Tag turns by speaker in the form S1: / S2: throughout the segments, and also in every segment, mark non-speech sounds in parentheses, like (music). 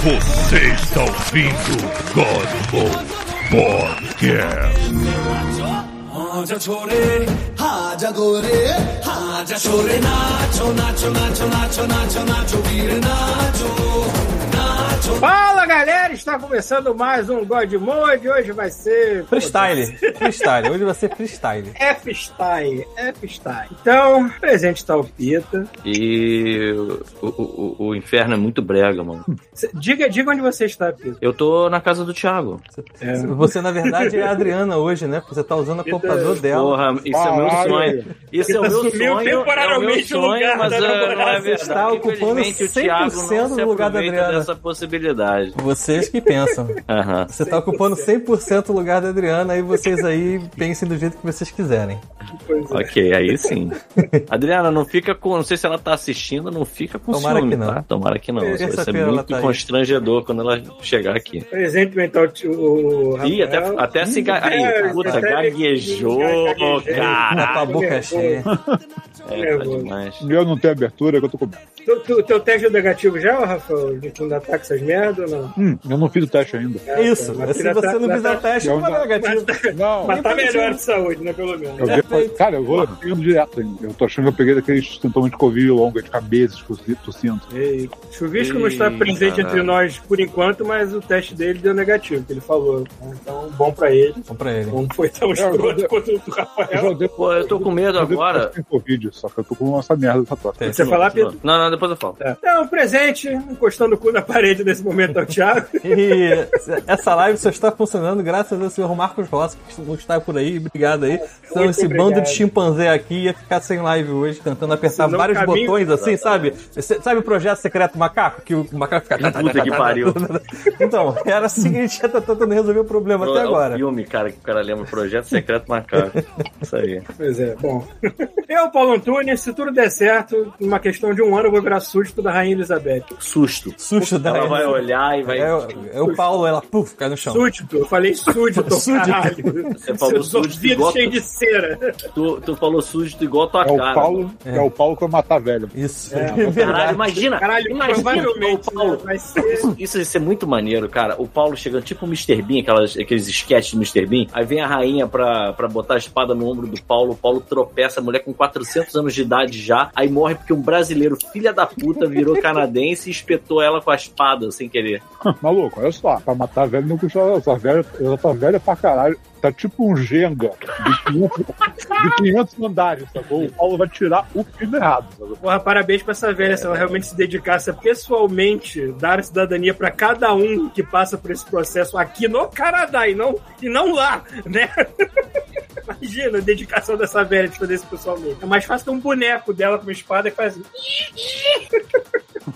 S1: Você está ouvindo Godfall Podcast.
S2: आजा छोरे आजा गोरे आजा छोरे नाचो नाचो नाचो नाचो नाचो नाचो वीर नाचो नाचो
S3: Fala galera, está começando mais um Godmode. Hoje vai ser
S4: Freestyle, freestyle. Hoje vai ser freestyle.
S3: F-Style, F-Style. Então, presente tá o Pita.
S5: E o, o- o- o inferno é muito brega, mano.
S3: Cê- Diga, diga onde você está, Pita.
S5: Eu tô na casa do Thiago.
S4: Você, na verdade, é a Adriana hoje, né? Porque você tá usando o computador dela.
S5: Porra, isso é meu sonho. Isso é o meu sonho.
S6: Assumiu
S5: é o meu
S6: temporariamente o
S5: sonho,
S6: lugar
S5: mas
S6: da
S5: eh, não é
S6: namorada.
S5: verdade.
S4: Está tá ocupando
S5: Infelizmente, o Thiago
S4: 100%
S5: não
S4: do
S5: se
S4: lugar da
S5: aproveita
S4: Adriana.
S5: dessa possibilidade.
S4: Vocês que pensam.
S5: Aham.
S4: Você tá ocupando 100% o lugar da Adriana, aí vocês aí pensem do jeito que vocês quiserem.
S3: Pois é.
S5: Ok, aí sim. Adriana, não fica com. Não sei se ela tá assistindo, não fica com
S4: Tomara
S5: ciúme,
S4: que não.
S5: tá? Tomara que não. Isso vai ser
S4: Terça-feira ela
S5: muito
S4: tá aí.
S5: constrangedor quando ela chegar aqui.
S3: Presente mental o, o
S5: Ih, até,
S3: Rafael.
S5: até se. ga-
S3: É,
S5: Aí, puta,
S3: até ele-
S5: gaguejou,
S3: gaguejei.
S4: Tá
S5: cara.
S4: com a boca cheia.
S5: É, tá demais.
S1: Eu não tenho abertura, é que eu tô comendo.
S3: Tu, tu, teu teste é negativo já, ô, Rafael? De quando ataca essas merda ou não?
S1: Hum, eu não fiz o teste ainda.
S3: É,
S4: Isso,
S3: mas
S4: se
S3: já tá-
S4: você não
S3: já
S4: fizer o
S3: tá-
S4: teste, não vai dar negativo.
S3: Mas
S1: Não,
S3: tá
S4: Nem positivo.
S3: melhor de saúde, né? Pelo menos.
S1: eu vi, cara, eu vou pegando direto ainda. Eu tô achando que eu peguei daqueles sintomas de Covid longa, de cabeça, de tossindo.
S3: Ei, Chuvisco não está
S5: Ih,
S3: presente
S5: caralho.
S3: entre nós por enquanto, mas o teste dele deu negativo, que ele falou. Então, bom pra ele.
S4: Vou pra ele.
S3: Não foi tão escroto quanto o do
S1: Eu
S3: Rafael.
S1: já dei
S5: Pô, eu tô com medo
S1: eu já dei
S5: agora.
S1: teste em Covid, só que eu tô com essa merda dessa tosse.
S4: Tem.
S3: Você falar, Pedro?
S5: Não, não, depois eu falo.
S3: Tá. Então, presente, encostando o cu na parede nesse momento ao Thiago.
S4: E essa live só está funcionando graças ao senhor Marcos Rossi, que não está por aí. Obrigado aí. Então,
S3: Muito
S4: esse
S3: obrigado.
S4: bando de chimpanzé aqui ia ficar sem live hoje, tentando apertar
S3: Senão,
S4: vários
S3: caminho-
S4: botões assim, sabe? Você- Sabe o projeto secreto macaco? Que o macaco fica.
S5: Puta que pariu.
S4: (laughs) Então, era assim que a gente já tá tentando resolver o problema até
S5: É
S4: agora.
S5: um filme, cara, que o cara lembra Projeto Secreto Macaco. Isso aí.
S3: (laughs) Pois é, bom. (laughs) Eu, Paulo Antunes, se tudo der certo, numa questão de um ano eu vou virar súdito da Rainha Elizabeth.
S5: Susto.
S4: Susto da
S5: Ela vai olhar e vai.
S4: É, o- é o Paulo, ela puf, cai no chão.
S3: Súdito, eu falei Então. (laughs) súdito,
S4: Súdito.
S3: caralho.
S5: Você falou
S3: Seus
S5: súdito
S3: ouvidos
S5: igual-
S3: cheios de cera.
S5: Tu, tu falou susto igual tua
S1: É o
S5: cara.
S1: Paulo, é. o Paulo que vai matar velho.
S5: (laughs)
S4: Isso, é,
S5: Caralho,
S4: verdade.
S5: imagina.
S3: Caralho,
S5: imagina
S3: provavelmente
S5: o Paulo.
S3: né, vai ser...
S5: Isso ia ser muito maneiro, cara. O Paulo chegando, tipo o Mr. Bean, aquelas, aqueles sketches do Mr. Bean. Aí vem a rainha pra, pra botar a espada no ombro do Paulo. O Paulo tropeça, a mulher com 400 anos de idade já. Aí morre porque um brasileiro, filha da puta, virou canadense e espetou ela com a espada sem querer.
S1: Maluco, olha só. Pra matar velho não custa. Essa velha, ela tá velha pra caralho. Tá tipo um Jenga de 500, de 500 andares, sacou? O Paulo vai tirar o filme errado, sacou?
S3: Porra, parabéns pra essa velha, se ela realmente se dedicasse a pessoalmente dar cidadania pra cada um que passa por esse processo aqui no Canadá e não, e não lá, né? (laughs) Imagina a dedicação dessa velha de fazer isso pessoalmente. É mais fácil ter um boneco dela com uma espada que faz. assim. (laughs)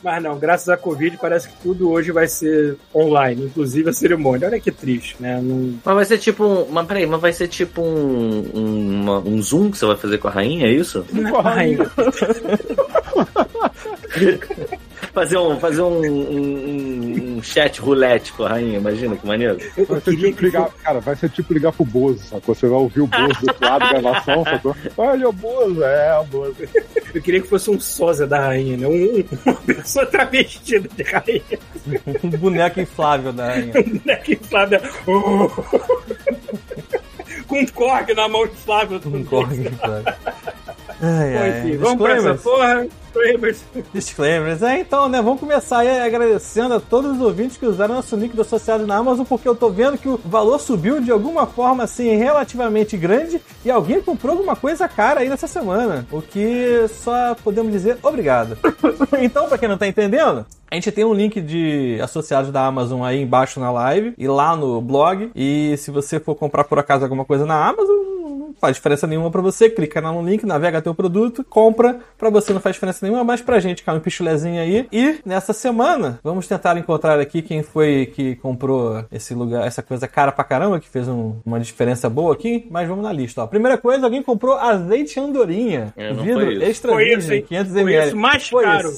S3: Mas não, graças à Covid, parece que tudo hoje vai ser online, inclusive a cerimônia. Olha que triste, né? Não-
S5: Mas vai ser tipo um. Mas peraí, mas vai ser tipo um. Um, uma- um zoom que você vai fazer com a rainha, é isso?
S3: Ainda.
S5: Fazer um. Fazer um, um- um- um chat roulette com a rainha, imagina que (laughs) maneiro.
S3: Eu, eu
S1: Vai ser
S3: queria
S1: tipo
S3: que
S1: ligar, cara, vai ser tipo ligar pro Bozo, sacou? Você vai ouvir o Bozo do outro lado da gravação, sacou? Olha o Bozo, é, o Bozo.
S3: Eu queria que fosse um sósia da rainha, né? Um, um- uma pessoa travestida de rainha,
S4: Um boneco inflável da
S3: (laughs)
S4: rainha.
S3: né? Que Flávia. (laughs) Oh! Com um cork na mão de Flávio.
S4: Um corre inflável. Ai,
S3: Bom,
S4: ai.
S3: enfim, assim, vamos pra essa
S4: Disclaimers.
S3: porra. Disclaimers.
S4: Disclaimers. É, então, né? Vamos começar aí agradecendo a todos os ouvintes que usaram nosso link do associado na Amazon, porque eu tô vendo que o valor subiu de alguma forma, assim, relativamente grande e alguém comprou alguma coisa cara aí nessa semana. O que só podemos dizer obrigado. (laughs) então, pra quem não tá entendendo, a gente tem um link de associados da Amazon aí embaixo na live e lá no blog. E se você for comprar por acaso alguma coisa na Amazon, não faz diferença nenhuma pra você. Clica lá no link, navega teu produto, compra. Pra você não faz diferença nenhuma, mas pra gente cai um pichulezinho aí. E nessa semana, vamos tentar encontrar aqui quem foi que comprou esse lugar, essa coisa cara pra caramba, que fez um- uma diferença boa aqui. Mas vamos na lista, ó. Primeira coisa, alguém comprou azeite andorinha.
S5: É, não
S4: vidro
S5: foi isso.
S4: extra
S3: Foi isso,
S4: virgem,
S3: hein?
S4: 500
S3: Foi
S4: ml.
S3: isso, mais
S4: Foi
S3: caro.
S4: isso,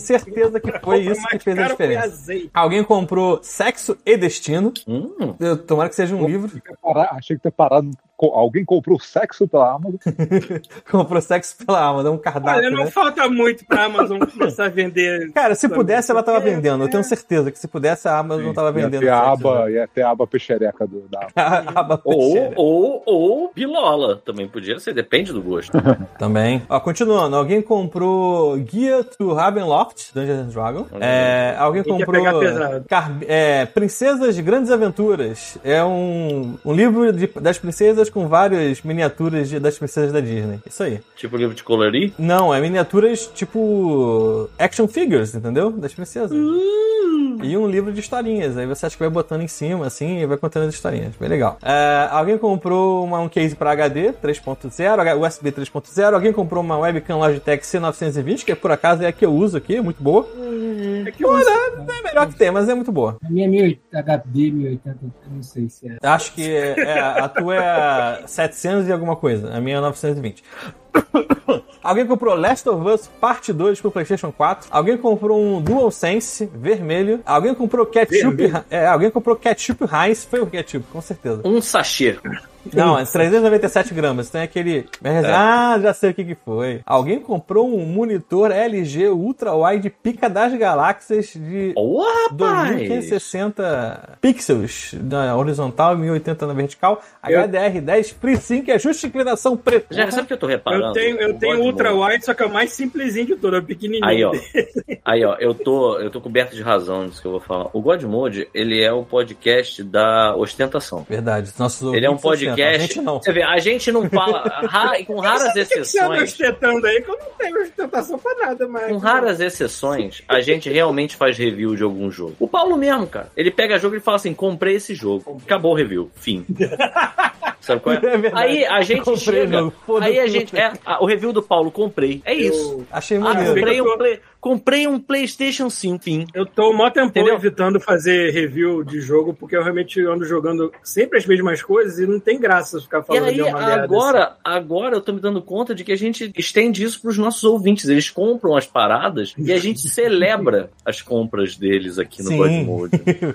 S3: (laughs)
S4: certeza que foi
S3: Compra
S4: isso que
S3: mais
S4: fez a
S3: caro foi
S4: diferença.
S3: azeite.
S4: Alguém comprou Sexo e Destino.
S5: Hum,
S4: Eu- Tomara que seja um livro. (laughs)
S1: Parar- achei que ter parado co- alguém comprou sexo pela Amazon.
S4: Comprou sexo pela Amazon, um
S3: Olha,
S4: cardápio,
S3: não
S4: né?
S3: falta muito pra
S4: (laughs)
S3: Amazon começar a vender.
S4: Cara, se pudesse, ela tava
S3: É,
S4: vendendo. Eu tenho certeza que se pudesse, a Amazon tava vendendo.
S1: Ia ter a
S4: sexo, né?
S1: aba, ia ter a aba peixereca do, da
S4: (laughs)
S1: Amazon.
S4: A aba
S5: Ou,
S4: fecheira.
S5: ou, ou pilola também podia ser, depende do gosto.
S4: Também. Ó, continuando. Alguém comprou Guia to Ravenloft, Dungeons and Dragons.
S5: Olha.
S4: É, alguém
S3: Quem quer
S4: comprou
S3: pegar pesado.
S4: Car- é, Princesas de Grandes Aventuras. É um, um livro de- das princesas com várias miniaturas de- das princesas da Disney. Isso aí.
S5: tipo livro de colorir.
S4: Não, é miniaturas tipo action figures, entendeu? Das princesas. E um livro de historinhas. Aí você acha que vai botando em cima, assim, e vai contando as historinhas. Bem legal. É, alguém comprou uma- um case para HD 3.0, H- USB 3.0. Alguém comprou uma webcam Logitech C920, que por acaso é a que eu uso aqui, é muito boa.
S3: É que eu
S4: É a melhor que tem, mas é muito boa.
S6: A minha é 1080, HD 1080, eu não sei se é.
S4: Acho que é- é, a tua é 700 e alguma coisa. A minha é 920. Alguém comprou Last of Us Parte 2 pro PlayStation 4. Alguém comprou um DualSense vermelho. Alguém comprou ketchup. É, alguém comprou ketchup Heinz. Foi o ketchup, com certeza.
S5: Um sachê.
S4: Não, é 397 gramas. Tem aquele. Ah, já sei o que, que foi. Alguém comprou um monitor LG Ultra Wide Pica das Galáxias de
S5: Ô,
S4: é
S5: rapaz!
S4: 2560 pixels na horizontal e 1080 na vertical. HDR10 FreeSync ajuste de é inclinação preta.
S5: Já sabe o que eu tô reparando?
S3: Eu tenho, eu tenho
S5: bode
S3: ultra
S5: novo.
S3: wide, só que é o mais simplesinho de todo, é (laughs) o pequenininho.
S5: Aí, ó. Aí, ó, eu tô, eu tô coberto de razão nisso que eu vou falar. O God Mode, ele é o podcast da ostentação.
S4: Verdade, nossos
S5: Ele é
S4: ouvintes
S5: um
S4: ostentam.
S5: podcast.
S4: A gente não.
S5: Você vê, a gente
S4: (laughs)
S5: não fala, ra- com raras
S3: que é você anda
S5: exceções.
S3: estetando aí, que eu não tenho ostentação pra nada, mas.
S5: Com raras exceções, a gente realmente faz review de algum jogo. O Paulo mesmo, cara, ele pega jogo e fala assim: comprei esse jogo. Acabou o review.
S4: (laughs)
S5: Fim. Sabe qual é?
S4: É verdade.
S5: aí a gente
S4: Comprei o
S5: chega.
S4: jogo. Foda-se.
S5: Aí a gente. É, ah, o review do Paulo, comprei. É isso.
S4: Achei
S5: Ah,
S4: maneiro.
S5: comprei
S3: Eu-
S5: um, play- comprei um PlayStation 5. Fim.
S3: Eu tô mó tempão
S5: Entendeu?
S3: evitando fazer review de jogo, porque eu realmente ando jogando sempre as mesmas coisas e não tem graça ficar
S5: E
S3: falando
S5: aí,
S3: de uma merda assim.
S5: agora, agora eu tô me dando conta de que a gente estende isso pros nossos ouvintes. Eles compram as paradas e
S4: (laughs)
S5: a gente celebra as compras deles aqui no
S4: Sim.
S5: God Mode.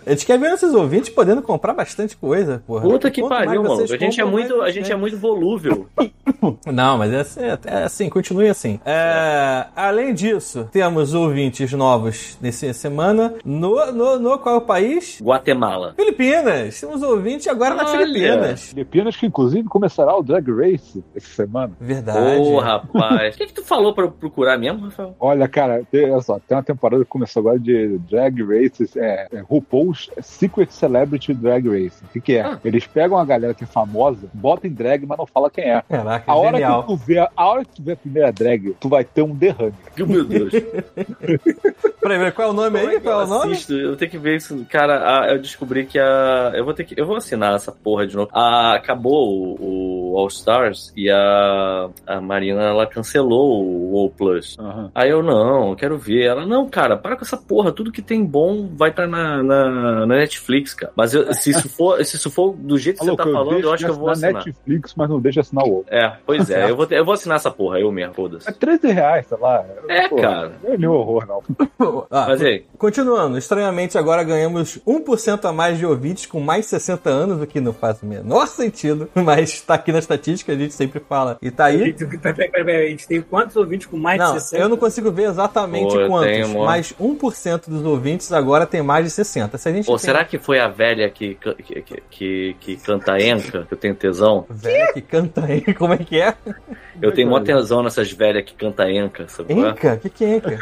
S4: A gente quer ver nossos ouvintes podendo comprar bastante coisa, porra.
S5: Puta que
S4: Quanto
S5: pariu,
S4: mais
S5: mano. A
S4: vocês
S5: gente, é
S4: compram,
S5: muito,
S4: mais né?
S5: a
S4: gente
S5: gente
S4: tem.
S5: é muito volúvel.
S4: Não, mas é assim, é assim, continue assim. É, além disso, temos ouvintes novos nessa semana no, no, no qual é o país?
S5: Guatemala.
S4: Filipinas! Temos ouvinte agora nas
S5: Olha.
S4: Filipinas.
S1: Filipinas que inclusive começará o Drag Race essa semana.
S5: Ô,
S4: Verdade.
S5: rapaz. O que, que tu falou pra eu procurar
S4: (laughs)
S5: mesmo, Rafael?
S1: Olha, cara, tem, olha só, tem uma temporada que começou agora de Drag Races, é, é RuPaul's Secret Celebrity Drag Race. O que, que é?
S5: Ah.
S1: Eles pegam a galera que é famosa, botam em drag, mas não fala quem é.
S4: Caraca,
S1: A hora,
S4: genial.
S1: que tu vê, a hora que tu vê a primeira drag, tu vai ter um derrame.
S5: Meu Deus.
S4: Peraí, peraí, qual é o nome aí? Qual é o
S5: Eu
S4: nome?
S5: assisto, eu tenho que ver isso. Cara, a- eu descobri que a. Eu vou ter que. Eu vou assinar essa porra de novo. A- acabou o, o All Stars e a, a Marina ela cancelou o All Plus. Aí eu não, eu quero ver. Ela, não, cara, para com essa porra. Tudo que tem bom vai estar na, na, na Netflix, cara. Mas eu- se, isso for, se isso for do jeito que
S1: Maluco,
S5: você tá falando,
S1: deixo
S5: eu acho que eu
S1: de
S5: vou
S1: assinar
S5: assinar.
S1: Netflix, mas não deixa assinar o outro.
S5: É, pois é, eu vou, ter- eu vou assinar essa porra, eu mesmo, foda-se.
S1: É 13 reais, sei lá.
S5: É,
S1: Pô,
S5: cara.
S1: Não é nenhum horror, não.
S4: Ah,
S5: Mas é. e aí?
S4: Continuando, estranhamente agora ganhamos 1% a mais de ouvintes com mais 60 anos, o que não faz o menor sentido, (laughs) mas tá aqui na estatística, a gente sempre fala. E tá aí.
S3: Peraí, peraí, peraí, A gente tem quantos ouvintes com mais
S4: Não,
S3: de 60?
S4: eu não consigo ver exatamente
S5: Pô, eu
S4: quantos,
S5: tenho, um amor.
S4: mas 1% dos ouvintes agora tem mais de 60. Se a gente
S5: Ou
S4: tem-
S5: será que foi a velha que, can- que, que, que, que canta Enca, que eu tenho tesão?
S4: um Velho que canta aí, (laughs) como é que é?
S5: Eu tenho mó tesão nessas velhas que canta Enca, sabe? qual é?
S4: Enca? O que, que é Enca?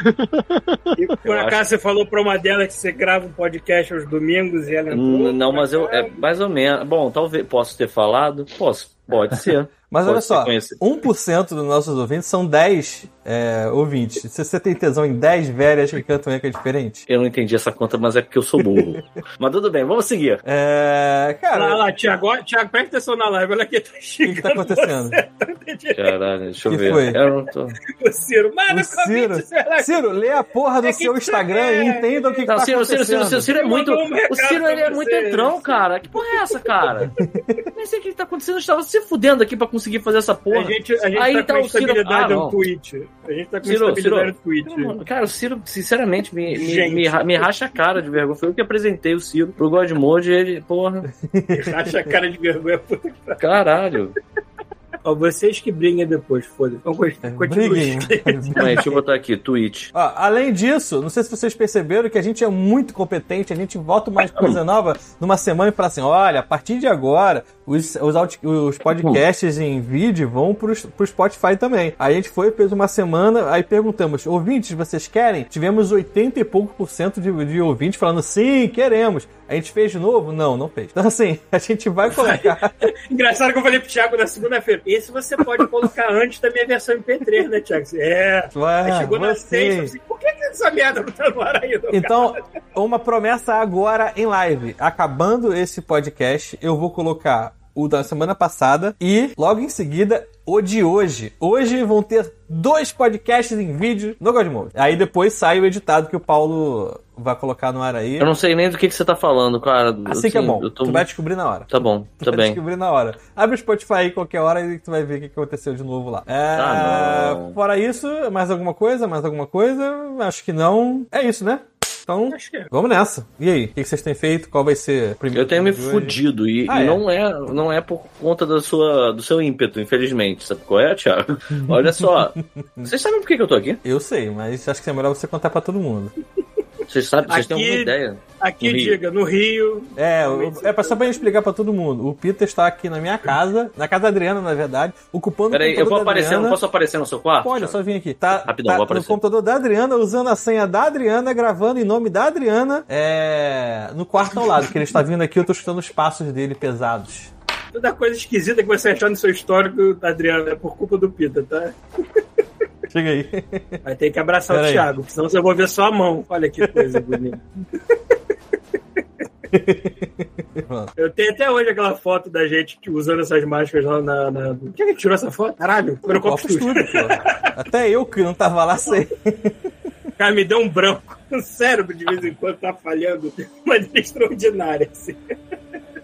S3: E por
S5: eu
S3: acaso você falou pra uma dela que você grava um podcast aos domingos e ela entrou?
S5: Hum, Não, mas eu. É mais ou menos. Bom, talvez. Posso ter falado? Posso. Pode ser.
S4: Mas
S5: Pode
S4: olha
S5: ser
S4: só,
S5: conhecido.
S4: 1% dos nossos ouvintes são 10 é, ouvintes. Se você tem tesão em 10 velhas que cantam Enca diferente.
S5: Eu não entendi essa conta, mas é porque eu
S4: (laughs)
S5: sou burro. mas tudo bem, vamos seguir.
S4: É.
S3: Olha lá,
S4: Cara,
S3: olha lá, Tiago, olha- Tiago, presta atenção na live, olha quem tá
S4: o que,
S3: xingando.
S4: que tá acontecendo?
S5: Caralho, deixa eu
S4: Que
S5: ver.
S4: foi?
S5: Eu não tô.
S3: O Ciro, mano, é
S4: O Ciro,
S3: convite, será que
S4: Ciro, lê a porra do
S3: É que
S4: seu
S3: que
S4: Instagram
S3: você
S4: e
S3: quer?
S4: entenda o que, que
S5: Não,
S4: tá
S5: o Ciro, o Ciro, o Ciro, o
S4: acontecendo.
S5: Ciro, o Ciro é muito.
S3: Mandou um recado
S5: O Ciro ele é
S3: pra
S5: muito
S3: vocês.
S5: entrão, cara. Que porra é essa, cara? Nem sei o que tá acontecendo. Eu estava se fudendo aqui pra conseguir fazer essa porra.
S3: A gente, a gente
S5: Aí
S3: tá
S5: tá
S3: com
S5: o Ciro-
S3: estabilidade
S5: Ah,
S3: no
S5: não.
S3: tweet. A gente tá com
S5: Ciro,
S3: estabilidade no tweet.
S5: Não, Cara, o Ciro, sinceramente, me, me-
S3: Gente.
S5: me ra- me racha a cara de vergonha. Foi eu que apresentei o Ciro pro Godmode e ele, porra,
S3: Acha a cara de vergonha.
S5: caralho.
S3: Ó, vocês que briguem depois, foda-se. Então, continua.
S4: É, Briguem.
S5: (laughs) Mas, deixa eu botar aqui, tweet.
S4: Ó, além disso, não sei se vocês perceberam que a gente é muito competente, a gente volta mais coisa nova numa semana e fala assim: olha, a partir de agora, os, os, out- os podcasts em vídeo vão pro, pro Spotify também. Aí a gente foi, fez uma semana, aí perguntamos: ouvintes, vocês querem? Tivemos 80 e pouco por cento de, de ouvintes falando: sim, queremos. A gente fez de novo? Não, não fez. Então, assim, (laughs) a gente vai colocar.
S3: (laughs) Engraçado que eu falei pro Thiago na segunda-feira. Esse você pode colocar antes da minha versão MP3, né, Thiago? É. Aí
S4: Vai,
S3: chegou na
S4: Ah, você.
S3: sexta, eu falei, por que que essa merda não tá no ar ainda? cara?"
S4: Então, uma promessa agora em live. Acabando esse podcast, eu vou colocar o da semana passada e logo em seguida o de hoje. Hoje vão ter dois podcasts em vídeo no Godmode. Aí depois sai o editado que o Paulo vai colocar no ar aí.
S5: Eu não sei nem do que, que você tá falando, cara.
S4: Assim que é bom.
S5: Eu tô-
S4: Tu vai descobrir na hora.
S5: Tá bom, tá
S4: vai
S5: bem.
S4: descobrir na hora. Abre o Spotify aí qualquer hora e tu vai ver o que aconteceu de novo lá. É,
S5: Ah, não.
S4: fora isso, mais alguma coisa? Mais alguma coisa? Acho que não. É isso, né? Então,
S3: Acho que é.
S4: Vamos nessa. E aí, o que que vocês têm feito? Qual vai ser o primeiro?
S5: Eu tenho me
S4: de hoje?
S5: fudido e,
S4: Ah,
S5: e
S4: é?
S5: não é não é por conta da sua do seu ímpeto, infelizmente, sabe qual é, Thiago? (laughs) Olha só, vocês sabem por que, que eu tô aqui?
S4: Eu sei, mas acho que é melhor você contar pra todo mundo.
S5: Vocês sabem, vocês têm
S3: Aqui-
S5: alguma ideia?
S3: Aqui,
S5: No Rio.
S3: diga, no Rio.
S4: É, o- é pra- só pra gente explicar pra todo mundo. O Peter está aqui na minha casa, na casa da Adriana, na verdade, ocupando
S5: Peraí, eu vou
S4: da
S5: aparecer, eu não
S4: Adriana.
S5: posso aparecer no seu quarto?
S4: Pode, é
S5: Thiago?
S4: só vim aqui. Tá,
S5: Rapidão,
S4: tá
S5: vou
S4: no
S5: aparecer.
S4: computador da Adriana, usando a senha da Adriana, gravando em nome da Adriana, é, no quarto ao lado, que ele está vindo aqui, eu tô escutando os passos dele pesados.
S3: Toda coisa esquisita que você achar no seu histórico, Adriano, é por culpa do Pita, tá?
S4: Chega aí. (laughs)
S3: Vai ter que abraçar
S4: Pera
S3: o
S4: aí.
S3: Thiago, senão você vai ver só a mão. Olha que coisa bonita. Eu tenho até hoje aquela foto da gente que- usando essas máscaras lá na. na... Por que a gente tirou essa foto? Caralho, foi no Copo Estúdio.
S4: pô. Até eu que não tava lá sei.
S3: Cara, me deu um branco. (laughs) O cérebro de vez em quando tá falhando de maneira extraordinária, assim.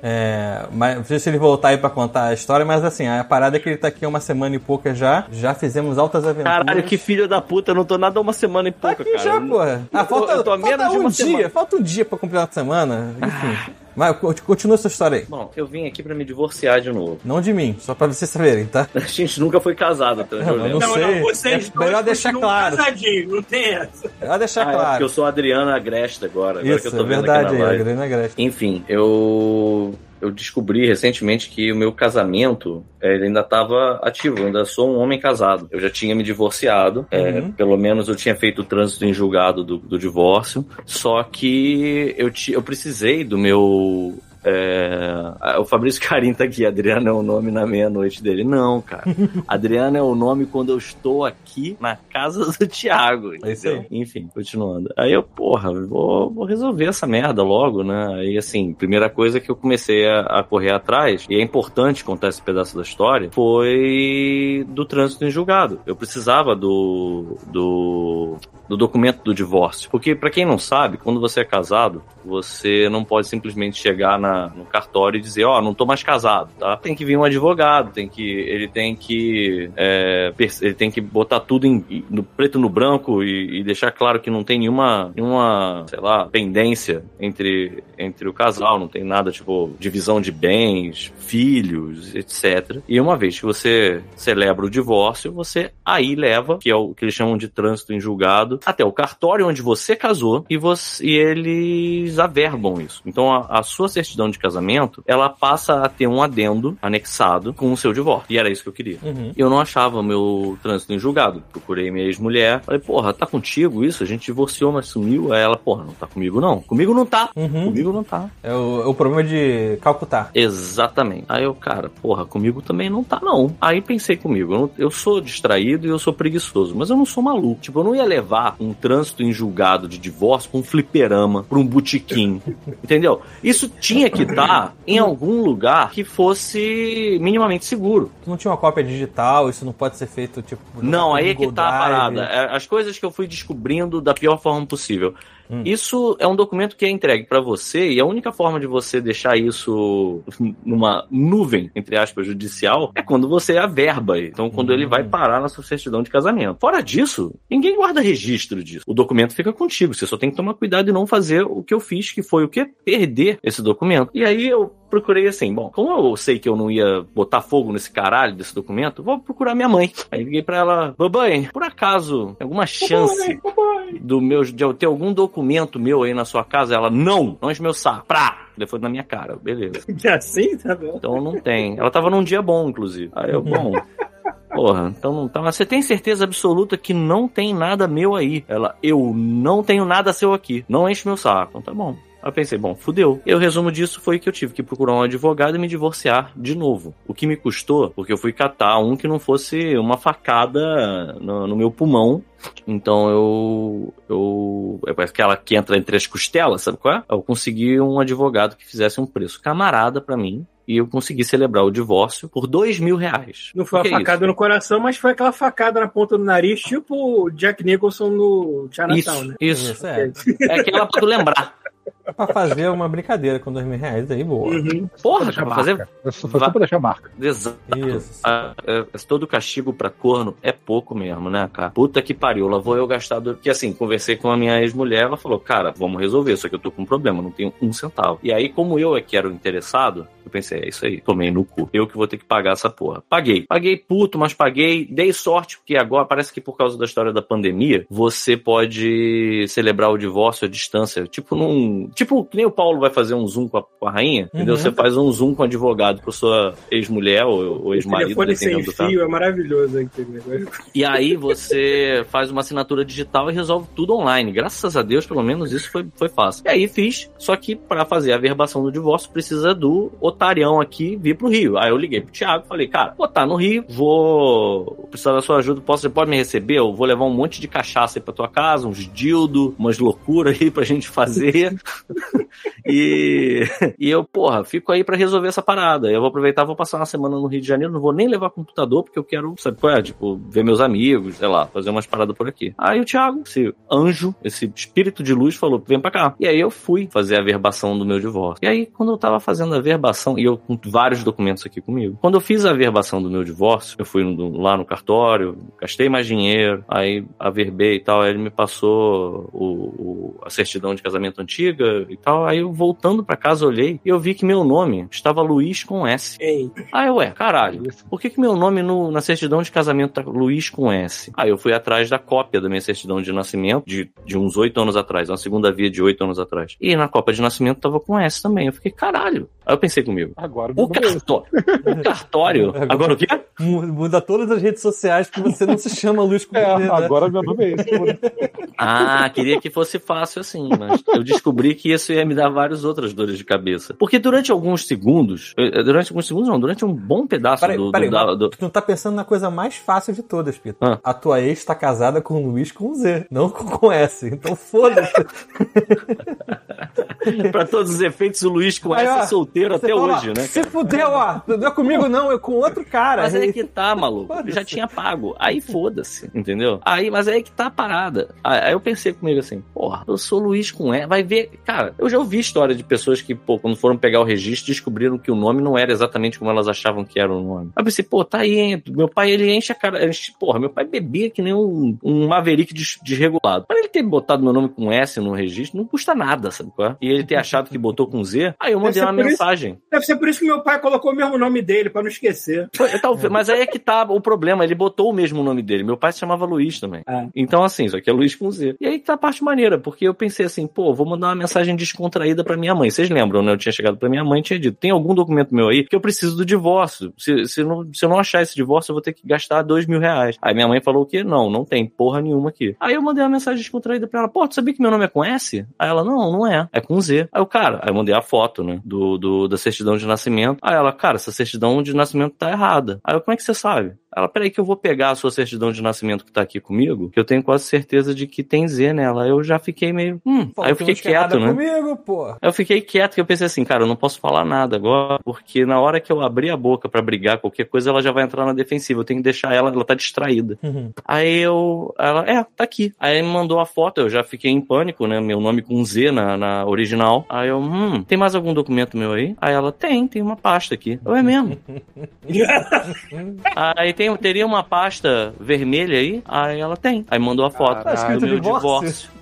S4: É, mas não sei se ele voltar aí pra contar a história, mas assim, a parada é que ele tá aqui há uma semana e pouca já. Já fizemos altas aventuras.
S5: Caralho, que filho da puta, eu não tô nada há uma semana e
S4: Tá
S5: pouca,
S4: aqui
S5: cara.
S4: já, porra. Ah,
S5: eu tô-
S4: falta,
S5: eu tô há
S4: falta
S5: menos de
S4: um
S5: uma
S4: dia,
S5: semana.
S4: falta um dia pra completar a semana. Enfim.
S5: (laughs)
S4: Mas co- continua essa história aí.
S5: Bom, eu vim aqui pra me divorciar de novo. (laughs)
S4: Não de mim, só pra vocês saberem, tá?
S5: A gente nunca foi casado, tá?
S4: Não,
S5: Eu
S4: Ah, não
S5: lembro.
S4: sei. É
S3: dois
S4: melhor deixar
S3: continuam
S4: claro.
S3: casadinhos, não tem essa.
S4: Pra deixar
S5: Ah, é, porque
S4: claro.
S5: eu sou a Adriana Agreste agora. agora que eu
S4: Isso,
S5: tô
S4: é
S5: vendo
S4: verdade
S5: aqui
S4: aí,
S5: na
S4: a
S5: live.
S4: grana grande.
S5: Enfim, eu eu descobri recentemente que o meu casamento eh, ele ainda estava ativo, eu ainda sou um homem casado. Eu já tinha me divorciado, eh,
S4: Uhum.
S5: pelo menos eu tinha feito o trânsito em julgado do, do divórcio, só que eu, ti, eu precisei do meu. eh, ah, o Fabrício (laughs) Carim tá aqui, Adriano é o nome na meia-noite dele. Não, cara. (laughs) Adriano é o nome quando eu estou aqui na casa do Thiago.
S4: É isso aí.
S5: entendeu? Enfim, continuando. Aí eu, porra, vou, vou resolver essa merda logo, né? Aí, assim, primeira coisa que eu comecei a, a correr atrás, e é importante contar esse pedaço da história, foi do trânsito em julgado. Eu precisava do. do do documento do divórcio. Porque, pra quem não sabe, quando você é casado, você não pode simplesmente chegar na, no cartório e dizer, ó, não tô mais casado, tá? Tem que vir um advogado, tem que. Ele tem que pers- ele tem que botar tudo em, no preto no branco e, e deixar claro que não tem nenhuma, nenhuma sei lá, pendência entre, entre o casal, não tem nada tipo divisão de bens, filhos, etc. E uma vez que você celebra o divórcio, você aí leva, que é o que eles chamam de trânsito em julgado, até o cartório onde você casou e, você, e eles averbam isso. Então a, a sua certidão de casamento, ela passa a ter um adendo anexado com o seu divórcio. E era isso que eu queria
S4: Uhum.
S5: eu não achava meu trânsito em julgado. Procurei minha ex-mulher, falei, porra, tá contigo isso? A gente divorciou, mas sumiu. Aí ela, porra, não tá comigo não. Comigo não tá.
S4: Uhum.
S5: Comigo não tá.
S4: É o, é o problema de Calcutá.
S5: Exatamente. Aí eu, cara, porra, comigo também não tá, não. Aí pensei comigo, eu, não- eu sou distraído e eu sou preguiçoso, mas eu não sou maluco. Tipo, eu não ia levar um trânsito em julgado de divórcio pra um fliperama, pra um botequim. (laughs) entendeu? Isso tinha que estar em algum lugar que fosse minimamente seguro.
S4: Tu não tinha uma cópia digital, isso não pode ser feito tipo.
S5: Não,
S4: no
S5: aí é que
S4: Google
S5: tá a
S4: Drive.
S5: parada. É, As coisas que eu fui descobrindo da pior forma possível.
S4: Hum.
S5: Isso é um documento que é entregue para você e a única forma de você deixar isso numa nuvem, entre aspas, judicial, é quando você averba. Então, quando ele vai parar na sua certidão de casamento. Fora disso, ninguém guarda registro disso. O documento fica contigo. Você só tem que tomar cuidado e não fazer o que eu fiz, que foi o quê? Perder esse documento. E aí eu procurei assim, bom, como eu sei que eu não ia botar fogo nesse caralho desse documento, vou procurar minha mãe. Aí liguei pra ela, babãe, por acaso, tem alguma chance do meu, de eu ter algum documento meu aí na sua casa? Ela, não, não é meu saco. Prá! Telefone na minha cara, beleza.
S3: É assim, tá bom?
S5: Então não tem. Ela tava num dia bom, inclusive. Aí eu, bom, Porra, então não tá. Mas você tem certeza absoluta que não tem nada meu aí? Ela, eu não tenho nada seu aqui. Não enche meu saco. Então tá bom. Aí eu pensei, bom, fudeu. E o resumo disso foi que eu tive que procurar um advogado e me divorciar de novo. O que me custou, porque eu fui catar um que não fosse uma facada no, no meu pulmão. Então eu. Eu. É aquela que entra entre as costelas, sabe qual é? Eu consegui um advogado que fizesse um preço camarada pra mim. E eu consegui celebrar o divórcio por dois mil reais.
S3: Não foi
S5: O
S3: uma
S5: que é
S3: facada
S5: isso?
S3: no coração, mas foi aquela facada na ponta do nariz, tipo o Jack Nicholson no Chinatown,
S5: Isso,
S3: né?
S5: isso.
S4: Isso é.
S5: É aquela pra tu lembrar.
S4: Pra fazer uma brincadeira com dois mil reais aí, boa.
S3: Uhum.
S5: Porra,
S1: Deixa
S5: cara,
S1: marca.
S5: fazer
S1: É só, foi
S5: Va-
S1: só pra deixar marca.
S5: Exato.
S4: Isso.
S5: Ah, é, é, todo castigo pra corno é pouco mesmo, né, cara? Puta que pariu, lá vou eu gastar. Do... Porque assim, conversei com a minha ex-mulher, ela falou: Cara, vamos resolver, só que eu tô com um problema, não tenho um centavo. E aí, como eu é que era o interessado, eu pensei: É isso aí, tomei no cu. Eu que vou ter que pagar essa porra. Paguei. Paguei puto, mas paguei. Dei sorte, porque agora parece que por causa da história da pandemia, você pode celebrar o divórcio à distância. Tipo num. Tipo, que nem o Paulo vai fazer um zoom com a, com a rainha, entendeu?
S4: Uhum.
S5: Você faz um zoom com o advogado com a sua ex-mulher ou, ou
S3: O
S5: ex-marido,
S3: telefone sem
S5: dependendo do caso.
S3: fio é maravilhoso aí, entendeu?
S5: E aí você (laughs) faz uma assinatura digital e resolve tudo online. Graças a Deus, pelo menos isso foi, foi fácil. E aí fiz, só que pra fazer a verbação do divórcio precisa do otarião aqui vir pro Rio. Aí eu liguei pro Thiago e falei, cara, vou tá no Rio, vou precisar da sua ajuda, posso, você pode me receber? Eu vou levar um monte de cachaça aí pra tua casa, uns dildo, umas loucuras aí pra gente fazer. (laughs) e (laughs) e eu, porra, fico aí pra resolver essa parada. Eu vou aproveitar, vou passar uma semana no Rio de Janeiro, não vou nem levar computador, porque eu quero, sabe qual é? Tipo, ver meus amigos, sei lá, fazer umas paradas por aqui. Aí o Thiago, esse anjo, esse espírito de luz, falou: vem pra cá. E aí eu fui fazer a verbação do meu divórcio. E aí, quando eu tava fazendo a verbação, e eu com vários documentos aqui comigo, quando eu fiz a verbação do meu divórcio, eu fui no- lá no cartório, gastei mais dinheiro, aí averbei e tal, aí ele me passou o, o- a certidão de casamento antiga e tal, aí eu voltando pra casa olhei e eu vi que meu nome estava Luiz com S.
S3: Hein?
S5: Aí eu, ué, caralho, por que que meu nome no- na certidão de casamento tá Luiz com S? Aí eu fui atrás da cópia da minha certidão de nascimento de, de uns oito anos atrás, uma segunda via de oito anos atrás. E na cópia de nascimento tava com S também, eu fiquei, caralho. Aí eu pensei comigo,
S1: Agora
S5: o
S1: não é
S5: cartório, o cartório, agora o quê?
S4: Mu- Muda todas as redes sociais que você não se chama
S5: (laughs)
S4: Luiz com
S1: É,
S4: poder, né?
S1: agora meu nome é esse. foda-se.
S5: Ah, queria que fosse fácil assim, mas eu descobri que isso ia me dar várias outras dores de cabeça. Porque durante alguns segundos, eh, durante alguns segundos não, durante um bom pedaço
S4: Peraí,
S5: do, do-
S4: peraí,
S5: da-
S4: mas
S5: do- (laughs)
S4: tu não tá pensando na coisa mais fácil de todas, Pito.
S5: Ah.
S4: A tua ex tá casada com o Luiz com Z, não com, com S. Então foda-se.
S5: Pra todos os efeitos, o Luiz (laughs) com
S4: Aí, ó,
S5: essa é solteiro
S4: Você
S5: até
S4: fala,
S5: hoje, né?
S4: Se fudeu, ó. Não é comigo, não, é com outro cara.
S5: Mas aí que tá, maluco. Eu já
S4: Foda-se.
S5: tinha pago. Aí foda-se, entendeu? Aí, mas aí que tá a parada. Aí aí eu pensei comigo assim, porra, eu sou Luiz com E. Vai ver. Cara, eu já ouvi história de pessoas que, pô, quando foram pegar o registro, descobriram que o nome não era exatamente como elas achavam que era o nome. Aí eu pensei, pô, tá aí, hein? Meu pai, ele enche a cara. enche- Porra, meu pai bebia que nem um, um maverick des- desregulado. Pra ele ter botado meu nome com S no registro, não custa nada, sabe qual é? E ele ter achado que botou com Z, aí eu mandei
S3: ser
S5: uma
S3: por isso-
S5: mensagem.
S3: Deve ser por isso que meu pai colocou o mesmo nome dele, pra não esquecer.
S5: Foi- talvez- mas aí é que tá o problema, ele botou o mesmo nome dele. Meu pai se chamava Luiz também.
S3: Ah.
S5: Então, assim, só que é Luiz com Z. E aí que tá a parte maneira, porque eu pensei assim, pô, vou mandar uma mensagem descontraída pra minha mãe. Vocês lembram, né? Eu tinha chegado pra minha mãe e tinha dito: tem algum documento meu aí que eu preciso do divórcio. Se, se, não, se eu não achar esse divórcio, eu vou ter que gastar dois mil reais. Aí minha mãe falou o quê? Não, não tem porra nenhuma aqui. Aí eu mandei uma mensagem descontraída pra ela: pô, tu sabia que meu nome é com S? Aí ela: não, não é. É com Z. Aí o cara, aí eu mandei a foto, né? Do, do, da certidão de nascimento. Aí ela: cara, essa certidão de nascimento tá errada. Aí eu: como é que você sabe? Aí Ela, peraí que eu vou pegar a sua certidão de nascimento que tá aqui comigo, que eu tenho quase certeza de que tem Z nela. Eu já fiquei meio, hum.
S4: Pô,
S5: aí eu
S4: tu
S5: fiquei
S4: não quer
S5: quieto,
S4: nada
S5: né?
S4: comigo, pô.
S5: Eu fiquei quieto, que eu pensei assim, cara, eu não posso falar nada agora, porque na hora que eu abrir a boca pra brigar, qualquer coisa, ela já vai entrar na defensiva. Eu tenho que deixar ela, ela tá distraída.
S4: Uhum.
S5: Aí eu. Ela, é, tá aqui. Aí me mandou a foto, eu já fiquei em pânico, né? Meu nome com Z na, na original. Aí eu, hum, tem mais algum documento meu aí? Aí ela, tem, tem uma pasta aqui. Eu,
S4: (laughs)
S5: é mesmo? aí tem, teria uma pasta vermelha aí? Aí ela tem. Aí mandou a foto
S4: Tá escrito
S5: do meu
S4: divórcio?
S5: divórcio.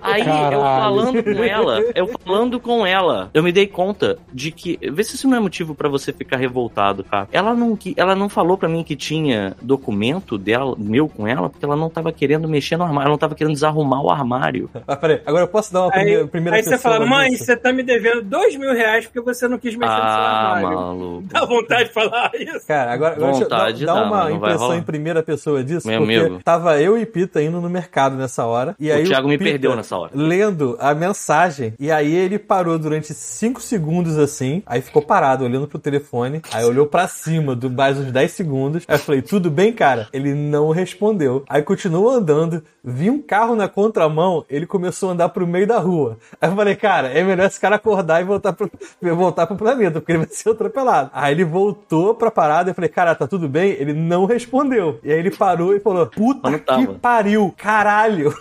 S5: Aí eu falando com ela, eu falando com ela, eu me dei conta de que, vê se isso não é motivo pra você ficar revoltado, cara. Ela não que ela não falou pra mim que tinha documento dela, meu com ela, porque ela não tava querendo mexer no armário, ela não tava querendo desarrumar o armário.
S4: Ah, peraí, agora eu posso dar uma primeira,
S3: Aí,
S4: primeira
S3: aí você
S4: pessoa
S3: fala, mãe,
S4: nisso?
S3: você tá me devendo dois mil reais porque você não quis mexer no seu
S5: Ah,
S3: armário.
S5: maluco.
S3: Dá vontade de falar isso?
S4: Cara, agora, agora deixa eu dar,
S5: Vontade
S4: dar
S5: dá,
S4: uma
S5: mas não vai
S4: impressão
S5: rolar.
S4: em primeira pessoa disso,
S5: Meu
S4: porque
S5: amigo.
S4: tava eu e Pita indo no mercado nessa hora. E
S5: O
S4: aí
S5: Thiago me
S4: Pita
S5: perdeu né? nessa hora.
S4: Lendo a mensagem. E aí ele parou durante 5 segundos assim. Aí ficou parado, olhando pro telefone. Aí olhou pra cima do mais uns 10 segundos. Aí eu falei, tudo bem, cara? Ele não respondeu. Aí continuou andando. Vi um carro na contramão, ele começou a andar pro meio da rua. Aí eu falei, cara, é melhor esse cara acordar e voltar pro, voltar pro planeta, porque ele vai ser atropelado. Aí ele voltou pra parada e eu falei, cara, tá tudo bem? Ele não respondeu. E aí ele parou e falou, puta
S5: Mas não
S4: que
S5: tava.
S4: pariu, caralho.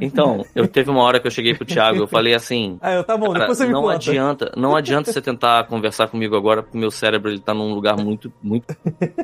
S5: Então, eu teve uma hora que eu cheguei pro Thiago, eu falei assim,
S4: Aí eu, tá bom,
S5: Cara,
S4: depois você me
S5: não
S4: conta.
S5: adianta, não adianta você tentar conversar comigo agora, porque meu cérebro ele tá num lugar muito, muito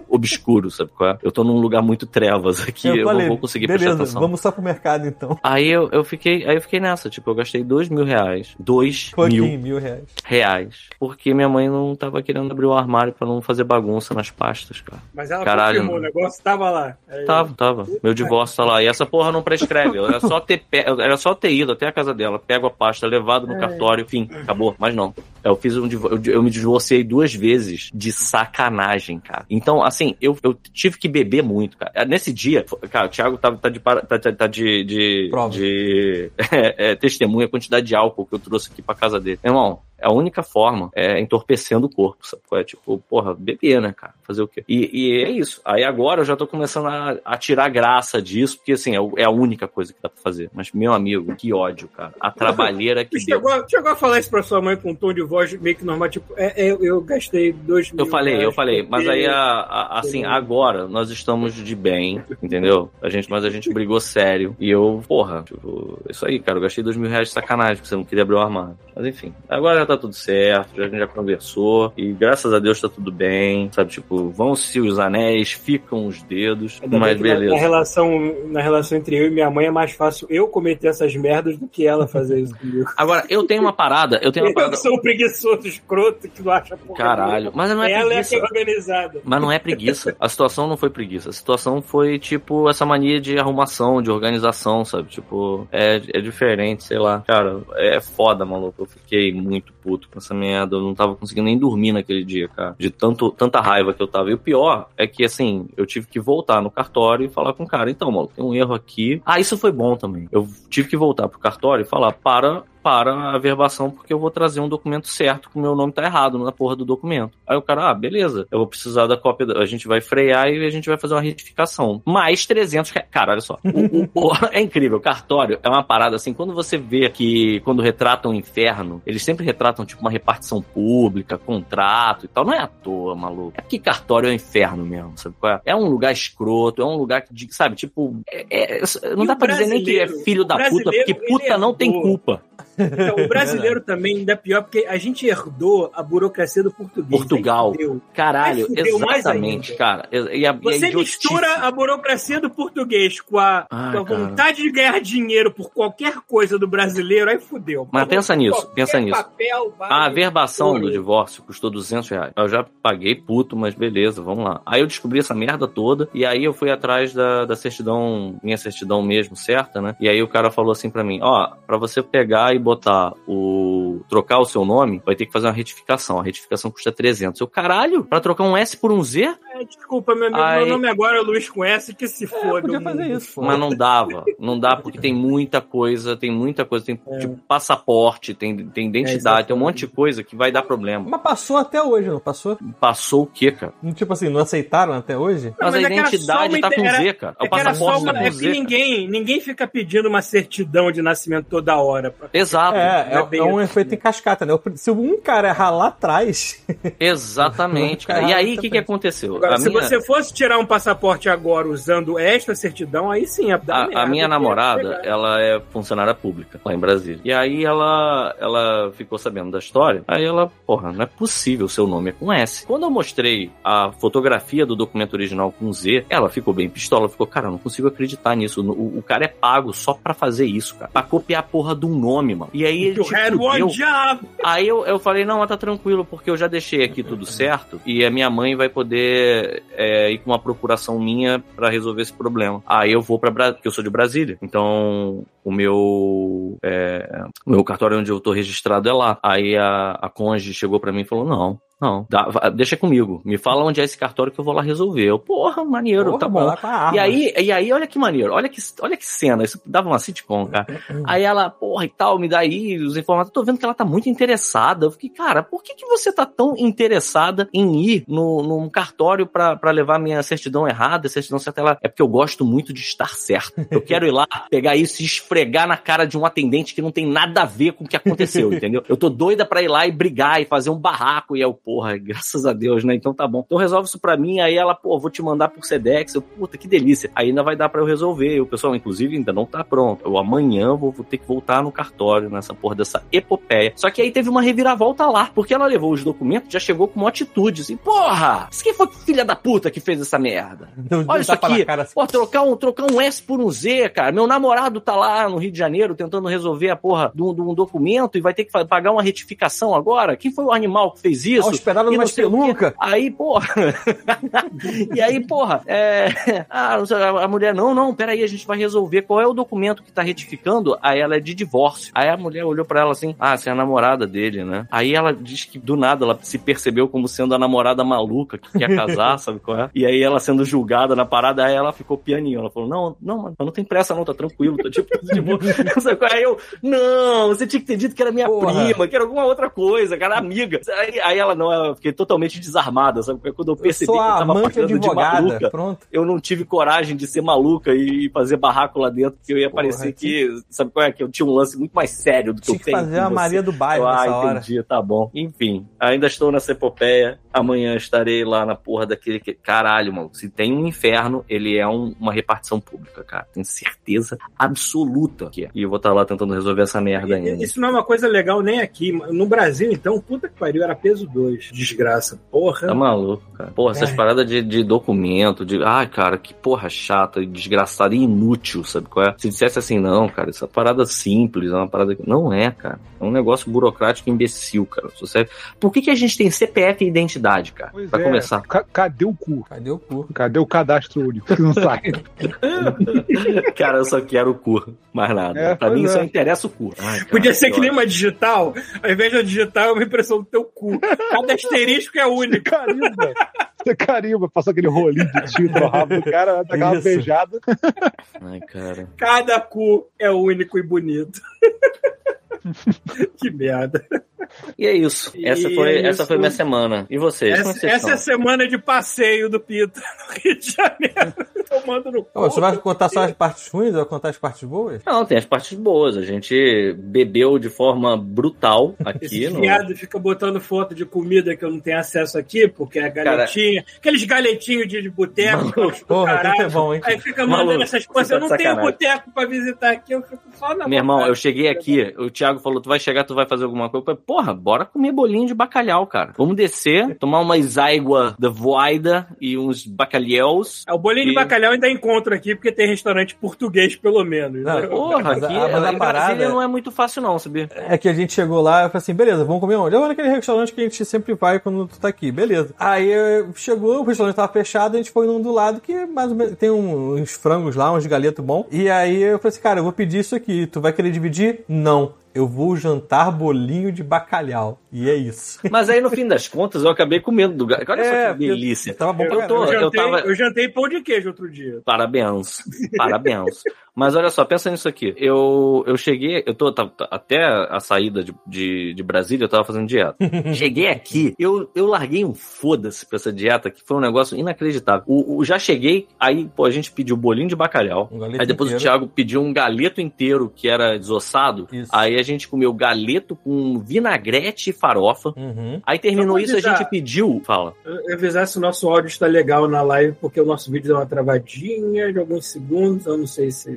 S5: obscuro, sabe qual é? Eu tô num lugar muito trevas aqui, eu, não vou conseguir
S4: beleza,
S5: prestar atenção.
S4: vamos só pro mercado então. (laughs)
S5: Aí eu, eu fiquei, aí eu fiquei nessa, tipo, eu gastei dois mil reais, dois
S4: Fucking
S5: mil
S4: mil reais.
S5: reais, porque minha mãe não tava querendo abrir o armário pra não fazer bagunça nas pastas, cara.
S3: Mas ela
S5: Caralho,
S3: confirmou, o
S5: mano. Tá,
S3: negócio tava lá. Aí-
S5: Tava, tava. Meu divórcio tá lá. E essa porra não prescreve. Era só ter, pe... Era só ter ido até a casa dela. Pego a pasta, levado no cartório, enfim, acabou. Mas não. Eu fiz um divor... eu- Eu me divorciei duas vezes de sacanagem, cara. Então, assim, eu, eu tive que beber muito, cara. Nesse dia, cara, o Thiago tá, tá de. para- Tá, tá, tá de. de,
S4: Prova.
S5: de- (laughs) é, é, testemunha a quantidade de álcool que eu trouxe aqui pra casa dele. Meu irmão, a única forma é entorpecendo o corpo, sabe? qual É tipo, porra, beber, né, cara? Fazer o quê? E, e é isso. Aí agora eu já tô começando a, a tirar graça disso, porque assim, é, o- é a única coisa que dá pra fazer. Mas, meu amigo, que ódio, cara. A trabalheira que
S3: Você
S5: deu.
S3: chegou, a- chegou a falar isso pra sua mãe com um tom de voz meio que normal, tipo, é, é, eu, eu gastei dois mil
S5: Eu falei, eu
S3: reais
S5: falei,
S3: porque-
S5: mas aí a- a- assim, agora nós estamos de bem, entendeu? A gente, mas a gente brigou sério. E eu, porra, tipo, isso aí, cara, eu gastei dois mil reais de sacanagem, porque você não queria abrir o armário. Mas enfim, agora já tá tudo certo, já- a gente já conversou, e graças a Deus tá tudo bem, sabe? Tipo, vão-se os anéis, ficam os dedos,
S3: Ainda bem
S5: mas
S3: que na- Na,
S5: beleza.
S3: relação, na relação entre eu e minha mãe é mais fácil eu cometer essas merdas do que ela fazer isso comigo.
S5: Agora, eu tenho uma parada, eu tenho uma
S3: (laughs) Eu
S5: parada.
S3: sou um preguiçoso escroto que não acha porra.
S5: Caralho, mas não é
S3: ela é a
S5: preguiça.
S3: que é organizada.
S5: Mas não é preguiça. A situação não foi preguiça. A situação foi, tipo, essa mania de arrumação, de organização, sabe? Tipo, é, é diferente, sei lá. Cara, é foda, maluco. Eu fiquei muito puto com essa merda. Eu não tava conseguindo nem dormir naquele dia, cara. De tanto, tanta raiva que eu tava. E o pior é que, assim, eu tive que voltar no cartório e falar com o cara. Então, maluco, tem um erro aqui. Ah, isso foi bom também. Eu tive que voltar pro cartório e falar, para para a verbação porque eu vou trazer um documento certo que o meu nome tá errado na porra do documento. Aí o cara, ah, beleza, eu vou precisar da cópia, da- a gente vai frear e a gente vai fazer uma retificação. Mais 300 reais. Cara, olha só. O- o- (laughs) o- é incrível, cartório é uma parada assim, quando você vê que quando retratam o inferno, eles sempre retratam tipo uma repartição pública, contrato e tal. Não é à toa, maluco. É que cartório é o inferno mesmo, sabe qual é? É um lugar escroto, é um lugar que, de- sabe, tipo, é- é- não
S3: E
S5: dá
S3: o
S5: pra dizer nem que é
S3: brasileiro?
S5: filho
S3: O
S5: da puta,
S3: brasileiro,
S5: porque
S3: ele
S5: puta
S3: é
S5: não tem
S3: boa.
S5: culpa.
S3: Então, o brasileiro também ainda é pior porque a gente herdou a burocracia do português.
S5: Portugal.
S3: Aí fudeu.
S5: Caralho,
S3: Aí fudeu mais
S5: exatamente,
S3: ainda.
S5: cara. E, e a, e a
S3: Você
S5: idiotice.
S3: mistura a burocracia do português com a,
S5: Ah,
S3: com a
S5: cara.
S3: vontade de ganhar dinheiro por qualquer coisa do brasileiro, aí fudeu.
S5: Mas pensa nisso, pensa nisso. Ah,
S3: Papel, vale.
S5: A averbação
S3: Olha.
S5: do divórcio custou 200 reais. Eu já paguei puto, mas beleza, vamos lá. Aí eu descobri essa merda toda, e aí eu fui atrás da, da certidão, minha certidão mesmo, certa, né? E aí o cara falou assim pra mim, ó, pra você pegar e botar o... trocar o seu nome, vai ter que fazer uma retificação. A retificação custa 300. Eu, caralho, pra trocar um S por um Z?
S3: É, desculpa, meu amigo,
S5: Ai.
S3: meu nome agora é Luiz com S, que se foda.
S4: É, podia
S3: o
S4: fazer
S3: mundo.
S4: isso, pô.
S5: Mas não dava. Não dá porque tem muita coisa, tem muita coisa, tem tipo, passaporte, tem, tem identidade, tem um monte de coisa que vai dar problema.
S4: Mas passou até hoje, não passou?
S5: Passou o quê, cara?
S4: Tipo assim, não aceitaram até hoje?
S3: Não,
S5: Mas, a
S3: mas é que era só
S5: identidade
S3: uma
S5: tá com
S3: inte-
S5: Z, cara. O
S3: É que era só
S5: passaporte
S3: uma...
S5: tá
S3: É
S5: com
S3: que
S5: Z. cara.
S3: ninguém, ninguém fica pedindo uma certidão de nascimento toda hora. pra-
S5: Exato,
S4: É,
S5: né?
S4: é,
S3: bem
S4: é um
S3: isso,
S4: efeito em cascata, né? Se um cara errar lá
S5: (laughs)
S4: atrás,
S5: exatamente, cara. E aí, o que, que aconteceu?
S3: Agora,
S5: A
S3: se
S5: minha-
S3: você fosse tirar um passaporte agora usando esta certidão, aí sim, ia dar
S5: A-
S3: merda,
S5: A, minha
S3: porque-
S5: namorada, ela é funcionária pública lá em Brasília. E aí ela, ela ficou sabendo da história. Aí ela, porra, não é possível, seu nome é com S. Quando eu mostrei a fotografia do documento original com Z, ela ficou bem pistola. Ficou, cara, eu não consigo acreditar nisso. O, o cara é pago só pra fazer isso, cara. Pra copiar a porra de um nome, mano. E aí ele.
S3: You
S5: te
S3: had
S5: fudeu.
S3: one job!
S5: Aí eu, eu falei, não, mas tá tranquilo, porque eu já deixei aqui tudo certo e a minha mãe vai poder é, ir com uma procuração minha pra resolver esse problema. Aí eu vou pra Brasília, porque eu sou de Brasília, então o meu, é, o meu cartório onde eu tô registrado é lá. Aí a, a conge chegou pra mim e falou, não... Não, dá- va- deixa comigo. Me fala onde é esse cartório que eu vou lá resolver. Eu, porra, maneiro,
S4: porra,
S5: tá
S4: vai
S5: bom.
S4: lá com a arma.
S5: E aí, e aí, olha que maneiro, olha que, olha que cena, isso dava uma sitcom, cara. Aí ela, porra e tal, me dá aí os informados. Tô vendo que ela tá muito interessada. Eu fiquei, cara, por que, que você tá tão interessada em ir no, num cartório pra, pra levar minha certidão errada, certidão certa? Ela, é porque eu gosto muito de estar certo. Eu quero ir lá, pegar isso e esfregar na cara de um atendente que não tem nada a ver com o que aconteceu, entendeu? Eu tô doida pra ir lá e brigar e fazer um barraco. E eu, porra, graças a Deus, né? Então tá bom. Então resolve isso pra mim. Aí ela, pô, vou te mandar por Sedex. Eu, puta, que delícia. Aí ainda vai dar pra eu resolver. E o pessoal, inclusive, ainda não tá pronto. Eu amanhã vou vou ter que voltar no cartório nessa porra dessa epopeia. Só que aí teve uma reviravolta lá, porque ela levou os documentos, já chegou com uma atitude assim, porra! Isso quem foi que filha da puta que fez essa merda?
S4: Deu- deu
S5: Olha isso
S4: tapa na
S5: aqui.
S4: Então, cara, assim.
S5: Pô, trocar um, trocar um S por um Z, cara. Meu namorado tá lá no Rio de Janeiro tentando resolver a porra de um, de um documento e vai ter que fa- pagar uma retificação agora. Quem foi o animal que fez
S4: Tá
S5: isso?
S4: hospedado
S5: E
S4: numa
S5: não sei o quê.
S4: espelunca.
S5: Aí, porra. (laughs) e aí, porra, é... ah, não sei, a mulher, não, não, peraí, a gente vai resolver qual é o documento que tá retificando. Aí ela é de divórcio. Aí a mulher olhou pra ela assim, ah, você é a namorada dele, né? Aí ela diz que do nada ela se percebeu como sendo a namorada maluca que quer
S4: (laughs)
S5: casar, sabe qual é? E aí ela sendo julgada na parada, aí ela ficou pianinho. Ela falou, não, não, mano, não tem pressa não, tá tranquilo, tô tipo,
S4: (laughs)
S5: tipo sabe qual é? Aí eu, não, você tinha que ter dito que era minha
S4: Porra.
S5: prima, que era alguma outra coisa, que era amiga. Aí, aí ela não, eu fiquei totalmente desarmada, sabe? Porque Quando eu
S4: Eu
S5: percebi
S4: sou
S5: que eu
S4: a
S5: tava
S4: amante
S5: passando de
S4: advogada.
S5: maluca,
S4: Pronto.
S5: eu não tive coragem de ser maluca e fazer barraco lá dentro, porque eu ia
S4: Porra,
S5: parecer
S4: que-
S5: que, sabe qual é? Que eu tinha um lance muito mais sério do que
S4: Tinha
S5: eu
S4: que
S5: tenho.
S4: fazer
S5: com
S4: a
S5: você.
S4: Maria do
S5: Ah,
S4: bairro nessa hora.
S5: entendi, tá bom. Enfim, ainda estou nessa epopeia. Amanhã estarei lá na porra daquele. que- Caralho, mano. Se tem um inferno, ele é um- uma repartição pública, cara. Tenho certeza absoluta que é. E eu vou estar lá tentando resolver essa merda ainda.
S3: Isso não é uma coisa legal nem aqui. No Brasil, então, puta que pariu, era peso 2. Desgraça,
S5: Tá
S3: porra.
S5: maluco, cara. Porra, essas
S3: Então, É.
S5: paradas de, de documento, de. Ai, cara, que porra chata, e desgraçada e inútil, sabe qual é? Se dissesse assim, não, cara, essa parada simples, é uma parada que. Não é, cara. É um negócio burocrático imbecil, cara. Só serve- Por que, que a gente tem CPF e identidade, cara?
S1: Pois
S5: pra
S3: (laughs)
S1: é.
S5: começar.
S1: Ca- cadê o cu?
S4: Cadê o cu?
S1: Cadê o cadastro único que não sai?
S5: Cara, eu só quero o cu, mais nada.
S1: É,
S5: pra
S1: pois
S5: mim
S1: é.
S5: só interessa o cu. Ai, cara,
S3: Podia ser que nem
S5: olha.
S3: uma digital, ao invés da digital, é uma impressão do teu cu. Cada asterisco é
S1: Você
S3: único.
S1: carimba. Você carimba, passa aquele rolinho de tiro no rabo do cara, dá aquela
S4: Isso.
S1: beijada.
S5: Ai, cara.
S3: Cada cu é único e bonito. (laughs) que merda.
S5: E é isso. Essa
S3: E
S5: foi,
S3: é
S5: essa
S3: isso.
S5: foi minha semana. E vocês? Como
S3: Essa,
S5: vocês
S3: essa é a
S5: estão?
S3: semana de passeio do Pita no Rio de Janeiro.
S5: (laughs)
S3: Tomando no
S4: Ô,
S3: cu.
S4: você vai contar só as partes ruins ou vai contar as partes boas?
S5: Não, tem as partes boas. A gente bebeu de forma brutal aqui.
S3: Esse
S5: No...
S3: viado fica botando foto de comida que eu não tenho acesso aqui, porque é galetinha. Aqueles galetinhos de boteco.
S5: Maluco.
S4: Porra,
S3: Caralho.
S4: que é bom, hein?
S3: Aí fica mandando
S5: Maluco,
S3: essas
S5: você
S3: coisas.
S5: tá
S3: Eu não
S5: de
S3: tenho
S5: sacanagem.
S3: boteco pra visitar aqui, eu fico só na
S5: Meu irmão,
S3: vontade.
S5: eu cheguei aqui, o Thiago falou, tu vai chegar, tu vai fazer alguma coisa. Eu falei, porra, bora comer bolinho de bacalhau, cara. Vamos descer, tomar umas água da voida e uns bacalhaus.
S3: É, O bolinho de
S5: E-
S3: bacalhau eu ainda encontro aqui, porque tem restaurante português, pelo menos.
S4: Não,
S3: né?
S5: Porra,
S4: Mas a-
S5: aqui
S4: mas a
S5: em
S4: parada-
S5: Brasília não é muito fácil não, sabia?
S4: É que a gente chegou lá, eu falei assim, beleza, vamos comer onde? Eu vou naquele restaurante que a gente sempre vai quando tu tá aqui, beleza. Aí eu- chegou, o restaurante tava fechado, a gente foi num do lado que mais ou menos tem um- uns frangos lá, uns galeto bom. E aí eu falei assim, cara, eu vou pedir isso aqui, tu vai querer dividir? Não. eu vou jantar bolinho de bacalhau. E é isso.
S5: Mas aí, no fim das contas, eu acabei comendo do gato.
S4: (laughs)
S5: Olha
S4: É,
S5: só que delícia.
S4: Tava bom pra
S5: Eu tô-
S4: caralho.
S3: Eu jantei,
S5: tava-
S3: eu jantei pão de queijo outro dia.
S5: Parabéns. Parabéns. Mas olha só, pensa nisso aqui. Eu, eu cheguei, eu tô tá- tá- até a saída de, de, de Brasília, eu tava
S4: (laughs)
S5: fazendo dieta. cheguei aqui, eu, eu larguei um foda-se pra essa dieta, que foi um negócio inacreditável. O, o- já cheguei, aí, pô, a gente pediu bolinho de bacalhau.
S4: Um galeto
S5: Aí depois
S4: inteiro.
S5: o Thiago pediu um galeto inteiro que era desossado.
S4: Isso.
S5: Aí a gente comeu galeto com vinagrete e farofa.
S4: Uhum.
S5: Aí terminou
S3: Só pra
S5: isso, a
S3: avisar.
S5: gente pediu. Fala.
S3: Eu eu avisar se o nosso áudio está legal na live, porque o nosso vídeo deu uma travadinha de alguns segundos, eu não sei se.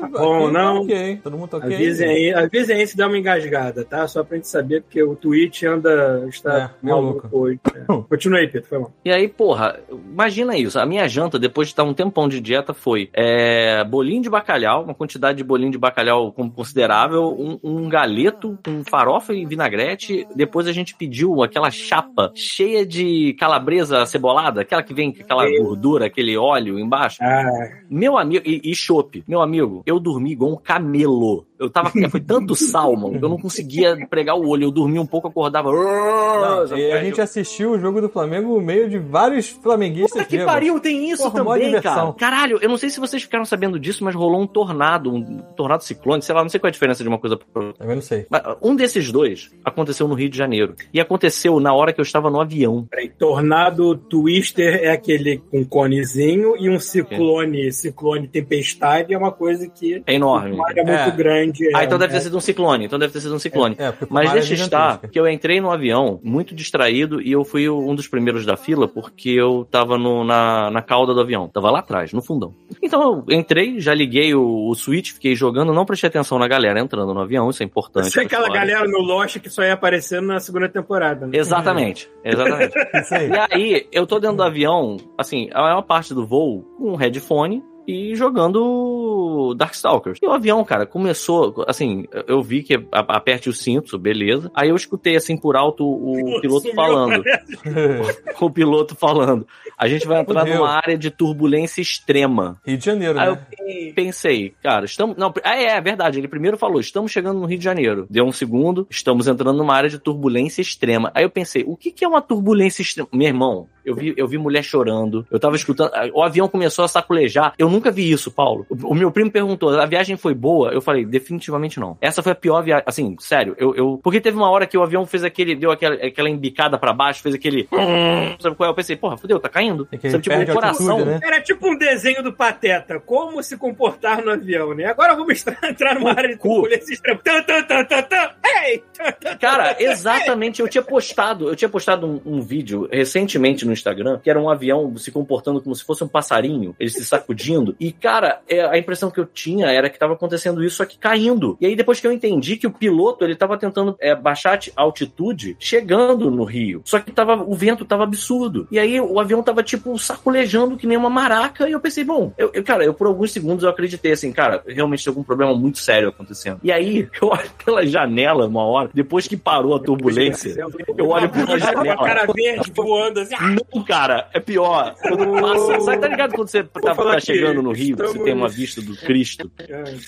S3: Tá bom,
S4: Ok,
S3: não.
S4: ok. Todo mundo tá ok?
S3: Avisem aí, avisem aí se dá uma engasgada, tá? Só pra gente saber, porque o Twitch anda. está
S4: É, maluco. Hum.
S3: hoje. É. Continua aí, Pedro, foi mal.
S5: E aí, porra, imagina isso. A minha janta, depois de estar um tempão de dieta, foi é, bolinho de bacalhau, uma quantidade de bolinho de bacalhau com- considerável, um, um galeto com farofa e vinagrete. Depois a gente pediu aquela chapa cheia de calabresa cebolada, aquela que vem com aquela gordura, aquele óleo embaixo.
S3: Ah,
S5: Meu amigo, e, e chope. Meu amigo, eu dormi igual um camelo. Eu tava, foi tanto salmo, eu não conseguia pregar o olho. Eu dormia um pouco, acordava.
S4: Não, e a gente assistiu o jogo do Flamengo no meio de vários flamenguistas
S5: Puta que
S4: bêbados.
S5: pariu, tem isso
S4: Porra, mó
S5: também,
S4: diversão.
S5: cara. Caralho, eu não sei se vocês ficaram sabendo disso, mas rolou um tornado, um tornado ciclone, sei lá, não sei qual é a diferença de uma coisa pra outra.
S4: Também não sei.
S5: Mas um desses dois aconteceu no Rio de Janeiro. E aconteceu na hora que eu estava no avião.
S3: peraí. Tornado Twister é aquele com conezinho e um ciclone, ciclone tempestade é uma coisa que
S5: É enorme.
S3: uma área muito
S4: É.
S3: grande.
S5: Ah,
S3: é,
S5: então deve
S3: é,
S5: ter sido um ciclone. Então deve ter sido um ciclone.
S4: É, porque
S5: Mas
S4: Mara é
S5: deixa estar,
S4: gigantesca.
S5: que eu entrei no avião muito distraído e eu fui um dos primeiros da fila porque eu tava no- na, na cauda do avião. Tava lá atrás, no fundão. Então eu entrei, já liguei o, o switch, fiquei jogando, não prestei atenção na galera entrando no avião, isso é importante.
S3: Isso é aquela
S5: pessoal.
S3: galera no Lost que só ia aparecendo na segunda temporada, né?
S5: Exatamente, exatamente.
S4: Isso aí.
S5: e aí, eu tô dentro do avião, assim, a maior parte do voo com um headphone e jogando Darkstalkers. E o avião, cara, começou, assim, eu vi que a- aperte o cinto, beleza. Aí eu escutei, assim, por alto o
S3: Putz,
S5: piloto
S3: sumiu,
S5: falando. (laughs) O piloto falando. A gente vai entrar
S4: Fudeu.
S5: numa área de turbulência extrema.
S4: Rio de Janeiro,
S5: Aí Ah, eu
S4: né?
S5: pensei, cara, estamos. Não, ah, é, é verdade. Ele primeiro falou, estamos chegando no Rio de Janeiro. Deu um segundo, estamos entrando numa área de turbulência extrema. Aí eu pensei, o que, que é uma turbulência extrema? Meu irmão, eu vi, eu vi mulher chorando, eu tava escutando. ah, O avião começou a sacolejar. Eu nunca vi isso, Paulo. O, o meu primo perguntou, a viagem foi boa? Eu falei, definitivamente não. Essa foi a pior viagem. Assim, sério, eu. eu... Porque teve uma hora que o avião fez aquele. deu aquela, aquela embicada pra baixo,
S4: (laughs)
S5: fez aquele. Sabe qual é? Eu pensei, porra, fudeu, tá caindo.
S4: É que ele
S5: Sabe, tipo,
S4: perde
S5: o
S4: a
S5: coração.
S4: altitude, né?
S3: Era tipo um desenho do Pateta, como se comportar no avião, né? Agora vamos estra- (laughs) entrar numa área de
S5: cu.
S3: turbulência extrema. Tan, tan, tan, tan, tan. Ei!
S5: Cara, exatamente. Eu tinha postado, eu tinha postado um, um vídeo recentemente no Instagram que era um avião se comportando como se fosse um passarinho, ele se sacudindo. E, cara, é, a impressão que eu tinha era que tava acontecendo isso, só que caindo. E aí, depois que eu entendi que o piloto ele tava tentando é, baixar a ti- a altitude, chegando no Rio. Só que tava, o vento tava absurdo. E aí o avião tava, tipo, sacolejando que nem uma maraca. E eu pensei, bom, eu, eu- cara, eu por alguns segundos eu acreditei assim, cara, realmente tem algum problema muito sério acontecendo. E aí, (laughs) eu olho pela janela uma hora, depois que parou a turbulência. Eu olho pela
S3: Com a
S5: janela.
S3: cara verde voando assim.
S5: Não, cara, é pior. Quando passa, sabe, tá ligado quando você tá,
S3: falar
S5: tá
S3: que
S5: chegando no Rio, você
S3: estamos-
S5: tem uma vista do Cristo,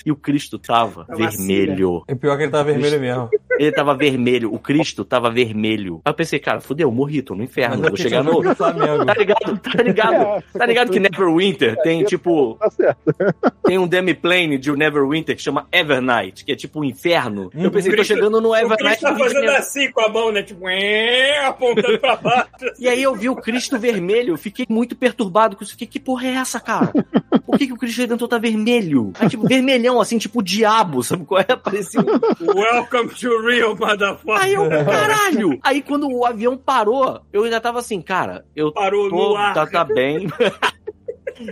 S5: e o Cristo tava
S3: Tava assim,
S5: vermelho.
S4: E pior que ele tá vermelho mesmo.
S5: Ele tava vermelho, o Cristo tava vermelho. Aí eu pensei, cara, fudeu, morri, tô no inferno, vou chegar no.
S4: do Flamengo.
S5: Tá ligado? Tá ligado?
S1: É,
S5: Tá ligado que Neverwinter tem, tipo,
S1: Tá certo.
S5: tem um demiplane de Neverwinter que chama Evernight, que é tipo o inferno. Eu pensei,
S3: Uhum.
S5: tô
S3: Cristo-
S5: chegando no
S3: O Chris
S5: Evernight.
S3: tá
S5: do Rio de
S3: fazendo
S5: Janeiro.
S3: assim com a mão, né? Tipo, é, apontando pra baixo.
S5: E aí eu vi o Cristo vermelho, eu fiquei muito perturbado com isso. Fiquei, que porra é essa, cara? Por que, que o Cristo Redentor tá vermelho? Aí, tipo, vermelhão, assim, tipo o diabo, sabe qual é? (laughs) Parecia um
S3: Welcome to real, motherfucker.
S5: Aí eu, caralho! Aí quando o avião parou, eu ainda tava assim, cara, eu
S3: Parou
S5: tô,
S3: no ar.
S5: tá,
S4: (laughs)
S5: tá bem.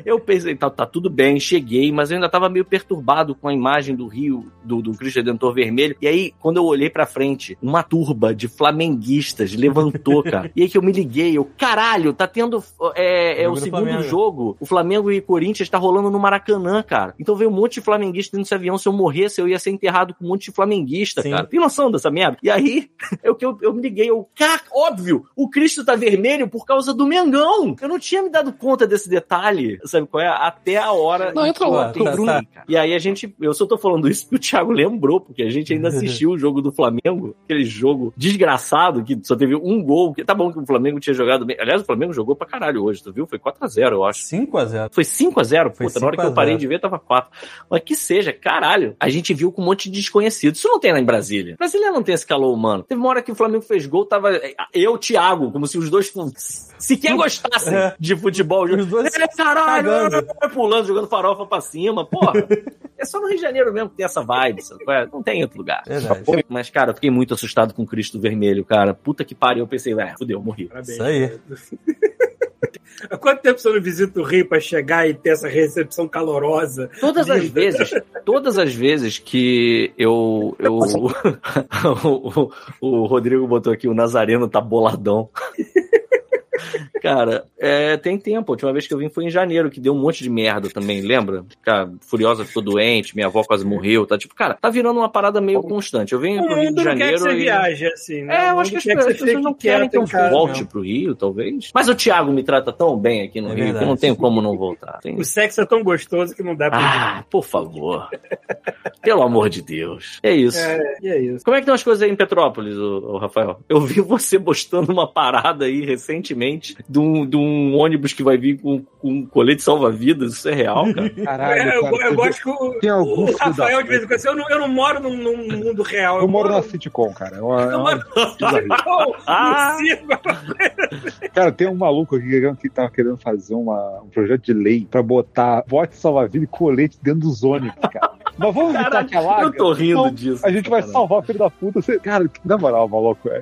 S5: Eu pensei, tá, tá tudo bem, cheguei, mas eu ainda tava meio perturbado com a imagem do Rio, do, do Cristo Redentor Vermelho. E aí, quando eu olhei pra frente, uma turba de flamenguistas levantou, cara. E aí que eu me liguei, eu, caralho, tá tendo. É, é
S4: Jogo
S5: o
S4: do
S5: segundo
S4: Flamengo.
S5: jogo. O Flamengo e Corinthians tá rolando no Maracanã, cara. Então veio um monte de flamenguista dentro desse avião. Se eu morresse, eu ia ser enterrado com um monte de flamenguista,
S4: Sim.
S5: cara. Tem noção dessa merda? E aí, (laughs) eu, que eu, eu me liguei, eu, cara, óbvio, o Cristo tá vermelho por causa do Mengão. Eu não tinha me dado conta desse detalhe. aí. Sabe qual é? Até a hora.
S7: Não, entra
S5: Pô,
S7: lá,
S5: tem
S4: tá,
S5: Bruno.
S4: tá.
S5: E aí a gente. Eu só tô falando isso porque o Thiago lembrou, porque a (laughs) gente ainda assistiu o jogo do Flamengo, aquele jogo desgraçado que só teve um gol. Que, tá bom que o Flamengo tinha jogado bem. Aliás, o Flamengo jogou pra caralho hoje, tu viu? Foi 4x0,
S4: Tá
S5: eu acho.
S4: 5x0.
S5: Foi 5x0,
S4: Foi
S5: puta. Na hora
S4: 5
S5: que
S4: a
S5: eu
S4: 0.
S5: parei de ver, tava 4. Mas que seja, caralho. A gente viu com um monte de desconhecido. Isso não tem lá em Brasília. Brasília não tem esse calor humano. Teve uma hora que o Flamengo fez gol, tava eu, Thiago, como se os dois fu- sequer gostassem
S4: É.
S5: de futebol.
S4: Os dois
S5: É, caralho,
S4: cagando.
S5: é, pulando, jogando farofa pra
S4: (laughs)
S5: cima, porra. É só no Rio de Janeiro mesmo que tem essa vibe, sabe? qual é? Não tem em outro lugar.
S4: Verdade.
S5: Mas, cara, eu fiquei muito assustado com o Cristo Vermelho, cara. Puta que pariu, eu pensei, é, fudeu, morri.
S3: Parabéns.
S4: Isso aí.
S3: Há quanto tempo você não visita o Rio pra chegar e ter essa recepção calorosa?
S5: Todas as
S3: Lindo.
S5: vezes, todas as vezes que eu. eu (laughs) o, o- o Rodrigo botou aqui, o Nazareno tá boladão. (laughs) Cara, é, tem tempo. A última vez que eu vim foi em janeiro, que deu um monte de merda também, lembra? Cara, Furiosa ficou doente, minha avó quase morreu. Tá tipo, cara, tá virando uma parada meio constante. Eu venho pro Rio de
S3: não quer que
S5: Janeiro.
S3: você
S5: e-
S3: viaje, assim, né?
S5: É, eu
S3: O
S5: acho que
S3: mundo
S5: as
S3: quer
S5: pessoas
S3: você fique
S5: não querem um que eu
S3: quieto em casa.
S5: volte pro Rio, talvez. Mas o Thiago me trata tão bem aqui no
S4: É
S5: Rio que eu não
S4: verdade.
S5: tenho como não voltar. Tem-
S3: O sexo é tão gostoso que não dá pra.
S5: Ah, por favor. Pelo amor de Deus. É isso.
S3: É, e é isso.
S5: Como é que estão as coisas aí em Petrópolis, ô, ô, Rafael? Eu vi você postando uma parada aí recentemente de um, de um ônibus que vai vir com, com um colete salva-vidas. Isso é real, cara?
S1: Caralho,
S3: É, eu,
S1: cara,
S3: eu
S1: teve-
S3: gosto que o,
S1: tem algum
S3: o
S1: filho da
S3: Rafael, de
S1: puta.
S3: vez em quando, assim, eu não, eu não moro num, num mundo real.
S1: Eu moro na sitcom, cara. É uma- é
S3: Eu
S1: uma-
S3: moro (laughs) no circo.
S1: Cara, tem um maluco aqui que tava querendo fazer uma- um projeto de lei pra botar bote salva-vida e colete dentro dos ônibus, cara. Mas vamos evitar que a larga.
S5: Eu tô rindo
S1: Não,
S5: disso.
S1: Ah, então A gente vai
S5: Caralho.
S1: salvar o filho da puta. Você- Cara, que- na moral, maluco. é-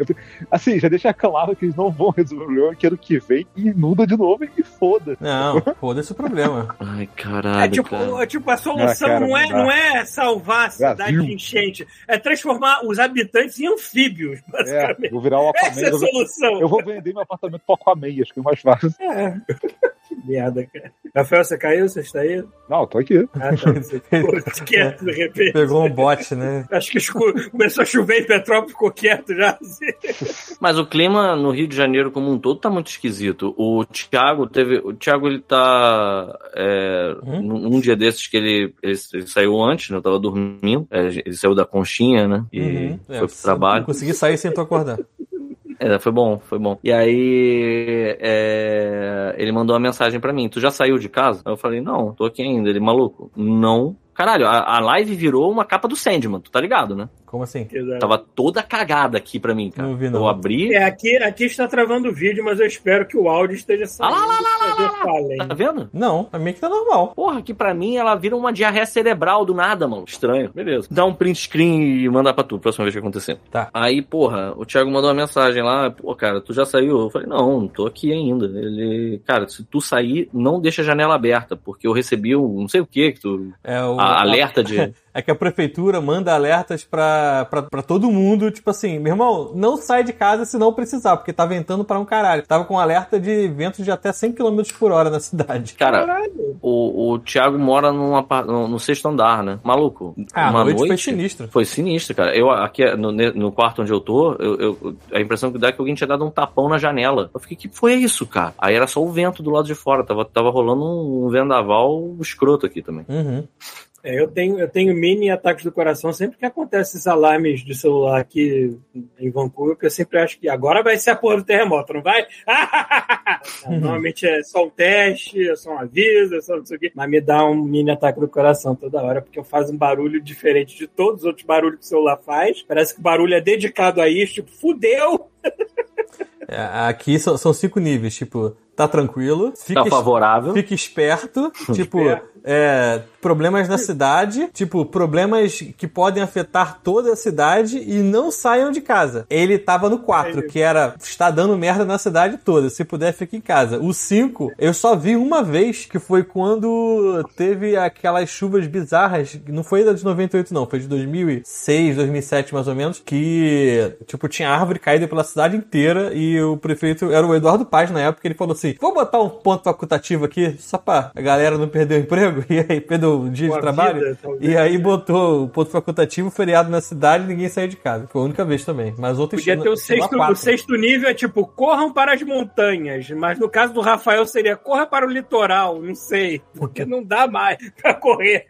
S1: Assim, já deixa claro que eles não vão resolver o problema que ano que vem inunda de novo e foda.
S4: Não, foda-se o problema.
S5: Ai,
S3: É
S5: caralho,
S3: tipo,
S5: ah, cara.
S3: é tipo, a solução
S1: Ah, cara,
S3: não, é,
S1: não dá.
S3: não é salvar a cidade
S1: Brasil.
S3: de enchente, é transformar os habitantes em anfíbios.
S1: É, vou virar o Aquaman.
S3: (laughs) Essa é a
S1: Eu vou,
S3: solução.
S1: eu vou vender meu apartamento pro Aquaman, acho que é mais fácil.
S3: Piada, cara. Rafael, você caiu? Você está aí?
S1: Não, tô aqui.
S3: Ah, tá. Você
S1: (laughs)
S3: ficou quieto de repente.
S4: Pegou um bote, né?
S3: Acho que escu- começou a chover em Petrópolis, ficou quieto já. assim.
S5: Mas o clima no Rio de Janeiro como um todo tá muito esquisito. O Thiago teve. O Thiago, ele tá. é,
S4: Hum?
S5: num num dia desses que ele, ele, ele saiu antes, né? Eu tava dormindo. É, ele saiu da conchinha, né? E
S4: Uhum.
S5: foi
S4: É,
S5: pro
S4: se-
S5: trabalho.
S4: Consegui sair sem tu acordar.
S5: É, foi bom, foi bom. E aí, é, ele mandou uma mensagem pra mim: Tu já saiu de casa? Aí eu falei: Não, tô aqui ainda. Ele, maluco, não. Caralho, a, a live virou uma capa do Sandman, tu tá ligado, né?
S4: Como assim?
S5: Tava toda cagada aqui pra mim, cara.
S4: Não vi, não.
S5: Eu abri.
S3: É, aqui, aqui está travando o vídeo, mas eu espero que o áudio esteja saindo.
S5: Ah, lá, lá,
S3: Eu falei.
S5: Tá vendo?
S4: Não, a minha que tá normal.
S5: Porra, que pra mim ela vira uma diarreia cerebral do nada, mano. Estranho. Beleza. Dá um print screen e mandar pra tu, próxima vez que acontecer.
S4: Tá.
S5: Aí, porra, o Thiago mandou uma mensagem lá. Pô, cara, tu já saiu? Eu falei, não, não tô aqui ainda. Ele, cara, se tu sair, não deixa a janela aberta, porque eu recebi um não sei o que que tu.
S4: É, o,
S5: a- alerta de.
S4: (laughs) é que a prefeitura manda alertas pra, pra, pra todo mundo, tipo assim, meu irmão, não sai de casa se não precisar, porque tá ventando pra um caralho. Tava com alerta de ventos de até 100 km por hora na cidade.
S5: Cara, o, o Thiago mora numa, pa- no, no sexto andar, né? Maluco.
S4: Ah, a
S5: uma
S4: noite,
S5: noite,
S4: foi sinistro.
S5: Foi sinistro, cara. Eu aqui no, ne- no quarto onde eu tô, eu, eu- a impressão que dá é que alguém tinha dado um tapão na janela. Eu fiquei, que foi isso, cara? Aí era só o vento do lado de fora. Tava, tava rolando um, um vendaval escroto aqui também.
S4: Uhum.
S3: É, eu, tenho, eu tenho mini ataques do coração sempre que acontece esses alarmes de celular aqui em Vancouver, que eu sempre acho que agora vai ser a porra do terremoto, não vai? (laughs)
S4: Uhum.
S3: Não, Normalmente é só um teste, é só um aviso, é só não sei o quê. Mas me dá um mini ataque do coração toda hora, porque eu faço um barulho diferente de todos os outros barulhos que o celular faz. Parece que o barulho é dedicado a isso, tipo, fudeu!
S4: É, aqui são, são cinco níveis, tipo, tá tranquilo, fica,
S5: Tá favorável.
S4: Fica esperto, tipo, é, problemas na cidade, tipo, problemas que podem afetar toda a cidade e não saiam de casa. Ele tava no 4, que era, está dando merda na cidade toda, se puder fica em casa. O 5, eu só vi uma vez, que foi quando teve aquelas chuvas bizarras, não foi da de 98 não, foi de 2006, 2007 mais ou menos, que, tipo, tinha árvore caída pela cidade inteira e o prefeito, era o Eduardo Paz na época, ele falou assim, assim: vou botar um ponto facultativo aqui, só pra galera não perder o emprego, (laughs) e aí perdeu o dia
S3: Ou a
S4: de trabalho.
S3: vida, talvez.
S4: e aí botou o ponto facultativo, feriado na cidade, ninguém saiu de casa. Foi a única vez também. Mas outros
S3: Podia ter o
S4: sei lá,
S3: sexto,
S4: quatro.
S3: o sexto nível, é tipo, corram para as montanhas. Mas no caso do Rafael seria corra para o litoral, não sei. Porque não dá mais (laughs) pra correr.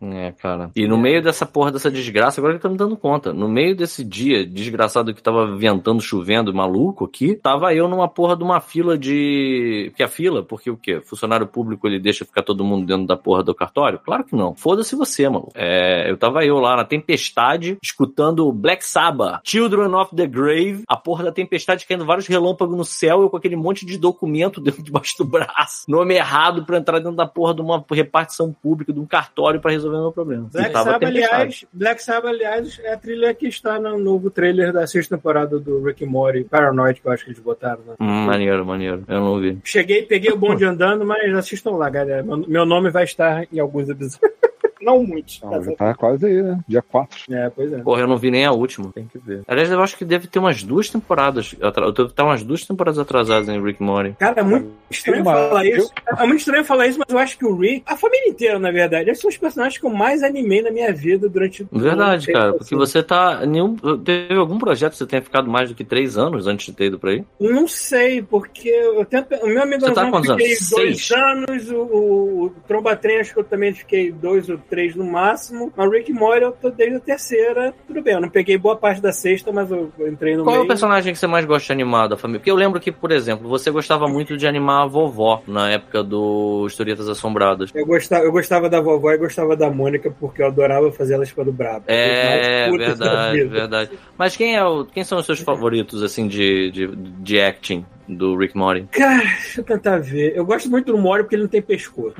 S5: É, cara. E no meio dessa porra, dessa desgraça, agora que eu tô me dando conta, no meio desse dia desgraçado que tava ventando, chovendo, maluco aqui, tava eu numa porra de uma fila de. Que a fila, porque o quê? Funcionário público ele deixa ficar todo mundo dentro da porra do cartório? Claro que não. Foda-se você, mano. É, eu tava eu lá na tempestade, escutando o Black Sabbath, Children of the Grave, a porra da tempestade caindo vários relâmpagos no céu, eu com aquele monte de documento (laughs) dentro debaixo do braço, nome errado pra entrar dentro da porra de uma repartição pública, de um cartório pra resolver meu problema.
S3: Black
S5: E tava
S3: Sabbath,
S5: tempestade.
S3: aliás, Black Sabbath, aliás, é a trilha que está no novo trailer da sexta temporada do Rick and Morty, Paranoid, que eu acho que eles botaram. Né?
S5: Hum, maneiro, maneiro. Eu não ouvi.
S3: Cheguei, peguei o bonde andando, mas assistam lá, galera. Meu, meu nome vai estar em alguns episódios. (laughs) Não muitos.
S1: Então, já
S3: tá?
S1: tá quase aí, né? Dia 4.
S3: É, pois é.
S5: Porra, eu não vi nem a última. Tem que ver. Aliás, eu acho que deve ter umas duas temporadas. atra- Eu devo estar umas duas temporadas atrasadas em Rick Mori.
S3: Cara, é muito estranho
S1: Uma-
S3: falar isso. É muito estranho falar isso, mas eu acho que o Rick, a família inteira, na verdade, eles são os personagens que eu mais animei na minha vida durante
S5: Verdade,
S3: todo o
S5: cara.
S3: tempo,
S5: Porque
S3: assim.
S5: você tá. Nenhum, teve algum projeto que você tenha ficado mais do que três anos antes de ter ido pra aí?
S3: Não sei, porque eu tento. O meu amigo
S5: Você tá
S3: Anzão,
S5: quantos
S3: fiquei
S5: anos?
S3: dois
S5: Seis?
S3: anos, o, o, o Tromba Trem, acho que eu também fiquei dois ou três no máximo. Mas o Rick Mori eu tô desde a terceira. Tudo bem, eu não peguei boa parte da sexta, mas eu eu entrei no
S5: Qual é
S3: meio.
S5: o personagem que você mais gosta de animar da família? Porque eu lembro que, por exemplo, você gostava muito de animar a vovó na época do Historietas Assombradas.
S3: Eu gostava, eu gostava da vovó e gostava da Mônica, porque eu adorava fazer elas pelo brabo.
S5: É,
S3: As mais putas da
S5: verdade,
S3: vida.
S5: verdade. Mas quem, é o, quem são os seus favoritos, assim, de, de, de acting do Rick Morty?
S3: Cara, deixa eu tentar ver. Eu gosto muito do Mori porque ele não tem pescoço.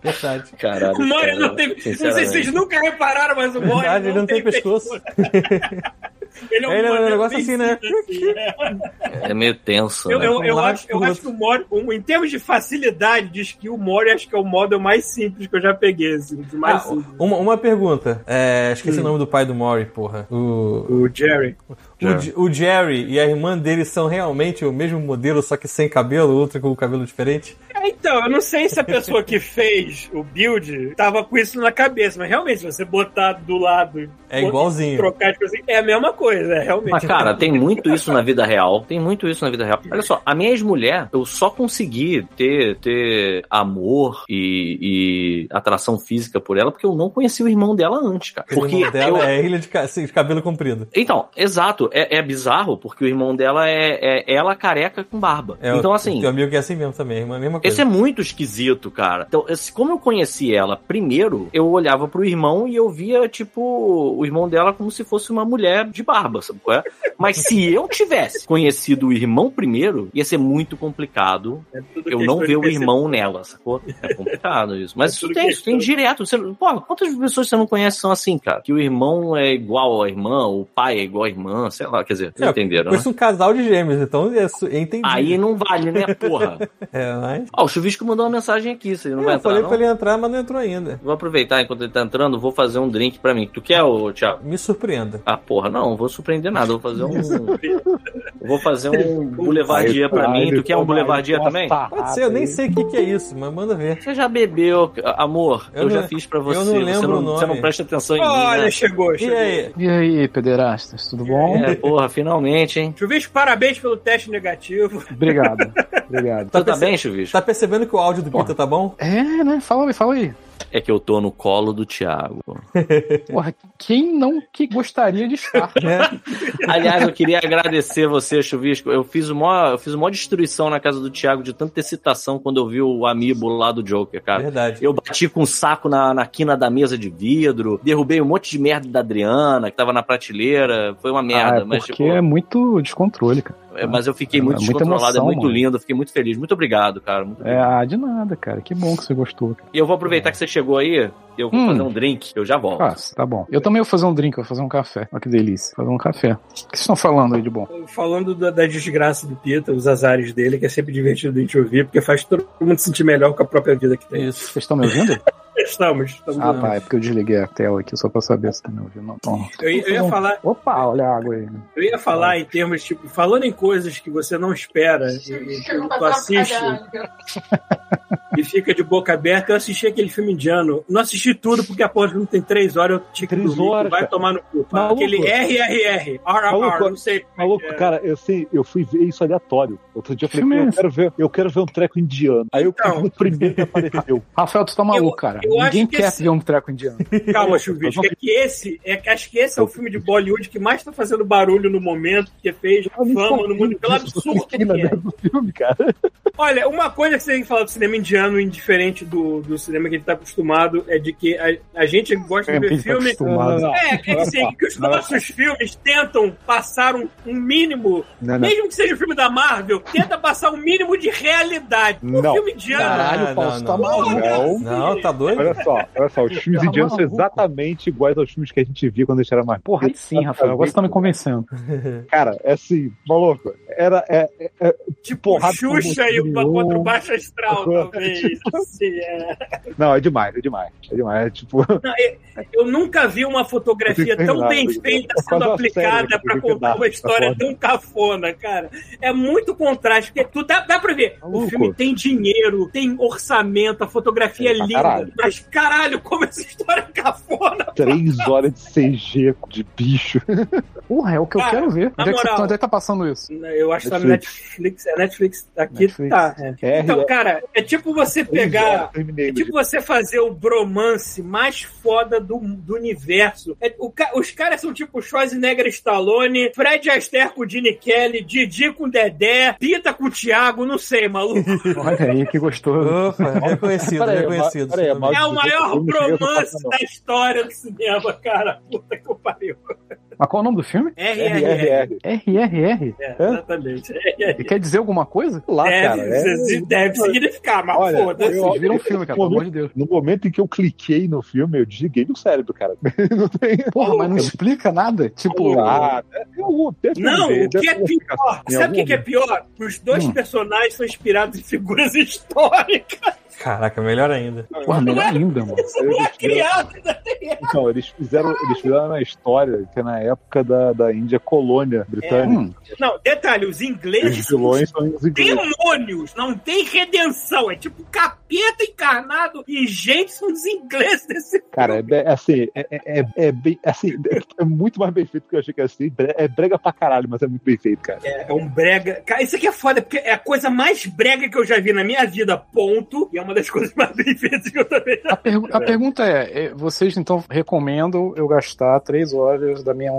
S4: Verdade.
S5: Caralho.
S3: O Mori
S5: cara,
S3: não tem. Não sei se
S5: sinceramente.
S3: vocês nunca repararam, mas o Mori.
S4: Verdade, ele não tem pescoço.
S3: (laughs) Ele é um,
S4: Ele é um
S3: modelo
S4: negócio assim, né? (laughs)
S3: vencido, assim, é.
S5: É meio tenso.
S3: Eu,
S5: né?
S3: eu, eu,
S4: Lá
S3: acho, eu
S4: pro-
S3: acho que o Mori, um- em termos de facilidade de skill, o Mori acho que é o model mais simples que eu já peguei, assim, de mais
S4: Ah,
S3: simples.
S4: uma, uma pergunta. É,
S5: Hum.
S4: esqueci o nome do pai do Mori, porra. O,
S3: O Jerry.
S4: o, J- o Jerry e a irmã dele são realmente o mesmo modelo, só que sem cabelo, outro com cabelo diferente?
S3: É, Então, eu não sei se a pessoa que fez o build tava com isso na cabeça, mas realmente, se você botar do lado e
S4: É igualzinho.
S3: trocar de coisa, é a mesma coisa, é realmente.
S5: Mas, cara, tem muito isso na vida real. Tem muito isso na vida real. Olha só, a minha ex-mulher, eu só consegui ter, ter amor e, e atração física por ela porque eu não conheci o irmão dela antes, cara.
S4: O
S5: Porque
S4: irmão dela
S5: eu-
S4: é ilha de, ca- assim, de cabelo comprido.
S5: Então, exato. É, é bizarro porque o irmão dela é, é ela careca com barba.
S4: É,
S5: então,
S4: o,
S5: assim.
S4: Teu amigo que é assim mesmo também, irmã, a mesma coisa.
S5: Esse é muito esquisito, cara. Então, esse- como eu conheci ela primeiro, eu olhava pro irmão e eu via, tipo, o irmão dela como se fosse uma mulher de barba, sabe? qual é? Mas
S4: (laughs)
S5: se eu tivesse conhecido o irmão primeiro, ia ser muito complicado
S3: É tudo
S5: eu
S3: questão
S5: não
S3: de
S5: ver o
S3: percepção.
S5: irmão nela, sacou?
S4: (laughs)
S5: É complicado isso. Mas
S3: É
S5: isso
S3: tudo
S5: tem, isso tem
S3: questão.
S5: direto. Você, pô, quantas pessoas você não conhece são assim, cara? Que o irmão é igual à irmã, o pai é igual à irmã, sei lá, quer dizer,
S4: É,
S5: entenderam, né?
S4: Conheço um casal de gêmeos, então é su- entendi.
S5: Aí não vale, né, porra?
S4: É, mas...
S5: Ó, o Chuvisco mandou uma mensagem aqui, você não
S4: É,
S5: vai
S4: eu
S5: entrar,
S4: falei
S5: não?
S4: pra ele entrar, mas não entrou ainda.
S5: Vou aproveitar enquanto ele tá entrando, vou fazer um drink pra mim. Tu quer, ô Thiago?
S4: Me surpreenda.
S5: Ah, porra, não, vou surpreender nada. Vou fazer um. vou fazer um boulevardier pra mim. Tu quer um boulevardier também?
S4: Pode ser, eu nem sei o que, que é isso, mas manda ver.
S5: Você já bebeu, amor? Eu,
S4: Eu não-
S5: já fiz pra
S4: eu
S5: você.
S4: não lembro
S5: você, não,
S4: o nome.
S5: você não presta atenção em mim,
S3: Olha,
S5: né?
S3: chegou,
S4: E
S3: chegou.
S4: aí?
S7: E aí, pederastas, tudo bom?
S5: É, porra, finalmente, hein?
S3: Chuvisco, parabéns pelo teste negativo.
S7: Obrigado, obrigado.
S4: Tá
S5: Tá, tá
S4: perce-
S5: bem, Chuvisco?
S4: Tá percebendo que o áudio do Pita tá bom?
S7: É, né? Fala aí, fala aí.
S4: tá-
S5: É que eu tô no colo do Thiago.
S7: Porra, quem não que gostaria de estar?
S4: É.
S5: Aliás, eu queria agradecer você, Chuvisco. Eu fiz uma, eu fiz uma destruição na casa do Thiago de tanta excitação quando eu vi o amiibo lá do Joker, cara.
S4: Verdade.
S5: Eu bati com um saco na, na quina da mesa de vidro, derrubei um monte de merda da Adriana, que tava na prateleira. Foi uma (laughs) merda,
S7: Ah, é
S5: mas
S7: porque
S5: tipo,
S7: é muito descontrole, cara.
S5: é, mas eu fiquei
S7: é
S5: muito
S7: muita
S5: descontrolado, é
S7: emoção,
S5: muito
S7: mano.
S5: lindo, fiquei muito feliz. Muito obrigado, cara. Muito
S7: É,
S5: obrigado.
S7: ah, de nada, cara. Que bom que você gostou, cara.
S5: E eu vou aproveitar que você chegou aí, eu vou
S7: É. Hum.
S5: fazer um drink, eu já volto.
S7: Faça, tá bom. Eu também vou fazer um drink, vou fazer um café. Olha que delícia. Fazer um café. O que vocês estão falando aí de bom?
S3: Falando da, da desgraça do Pita, os azares dele, que é sempre divertido a gente ouvir, porque faz todo mundo se sentir melhor com a própria vida que tem.
S4: Isso.
S7: Vocês estão me ouvindo?
S3: estamos. estamos
S7: Ah, tá. É porque eu desliguei a tela aqui só pra saber se tá me ouvindo. ou Não.
S3: eu, eu ia falar,
S7: Opa, olha a água aí. né?
S3: eu ia falar em termos, tipo, falando em coisas que você não espera e, e tu, tu assiste e fica de boca aberta, eu assisti aquele filme indiano. Não assisti tudo, porque a porra do filme tem três horas, eu tinha que
S1: Três
S3: dormir,
S1: horas,
S3: vai
S1: cara.
S3: tomar no cu.
S1: Maluco.
S3: Aquele RRR, RRR,
S1: Maluco.
S3: não sei. como é que
S1: Maluco,
S3: é.
S1: cara, eu, assim, eu fui ver isso aleatório. Outro dia eu falei,
S7: Filme
S1: "Pô,
S7: é
S1: eu
S7: esse?"
S1: quero, ver, eu quero ver um treco indiano. Aí eu
S3: Então.
S1: cliquei no (laughs) primeiro que
S3: (laughs)
S1: apareceu.
S7: Rafael, tu tá maluco, cara.
S3: eu acho
S7: Ninguém
S3: que (laughs)
S7: quer
S3: esse-
S7: ver um treco indiano.
S3: Calma, Chuvisco, é que esse, é que acho que esse é o filme de Bollywood que mais tá fazendo barulho no momento, que fez
S1: Eu nem
S3: fama no
S1: sabia
S3: mundo, pelo
S1: disso,
S3: absurdo
S1: eu fiquei
S3: que é.
S1: lembrando do filme, cara.
S3: Olha, uma coisa que você tem que falar do cinema indiano, indiferente do, do cinema que a gente tá acostumado, é de que a, a gente gosta de
S7: Tempo que
S3: ver
S7: tá
S3: filme.
S7: acostumado.
S3: É, é que assim, que os nossos filmes tentam passar um, um mínimo,
S1: Não, não.
S3: mesmo que seja o filme da Marvel, tenta passar um mínimo de realidade. Um
S1: Não.
S3: filme indiano.
S4: Caralho,
S7: Caralho,
S4: não,
S7: Fausto, tá
S4: não.
S7: maluco.
S1: Não.
S4: Não, tá doido?
S1: Olha só, olha só, os filmes
S7: Tá
S1: indianos são
S7: maluco.
S1: exatamente iguais aos filmes que a gente via quando a gente era mais.
S7: Porra, aí sim, Rafael. Agora você tá me convencendo.
S1: Cara, é assim, maluco. Era, é, é, é,
S3: Tipo,
S1: porrada com
S3: Xuxa e o
S1: Bolsonaro.
S3: contra o Baixo Astral, talvez. Assim, é.
S1: não, é demais, é demais. É demais. É, tipo, (laughs)
S3: Não, eu- Eu nunca vi uma fotografia
S1: Tem
S3: tão
S1: nada,
S3: bem
S1: cara.
S3: feita
S1: É quase
S3: sendo
S1: uma série,
S3: aplicada
S1: cara,
S3: pra
S1: que
S3: contar
S1: dá,
S3: uma história
S1: tá foda.
S3: tão cafona, cara. É muito contraste, porque tu dá, dá pra ver.
S1: Maluco.
S3: O filme tem dinheiro, tem orçamento, a fotografia é
S1: Pra
S3: linda.
S1: caralho.
S3: Mas caralho, como essa história é cafona.
S1: três horas de CG de bicho.
S7: Porra, é o que eu
S3: Cara,
S7: quero ver.
S3: na
S7: Onde é, que você,
S3: moral.
S7: onde é que tá passando isso?
S3: Eu acho que tá no Netflix. É Netflix, aqui
S7: Netflix.
S3: tá. é.
S1: É,
S3: Então,
S1: é,
S3: cara, é tipo você
S1: três
S3: pegar.
S1: horas, terminei,
S3: É tipo você fazer o bromance mais foda do, do universo. É, o ca- os caras são tipo Schwarzenegger e Stallone, Fred Astaire com Gene Kelly, Didi com Dedé, Pita com Thiago, não sei,
S1: (laughs)
S3: maluco.
S7: Olha aí, que gostoso.
S4: Opa, é reconhecido,
S1: Peraí,
S4: reconhecido.
S1: peraí,
S4: Tudo bem.
S1: mas-
S3: É o maior
S1: Eu não cheguei a
S3: bromance
S1: falar, não.
S3: da história do cinema, cara. Puta que pariu.
S7: Mas qual é o nome do filme?
S3: RRR.
S1: RRR.
S7: RRR.
S3: É, exatamente.
S7: E quer dizer alguma coisa?
S1: Lá,
S3: (laughs)
S1: cara.
S3: Deve,
S1: é-
S3: deve significar, mas
S1: Olha,
S3: foda-se.
S1: eu-
S7: Vocês viram o um filme, cara, pelo amor de Deus.
S1: No momento em que eu cliquei no filme, eu desliguei meu cérebro, cara. (laughs) Não tem.
S7: Porra, mas não explica nada? Tipo,
S1: Ah, deve- eu- deve
S3: Não,
S1: ver,
S3: o que
S1: deve
S3: é
S1: ter uma
S3: pior?
S1: explicação.
S3: Sabe
S1: Em
S3: o que,
S1: algum
S3: que é pior? Os dois
S7: Hum.
S3: personagens são inspirados em figuras (laughs) históricas.
S4: Caraca, melhor ainda.
S7: porra, melhor ainda,
S3: (laughs)
S7: mano.
S3: Isso não é
S1: Eles fizeram-
S3: criado.
S1: Então, eles fizeram, eles fizeram na história, que é na época da, da Índia colônia britânica.
S7: Hum,
S3: Não, detalhe, os ingleses
S1: Os
S3: são
S1: vilões são os ingleses.
S3: demônios, não tem redenção, é tipo capeta encarnado e gente são os ingleses desse
S1: Cara, é, be- é assim, é, é, é- é bem, assim, é muito mais bem feito do que eu achei que ia ser. Bre- É brega pra caralho, mas é muito bem feito, cara.
S3: é, é um brega. Cara, isso aqui é foda, porque é a coisa mais brega que eu já vi na minha vida, ponto. E é uma das (laughs) coisas mais bem feitas que eu também já
S7: a, pergu- a pergunta é, é, vocês então recomendam eu gastar três horas da minha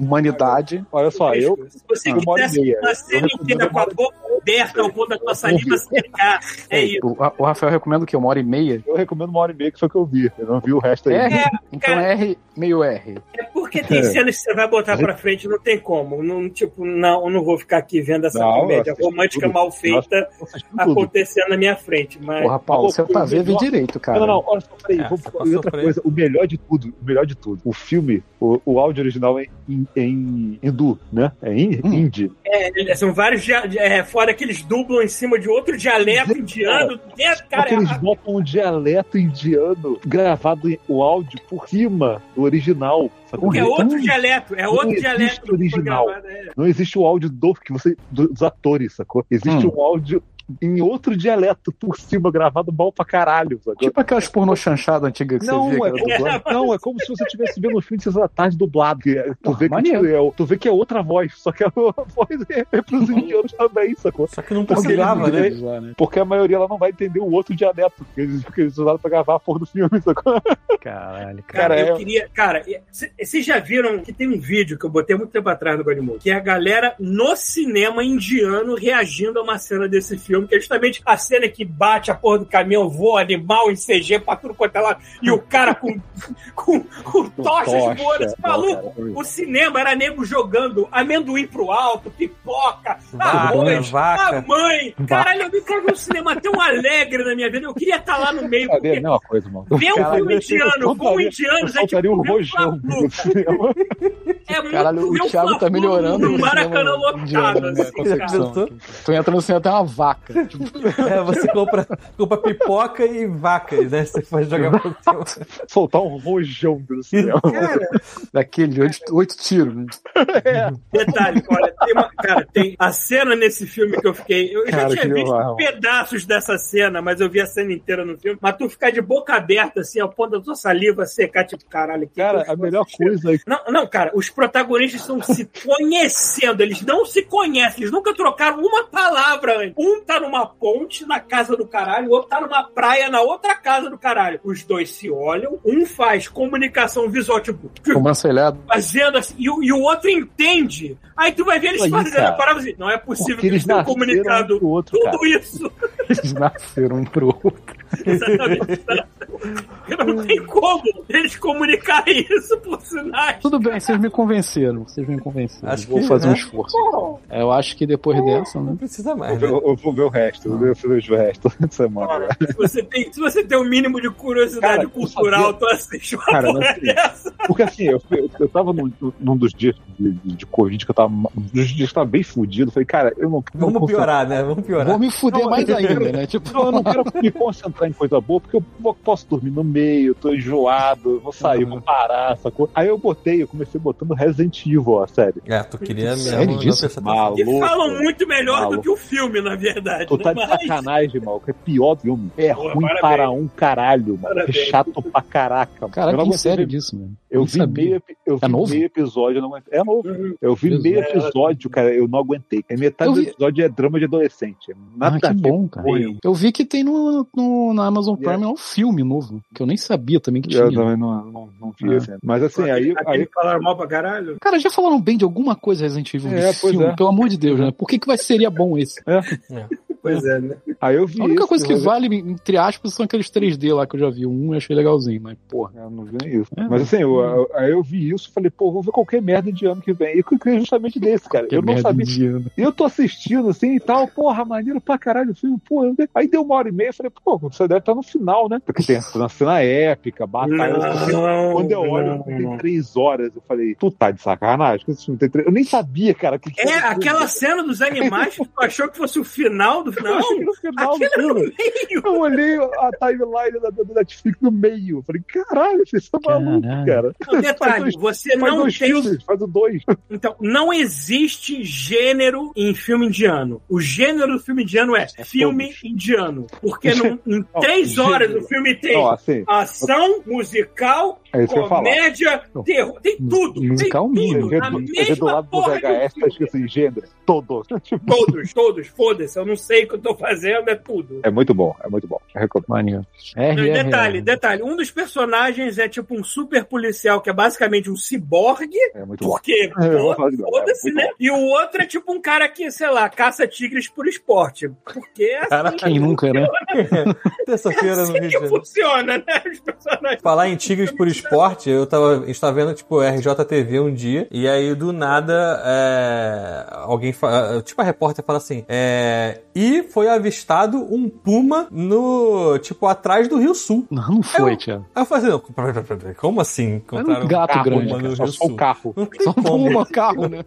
S7: humanidade?
S1: Olha só, eu, Ah,
S3: Se você
S1: uma hora e
S3: quisesse
S1: meia.
S3: uma cena
S1: recomendo
S3: inteira com a boca aberta ao ponto da tua saliva secar, é isso.
S7: O, Ra- o Rafael recomenda o quê? Uma hora e meia?
S1: eu recomendo uma hora e meia, que foi o que eu vi. Eu não vi o resto
S3: É.
S1: aí.
S7: R? Então
S3: cara.
S7: R meio R.
S3: É porque tem cenas que você vai botar pra frente, não tem como. Não, tipo, não, eu não vou ficar aqui vendo essa
S1: Não, eu
S3: comédia
S1: assisti
S3: romântica
S1: tudo.
S3: mal feita
S1: Eu assisti tudo.
S3: acontecendo na minha frente, mas.
S7: Porra, Paulo, você tá vendo
S1: Não,
S7: direito, cara.
S1: Não, não, não, olha só, peraí,
S4: É,
S1: vou,
S4: você
S1: e
S4: passou
S1: outra
S4: por
S1: coisa, o melhor de tudo, o melhor de tudo, o filme, o, o áudio original é em, em hindu, né? É in,
S7: Hum.
S1: hindi.
S3: É, São vários. dia- É, fora que eles dublam em cima de outro dialeto indiano. É,
S1: Só
S3: cara,
S1: que eles
S3: é-
S1: botam um dialeto indiano gravado em- o áudio por cima do original. sacou?
S7: Porra,
S3: é
S7: então-
S3: outro dialeto. É outro
S1: existe
S3: dialeto que foi
S1: um original.
S3: gravado, é.
S1: Não existe o áudio do que você do- dos atores, sacou? Existe
S7: Hum.
S1: um áudio em outro dialeto por cima gravado mal pra caralho, sacou?
S7: Tipo aquelas pornô chanchada antiga que
S1: Não,
S7: você via.
S1: é,
S7: que
S1: como,
S7: era dublada.
S1: não, é como se você estivesse vendo o filme de Sessão da tarde dublado. que é- Tu
S7: Porra,
S1: vê, que,
S7: maneiro.
S1: tipo, é, tu vê que é outra voz, só que a (laughs) voz é, é pros indianos também, sacou?
S4: Só que não
S1: Porque ele
S4: precisava, né?
S1: direito, Porque a maioria ela não vai entender o outro dialeto que eles, que eles usaram pra gravar a porra do filme, sacou?
S7: Caralho,
S3: Cara,
S7: cara.
S1: Cara,
S3: eu
S1: é-
S3: queria. Cara, vocês já viram que tem um vídeo que eu botei muito tempo atrás no Godmode, que é a galera no cinema indiano reagindo a uma cena desse filme, que é justamente a cena que bate a porra do caminhão, voa animal em CG pra tudo quanto é lado, e o cara com, (laughs) com, com tochas voando. Esse maluco,
S1: Não, cara,
S3: O cinema era nego jogando amendoim pro alto, pipoca,
S4: Vaca, né?
S3: arroz,
S4: vaca.
S3: mamãe. Caralho, eu nunca vi um cinema tão alegre na minha vida. Eu queria estar lá no meio.
S1: é a
S3: Porque
S1: mesma coisa, mano.
S3: ver um
S1: Caralho,
S3: filme
S1: eu
S3: indiano com
S1: soltaria-
S3: indianos é
S1: Eu
S3: tipo.
S1: soltaria um
S3: ver um
S1: rojão (laughs)
S3: maluco.
S1: no cinema.
S3: É muito
S7: Caralho, o
S3: meu
S7: Thiago tá
S3: flapulo
S7: melhorando.
S3: No
S7: o
S3: Maracanã
S7: cinema indiano,
S3: lotado,
S7: né,
S3: assim, cara.
S7: concepção.
S4: pensou?
S7: Tu entra no cinema, tem assim, uma vaca. Tipo,
S4: É, você compra, compra pipoca e vacas, né? Você pode jogar pro teu-
S1: Soltar um rojão do céu.
S7: daquele, oito, oito tiros. né?
S3: Detalhe, olha, tem uma, cara, tem a cena nesse filme que eu fiquei. Eu
S7: Cara,
S3: já
S7: que
S3: tinha visto
S7: horror.
S3: pedaços dessa cena, mas eu vi a cena inteira no filme. Mas tu ficar de boca aberta, assim, a ponta da tua saliva secar, tipo, caralho, que
S1: Cara, a melhor coisa é que
S3: Não, não, cara, os protagonistas estão se conhecendo, eles não se conhecem, eles nunca trocaram uma palavra antes. Um tá numa ponte na casa do caralho, o outro tá numa praia na outra casa do caralho. Os dois se olham, um faz comunicação visual, tipo,
S7: Romancelhado.
S3: fazendo assim, e, o- e o outro entende. Aí tu vai ver eles
S1: Olha aí,
S3: fazendo
S1: cara.
S3: a parada assim, não é possível
S1: porque
S3: que eles
S1: eles
S3: tenham
S1: nasceram um
S3: comunicado
S1: pro outro,
S3: tudo
S1: cara. (laughs)
S3: isso.
S7: Eles (laughs) nasceram um pro outro.
S3: Exatamente. não tem como eles comunicarem isso por sinais.
S7: Tudo bem, vocês me convenceram. Vocês me convenceram.
S4: Acho
S7: Vou
S4: que,
S7: fazer
S4: né?
S1: Uhum.
S7: um esforço. Eu acho que depois dessa, né?
S4: Não precisa mais. né?
S1: eu, eu vou ver o resto, eu vejo o resto (laughs) da semana.
S3: Cara, se você tem, se você tem o mínimo de curiosidade
S1: Cara, eu
S3: cultural,
S1: sabia-
S3: tu assiste uma
S1: Cara,
S3: porra
S1: mas assim,
S3: dessa.
S1: Porque assim, eu, eu, eu tava num, num dos dias de, de Covid que eu tava. Um dos dias que eu tava bem fudido. eu Falei, cara, eu não quero.
S4: Vamos piorar, né? Vamos
S7: Vou
S4: piorar.
S7: me fuder
S1: Não,
S7: mais
S1: eu-
S7: ainda, né? Tipo,
S1: Não, eu não quero me concentrar em coisa boa, porque eu po- posso dormir no meio, eu tô enjoado, eu vou sair, eu vou parar, sacou? Aí eu botei, eu comecei botando Resident Evil, a série.
S4: É, tu queria mesmo.
S7: Sério
S4: não
S7: disso?
S4: prestar atenção.
S1: Maluco.
S3: E tá falam muito melhor
S1: maluco.
S3: do que o filme, na verdade. né?
S1: Tu tá de
S3: Mas-
S1: sacanagem, maluco. É pior do filme. É
S3: Porra,
S1: ruim
S3: parabéns.
S1: para um caralho, mano.
S3: Parabéns.
S1: É chato pra caraca. mano. eu
S7: Caraca,
S1: não
S7: que
S1: aguentei
S7: sério
S1: ver-
S7: disso, mano.
S1: Eu
S7: Nem
S1: vi,
S7: sabia.
S1: meio, epi- eu vi
S7: É novo?
S1: meio episódio, eu não aguentei. É novo.
S3: Uhum.
S1: Eu vi
S7: Deus
S1: meio
S3: Deus.
S1: episódio, cara, eu não aguentei. É metade
S7: Eu
S1: do
S7: vi-
S1: episódio é drama de adolescente. É Nada
S7: Ah, que
S1: a ver.
S7: bom, cara.
S1: Foi.
S7: Eu vi que tem no, no- na Amazon Prime
S1: Yeah.
S7: um filme novo, que eu nem sabia também que
S1: Eu
S7: tinha.
S1: também não, não, não vi
S7: Ah.
S1: assim. Mas assim, aí,
S3: Aquele
S1: aí
S3: que falaram mal pra caralho.
S7: Cara, já falaram bem de alguma coisa Resident Evil
S1: É,
S7: de
S1: pois
S7: filme,
S1: é.
S7: pelo amor de Deus, né? Por que, que vai, seria bom esse?
S3: Pois é, né?
S1: Aí eu vi.
S7: A única
S1: isso,
S7: coisa que
S1: mas- é-
S7: vale, entre aspas, são aqueles 3D lá que eu já vi. Um eu achei legalzinho, mas porra.
S1: Eu não vi nem isso.
S7: É.
S1: Mas assim, eu, eu- aí eu vi isso falei, pô, vou ver qualquer merda de ano que vem. E eu criei justamente desse, cara.
S7: que
S1: eu não
S7: merda
S1: sabia.
S7: indiana.
S1: E eu tô assistindo assim e tal, porra, maneiro pra caralho o filme, porra. né? Aí deu uma hora e meia, eu falei, pô, você deve estar no final, né? Porque tem uma cena épica, batalha. assim. Quando eu olho,
S3: não,
S1: tem
S3: não.
S1: três horas. Eu falei, tu tá de sacanagem? que esse filme tem três- Eu nem sabia, cara. Que
S3: É, aquela cena dos animais que tu achou que fosse o final do
S1: Eu
S3: final.
S1: achei que no final do
S3: Aquilo era o
S1: filme.
S3: meio.
S1: Eu olhei a timeline da, da Netflix no meio. Eu falei, caralho, vocês são malucos,
S7: Caralho.
S1: cara.
S3: Não, detalhe,
S1: dois-
S3: você
S1: Faz
S3: não
S1: dois
S3: tem
S1: filmes, faz o dois.
S3: Então, não existe gênero em filme indiano. O gênero do filme indiano é filme
S1: todos.
S3: indiano. Porque num- em três
S1: é gênero.
S3: horas o filme tem
S1: Não, assim,
S3: ação, musical,
S1: é isso que eu ia falar.
S3: comédia,
S1: Não.
S3: terror, tem
S7: Mu-
S3: tudo.
S7: musical
S3: tem
S1: Eu
S3: tudo.
S1: vi-
S3: na
S1: eu vi é do
S3: mesma
S1: lado do
S3: porra do
S1: VHS, tá
S3: filme.
S1: escrito assim, gênero, todo. Tipo,
S3: Todos, todos, foda-se, eu não sei o que eu tô fazendo, é tudo.
S1: É muito bom, é muito bom. Eu recomendo.
S7: Maneiro. R,
S3: Não,
S7: R, R.
S3: detalhe, detalhe, um dos personagens é tipo um super policial que é basicamente um ciborgue
S1: É muito bom.
S3: Porque,
S1: É, eu vou falar de novo,
S3: foda-se,
S1: é, muito
S3: né? E o outro é tipo um cara que, sei lá, caça tigres por esporte. Porque é assim,
S7: Quem nunca, né?
S4: (laughs) Terça-feira
S3: (laughs)
S4: no Rio de
S3: que
S4: Janeiro.
S3: funciona, né? Os personagens.
S4: Falar em tigres por esporte, eu tava, a gente tava vendo, tipo, RJTV um dia, e aí do nada, é, alguém, fa- tipo, a repórter fala assim, é, e foi avistado um puma no, tipo, atrás do Rio Sul.
S7: Não, não
S4: É
S7: foi,
S4: um- (laughs)
S7: Thiago.
S4: Aí eu falei assim, "Não, pera, pera, pera, pera, como assim? Encontraram
S7: um gato
S4: puma
S7: grande,
S4: no
S7: cara,
S4: Rio
S1: Só, só o
S4: Sul?"
S1: carro.
S4: Não tem
S7: Só
S4: como.
S7: um carro, né?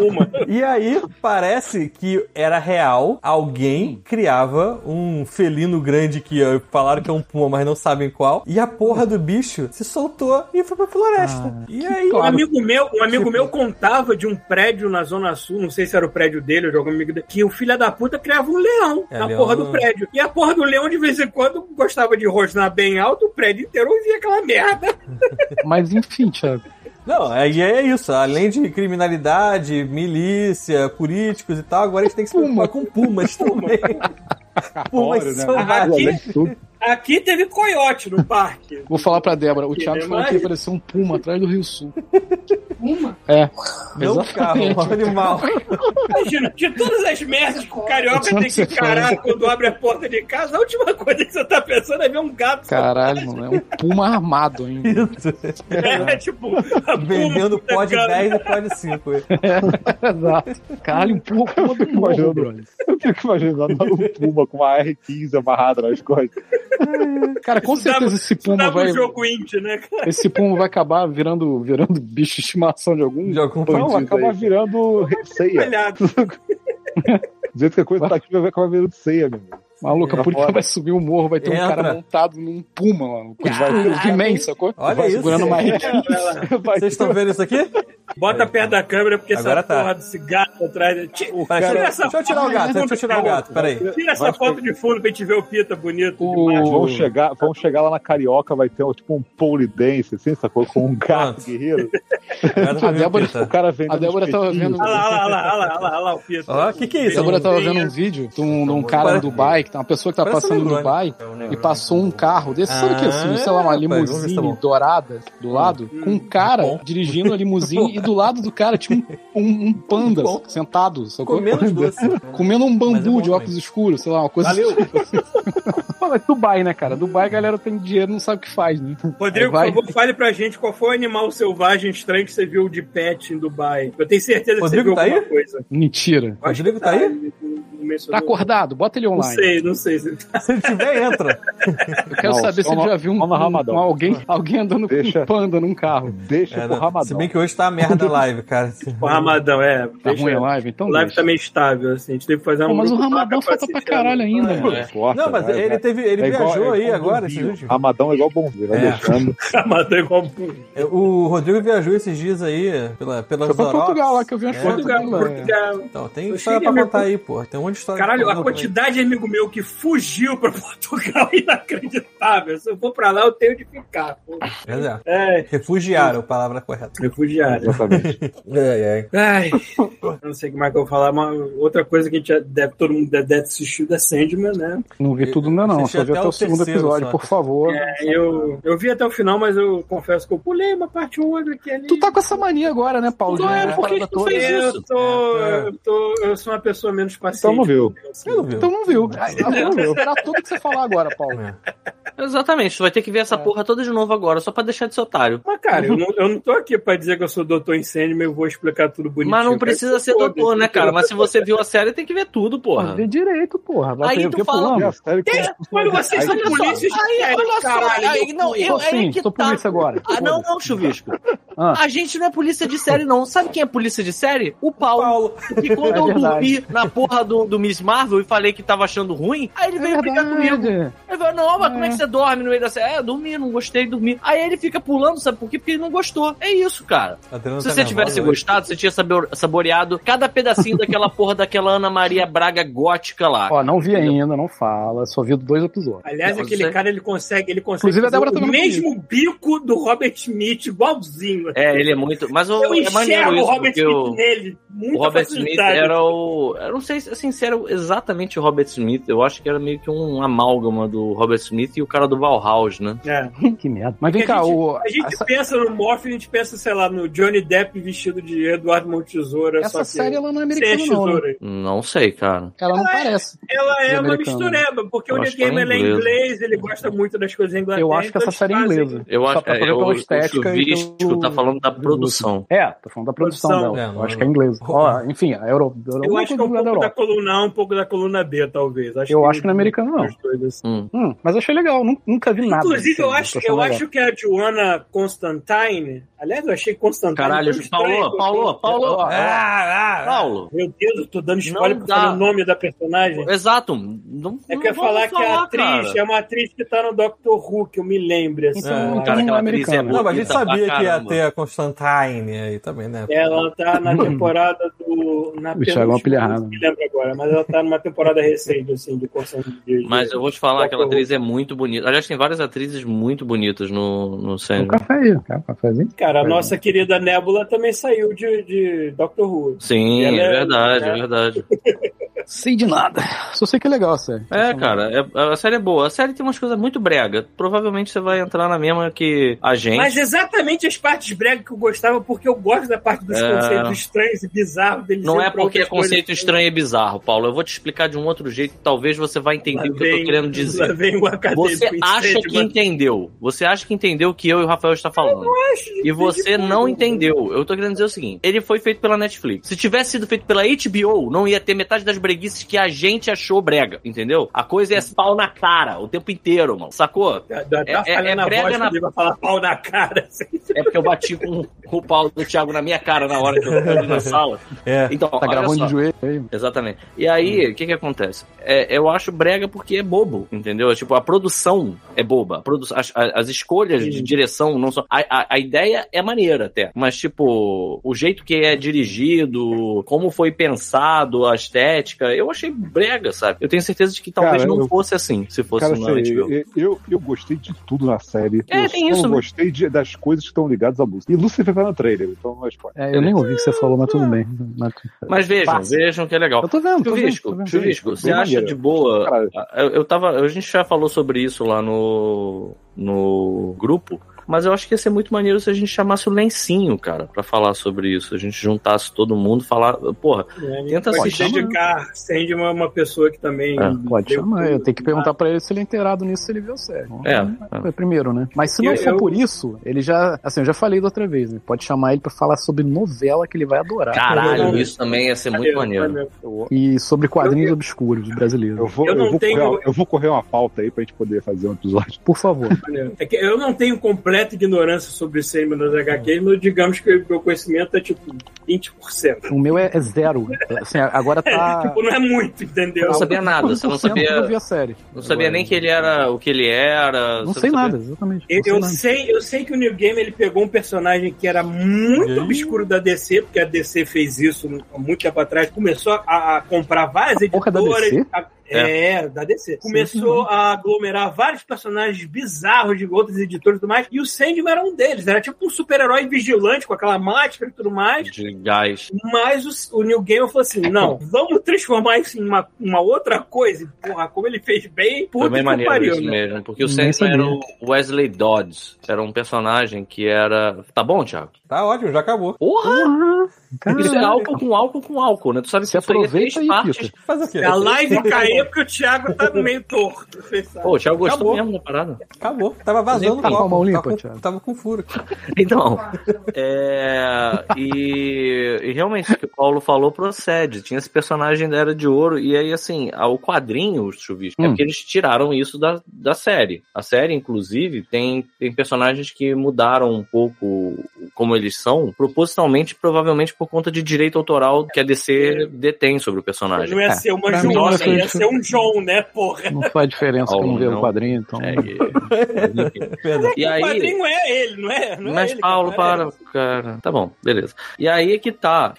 S3: Uma.
S4: E aí, parece que era real. Alguém criava um felino grande que ó, falaram que é um puma, mas não sabem qual. E a porra do bicho se soltou e foi pra floresta. e aí,
S3: Um
S7: claro.
S3: amigo meu, um amigo meu contava de um prédio na Zona Sul, não sei se era o prédio dele ou de algum amigo dele, que o filho da puta criava um leão
S4: É,
S3: na
S4: leão
S3: porra
S4: não-
S3: do prédio. E a porra do leão, de vez em quando, gostava de rosnar bem alto, o prédio inteiro ouvia aquela merda.
S7: Mas enfim, Thiago.
S4: não, aí é isso. Além de criminalidade, milícia, políticos e tal, agora a gente tem que se preocupar com pumas também.
S1: Fora,
S4: pumas selvagens.
S1: Além de tudo,
S3: Aqui teve coiote no parque.
S7: Vou falar pra Débora. O
S3: Que
S7: Thiago falou que
S3: demais.
S7: apareceu um puma atrás do Rio Sul.
S6: Uma?
S7: É.
S4: Não um carro,
S7: exatamente.
S4: um animal.
S3: Imagina, de todas as merdas que o carioca
S7: Não
S3: tem que
S7: se
S3: encarar quando abre a porta de casa, a última coisa que você tá pensando é ver um gato
S7: Caralho, mano. É um puma armado ainda.
S4: (laughs) Isso.
S3: é, tipo, a tá
S4: Vendendo
S3: puta,
S4: pó de
S3: cara.
S4: 10 e pó de 5.
S7: Exato. Caralho, um puma, puma do morro,
S1: Imaginando.
S7: brother.
S1: eu fico imaginando o Puma com uma R15 amarrada nas costas.
S7: Cara, com
S3: Isso dava-
S7: certeza esse
S3: Isso
S7: puma
S3: dava
S7: vai.
S3: um jogo indie, né?
S7: Esse puma vai acabar virando, virando bicho de estimação de algum.
S4: De algum
S1: Não,
S7: bandido
S1: acaba
S7: aí.
S1: virando ceia.
S3: Olhado.
S1: Do jeito que a coisa tá aqui, vai acabar virando ceia, meu amigo.
S7: Maluco, a polícia vai subir o morro, vai ter um
S4: Entra.
S7: cara montado num puma, maluco. Vai imenso, sacou?
S4: Olha
S7: vai
S4: isso.
S7: segurando uma rede.
S1: Vai
S4: Vocês estão vendo isso aqui?
S3: Bota perto da câmera, porque
S4: É. Agora
S3: essa
S4: tá.
S3: porra desse gato atrás. Ti-
S4: Peraí,
S3: Tira
S4: deixa,
S3: essa
S4: eu- deixa eu tirar o
S3: foto
S4: gato,
S3: de fundo,
S4: deixa eu tirar o
S3: cara.
S4: gato, peraí.
S3: Tira essa foto de fundo pra gente ver o Pita bonito.
S7: (laughs) O-
S3: demais.
S1: Vão chegar, vão chegar lá na Carioca, vai ter um, tipo um pole dance, assim, sacou? Com um gato
S4: Pronto.
S1: guerreiro.
S4: Agora tá vendo
S7: A
S4: o
S7: Débora-
S1: O
S4: Pita.
S1: cara vendo.
S7: A Débora tá- tava vendo-
S3: Olha lá, olha lá, olha lá, olha lá, olha lá o Pita.
S4: Ó, que que é isso?
S7: Agora eu tava
S3: Tem
S7: vendo um vídeo de um, de um cara no Dubai, que tá uma pessoa que tá
S4: Parece
S7: passando no
S4: um
S7: Dubai
S4: negrone.
S7: e passou um carro desse, sabe o que? Assim, sei lá, uma
S4: Ah, rapaz, vamos ver se tá
S7: limusine
S4: bom. Hum,
S7: dourada do lado, com um cara
S4: bom.
S7: dirigindo a limusine e do lado do cara tinha um, um, um
S4: (laughs)
S7: panda
S4: Bom.
S7: sentado, sacou?
S4: Comendo os doces.
S7: Comendo um
S4: Mas é
S7: bambu
S4: bom
S7: de óculos
S4: também.
S7: escuros, sei lá, uma coisa. assim.
S4: Valeu.
S7: (laughs) Fala, é Dubai, né, cara? Dubai a galera tem dinheiro não sabe o que faz, né?
S3: Rodrigo,
S7: Aí vai-
S3: por favor, fale pra gente qual foi o animal selvagem estranho que você viu de pet em Dubai. Eu tenho certeza que você
S4: Rodrigo
S3: viu
S4: tá
S3: alguma
S4: aí?
S3: coisa.
S7: Mentira.
S4: O Rodrigo tá aí?
S7: Tá acordado, bota ele
S3: Não
S7: online.
S3: sei, não sei. se-
S4: (laughs) Se ele tiver, entra.
S7: Eu quero
S1: Não,
S7: saber se
S1: só
S7: ele
S1: no-
S7: já viu um,
S1: só no
S7: um-
S1: Ramadão.
S7: um alguém, alguém andando com
S1: Deixa.
S7: um panda num carro.
S1: Deixa
S4: É,
S1: pro
S4: não.
S1: Ramadão.
S4: Se bem que hoje tá a merda a live, cara.
S3: O Ramadão, é.
S7: Tá
S3: deixa-
S7: ruim a live,
S3: O
S7: então.
S3: live
S7: deixa.
S3: tá meio estável, assim. A gente teve que fazer
S7: Pô,
S3: um.
S7: mas o
S3: grupo pra
S7: Ramadão falta pra
S3: capacitar.
S7: caralho ainda, mano.
S1: Corta,
S4: Não, mas
S1: vai,
S4: ele
S1: vai.
S4: teve. Ele
S1: É igual-
S4: viajou
S1: é
S4: aí
S1: igual
S4: agora,
S1: bombril.
S4: esses últimos-
S1: Ramadão é igual bombril, vai
S4: É.
S1: deixando.
S3: Ramadão é igual um-
S4: O Rodrigo viajou esses dias aí pela, pela
S7: Foi pra Portugal lá que eu vi umas
S4: É,
S7: fotos
S3: Portugal,
S7: dele lá.
S3: Portugal.
S4: Então, tem
S3: Eu
S4: história
S3: cheguei
S4: pra
S3: a me-
S4: contar aí, pô. Tem um monte de história.
S3: Caralho,
S4: pra
S3: a
S4: contar também.
S3: quantidade de amigo meu que fugiu pra (laughs) Portugal é inacreditável. Se eu for pra lá, eu tenho de ficar. pô.
S4: Pois é.
S3: É,
S4: Refugiaram, palavra correta.
S3: refugiado.
S1: Exatamente.
S4: É, é.
S7: (laughs)
S3: Ai, não sei como é que eu vou falar, mas outra cocoisa que a gente já deve, todo mundo deve assistir da Sandman, né?
S7: Não vi tudo ainda, não.
S4: Assisti
S7: Só vi
S4: até
S7: até o
S4: o
S7: segundo
S4: terceiro
S7: episódio,
S4: só.
S7: por favor.
S3: É, eu, eu vi até o final, mas eu confesso que eu pulei uma parte ou outra aqui ali.
S7: Tu tá com essa mania agora, né, Paulo?
S5: Não,
S7: De
S5: é,
S7: olhar a
S5: por que
S7: parada
S5: que tu
S7: toda.
S5: fez
S3: Eu,
S5: isso?
S3: tô,
S7: tá.
S4: É.
S3: eu, tô, eu sou uma pessoa menos paciente.
S1: Então não viu.
S4: Eu não vi.
S7: Então não viu. Ah, eu vou esperar tudo que você falar agora, Paulo.
S4: É.
S5: Exatamente, tu vai ter que ver essa porra toda de novo agora, só pra deixar de ser otário.
S3: Mas, cara,
S7: Uhum.
S3: eu não, eu não tô aqui pra dizer que eu sou doutor em Sandman, eu vou explicar tudo bonitinho.
S5: Mas não
S3: cara.
S5: precisa ser
S3: Foda-se,
S5: doutor, né, cara? Mas se você viu a série, tem que ver tudo, porra.
S7: Vê direito, porra. Vai
S5: Aí
S7: ter
S5: tu
S7: ver
S5: fala-
S7: por
S1: E a
S7: ano.
S1: série que-
S3: Mas vocês são
S5: Olha
S3: polícias
S5: só, aí,
S3: diferentes,
S5: olha só,
S3: caralho.
S5: aí, não, eu,
S7: Sou sim,
S3: é
S5: aí que
S7: assim, sou
S5: tá.
S7: polícia agora.
S5: Ah, não, não, chuvisco.
S7: Ah.
S5: A gente não é polícia de série, não. Sabe quem é polícia de série? O Paulo.
S4: Paulo.
S5: Porque quando
S7: É
S5: eu
S7: verdade.
S5: dormi na porra do, do Miss Marvel e falei que tava achando ruim, aí ele
S7: É
S5: veio brigar comigo.
S7: verdade.
S5: Ele falou, não, mas como é que você dorme no meio da série? É, eu dormi, não gostei, dormi. Aí ele fica pulando, sabe por quê? Porque ele não gostou. É isso, cara.
S4: Adriano
S5: Se
S4: tá
S5: você
S4: nervosa
S5: tivesse
S7: né?
S4: hoje.
S5: gostado, você tinha sabor- saboreado cada pedacinho daquela porra daquela Ana Maria Braga gótica lá.
S7: Ó, não vi ainda, não fala. Só vi dois episódios. (laughs)
S3: Aliás,
S5: Não,
S3: aquele
S5: isso aí-
S3: cara ele consegue, ele consegue
S7: Inclusive, a
S3: fazer
S7: Débora tá
S3: o
S7: vendo
S3: mesmo bico do Robert Smith, igualzinho.
S5: É, ele é muito. Mas o,
S3: Eu
S5: é
S3: enxergo
S5: maneiro
S3: o
S5: isso,
S3: Robert
S5: porque
S3: Smith
S5: o,
S3: nele. Muita
S5: o
S4: tá
S5: Robert Smith
S3: facilidade.
S5: era o. Eu não sei se assim, se era exatamente o Robert Smith. Eu acho que era meio que um amálgama do Robert Smith e o cara do Valhaus, né?
S3: É.
S7: Que merda. Mas vem
S3: Porque a
S7: cá,
S3: gente-
S7: o.
S3: A gente
S7: essa-
S3: pensa no Morphe, a gente pensa, sei lá, no Johnny Depp vestido de Eduardo Montesoura. só
S7: Essa
S3: que
S7: série ela não
S3: sem
S7: é americana,
S3: as
S7: não. né?
S3: tesouras.
S5: Não sei, cara.
S7: Ela não parece.
S3: Ela é uma
S7: americana.
S3: mistureba, porque
S5: Eu
S3: o The
S5: acho que ela é
S3: Game ele é
S5: inglesa.
S3: inglês, ele gosta muito das coisas então inglesas.
S7: Eu acho que essa série é inglesa.
S5: Eu
S7: Só
S5: acho que
S7: pra
S5: é,
S7: poder
S5: eu-
S7: pela
S5: o
S7: estética e
S5: chuvisco
S7: pelo-
S5: tá falando da produção.
S7: É, tô falando da produção,
S3: Produção.
S7: dela.
S4: É,
S7: eu acho
S4: não.
S7: que é inglesa. Ó, enfim, a Europa.
S3: Eu acho que é um pouco da coluna A, um pouco da coluna B, talvez.
S7: Eu acho que não é americano, não.
S3: As coisas. assim.
S5: Hum.
S7: Hum, mas achei legal, nun- nunca vi nada.
S3: Inclusive, eu
S7: Assim,
S3: acho,
S7: tô achando
S3: eu
S7: legal.
S3: acho que a Joana Constantine. Aliás, eu achei Constantine. tão
S5: Caralho,
S3: estranho
S5: Paulo,
S3: que eu
S5: Paulo,
S3: tô-
S5: Paulo, é,
S4: Ah, ah, ah.
S5: Paulo.
S3: Meu Deus, eu tô dando spoiler
S5: Não
S3: porque eu falei
S5: dá.
S3: o nome da personagem.
S5: Exato. Não,
S3: É
S5: não
S3: que eu ia
S5: vamos
S3: falar que a atriz
S5: cara.
S3: é uma atriz que tá no Doctor Who, que eu me lembre. Assim.
S7: Então,
S4: É,
S7: então
S5: cara,
S7: não é
S5: aquela atriz é
S7: americana.
S4: Não, mas a gente
S5: Bonita pra
S4: sabia que ia
S5: caramba.
S4: ter a Constantine aí também, né?
S3: Ela tá na temporada do. Na
S7: O Thiago Hum. é uma
S3: penúltima,
S7: pilha errada.
S3: não me lembro agora, mas ela tá numa temporada recente, assim, de Constantine. de-
S5: Mas eu vou te falar, aquela
S3: Doctor Who.
S5: atriz é muito bonita. Aliás, tem várias atrizes muito bonitas no, no
S7: Um
S5: Sandman.
S7: café aí, cara, um cafezinho.
S3: Cara, a nossa querida Nebula também saiu de, de Doctor Who.
S5: Sim,
S3: Ela
S5: é
S3: é-
S5: verdade, é
S3: né?
S5: verdade.
S7: Sei de nada. Só sei que é legal, sério.
S5: É, cara, é- a série é boa. A série tem umas coisas muito brega. Provavelmente você vai entrar na mesma que a gente.
S3: Mas exatamente as partes bregas que eu gostava, porque eu gosto da parte dos
S5: É.
S3: conceitos estranhos e bizarros deles.
S5: Não
S3: indo
S5: é
S3: pra
S5: porque é
S3: outras coisas.
S5: conceito estranho e bizarro, Paulo. Eu vou te explicar de um outro jeito. Talvez você vai
S3: Lá
S5: entender o que eu tô
S3: vem-
S5: querendo
S3: lá
S5: dizer.
S3: vem o acadêmico
S5: Você
S3: em
S5: acha
S3: sede,
S5: que
S3: mas-
S5: entendeu. Você acha que entendeu o que eu e o Rafael está falando. E você não entendeu. Eu tô querendo dizer o seguinte: ele foi feito pela Netflix. Se tivesse sido feito pela HBO, não ia ter metade das breguices que a gente achou brega, entendeu? A coisa é pau na cara o tempo inteiro, mano. Sacou?
S3: Tá, tá,
S5: É-
S3: tá
S5: é-
S3: falhando
S5: é
S3: a
S5: brega
S3: voz
S5: na-
S3: que ele vai falar pau na cara. assim.
S5: É porque eu bati com, com o pau do Thiago na minha cara na hora que eu tava ali na
S7: (laughs)
S5: sala.
S4: É.
S5: Então,
S7: Tá
S5: olha
S7: gravando
S5: só.
S7: de Hum. joelho aí.
S5: Exatamente. E aí, o que que acontece? É, eu acho brega porque é bobo, entendeu? É Tipo, a produção é boba. A produ- as, a- as escolhas de direção não são... A, a, a ideia é maneira até, mas tipo, o jeito que é dirigido, como foi pensado, a estética, eu achei brega, sabe? Eu tenho certeza de que talvez
S1: Cara,
S5: não
S1: eu-
S5: fosse assim, se fosse
S1: Cara,
S5: na
S1: assim,
S5: HBO.
S1: eu, eu, eu gostei de tudo na série.
S5: É,
S1: eu
S5: tem
S1: só
S5: isso,
S1: não
S5: né?
S1: gostei de- das coisas que estão ligadas à música. E Lucifer tá no trailer, então não é spoiler.
S7: É, eu nem ouvi Ah. o que você falou, mas tudo bem. Mas-
S5: Mas vejam,
S7: Fácil.
S5: vejam que é legal.
S7: Eu tô vendo, tô vendo. tô
S5: Chuvisco,
S7: vendo.
S5: chuvisco, você
S1: Bem
S5: acha
S1: maneiro.
S5: de boa?
S1: Cara.
S5: Eu, eu tava, a gente já falou sobre isso lá no no grupo, mas eu acho que ia ser muito maneiro se a gente chamasse o Lencinho, cara, pra falar sobre isso. A gente juntasse todo mundo, falar, porra, tenta
S3: Vai
S5: assistir.
S3: se dedicar, sende uma, uma pessoa que também.
S5: É,
S7: Pode
S3: deu-
S7: chamar, eu tenho que perguntar pra ele se ele é inteirado nisso, se ele viu a série.
S5: É,
S7: Foi primeiro, né? Mas se não
S3: Eu-
S7: for
S3: eu-
S7: por isso, ele já. Assim, eu já falei da outra vez, né? Pode chamar ele pra falar sobre novela que ele vai adorar.
S5: caralho, isso também ia ser muito
S3: Eu-
S5: maneiro.
S3: eu-
S7: E sobre quadrinhos obscuros brasileiros.
S1: Eu vou,
S3: Eu
S1: eu
S3: não
S1: vou
S3: tenho-
S1: correr, eu vou correr uma pauta aí pra gente poder fazer um episódio.
S7: Por favor.
S3: É que eu não tenho completa ignorância sobre cinema das HQs, mas digamos que o meu conhecimento é tipo 20%.
S7: o meu é, é zero. Assim,
S5: (laughs)
S7: agora tá.
S3: Tipo, não é muito, entendeu?
S5: Eu não sabia nada, você não
S7: 100% que Eu
S5: sabia,
S7: vi a série.
S5: não sabia nem que ele era o que ele era.
S7: Não
S5: você
S7: sei
S5: sabia-
S7: nada, exatamente.
S3: Eu,
S7: não sei
S3: eu
S7: nada.
S3: sei, eu sei que o New Game ele pegou um personagem que era muito obscuro da DC, porque a DC fez isso há muito tempo atrás. Começou a, a comprar várias
S7: porra da
S3: editoras.
S7: DC?
S3: a- é. da DC. Começou a aglomerar vários personagens bizarros de outros editores e tudo mais. E o Sandman era um deles. Era tipo um super-herói vigilante com aquela máscara e tudo mais.
S5: de gás.
S3: Mas o, o New Game falou assim: não, vamos transformar isso em uma, uma outra coisa. E, porra, como ele fez bem,
S5: Foi
S3: puta
S5: bem
S3: que
S5: maneiro
S3: pariu,
S5: isso
S3: né?
S5: mesmo, porque o
S7: Nem
S5: Sandman era
S7: sabia.
S5: o Wesley Dodds, era um personagem que era... Tá bom, Thiago?
S4: Tá ótimo, já acabou.
S5: Porra! Isso é
S7: Caralho.
S5: álcool com álcool com álcool, né? Tu sabe
S7: Se
S5: que isso aí é
S7: aproveita
S5: três
S7: aí,
S5: partes.
S7: Peter.
S4: Fazer o quê?
S3: (laughs) A live caiu porque o Thiago tá meio torto. vocês sabem.
S5: Pô, o Thiago gostou
S4: Acabou.
S5: mesmo da parada.
S4: Acabou. Tava vazando
S7: Nem tá
S4: o
S7: com a
S4: copo.
S7: mão limpa,
S4: tava, com,
S7: Thiago.
S4: tava com furo.
S5: Então, é... E, e realmente, o que o Paulo falou procede. Tinha esse personagem da Era de Ouro, e aí, assim, a- o quadrinho, o Chuvisco, é
S7: Hum.
S5: porque eles tiraram isso da, da série. A série, inclusive, tem, tem personagens que mudaram um pouco como eles são, propositalmente, provavelmente por conta de direito autoral que a DC detém sobre o
S3: É.
S5: personagem.
S3: Não é ia ser uma
S7: pra mim
S3: Joana,
S7: não foi
S3: ia
S7: isso.
S3: ser um John, né, porra?
S7: Não faz diferença
S5: Álcool,
S7: como ver
S5: não.
S7: o quadrinho, então.
S3: (laughs)
S5: É, e-
S4: Perdão.
S5: e
S3: O
S5: aí,
S3: quadrinho é ele, não é? Não é
S5: Mas
S3: ele,
S5: Paulo,
S3: cara.
S5: para, cara. Tá bom, beleza. E aí é que tá.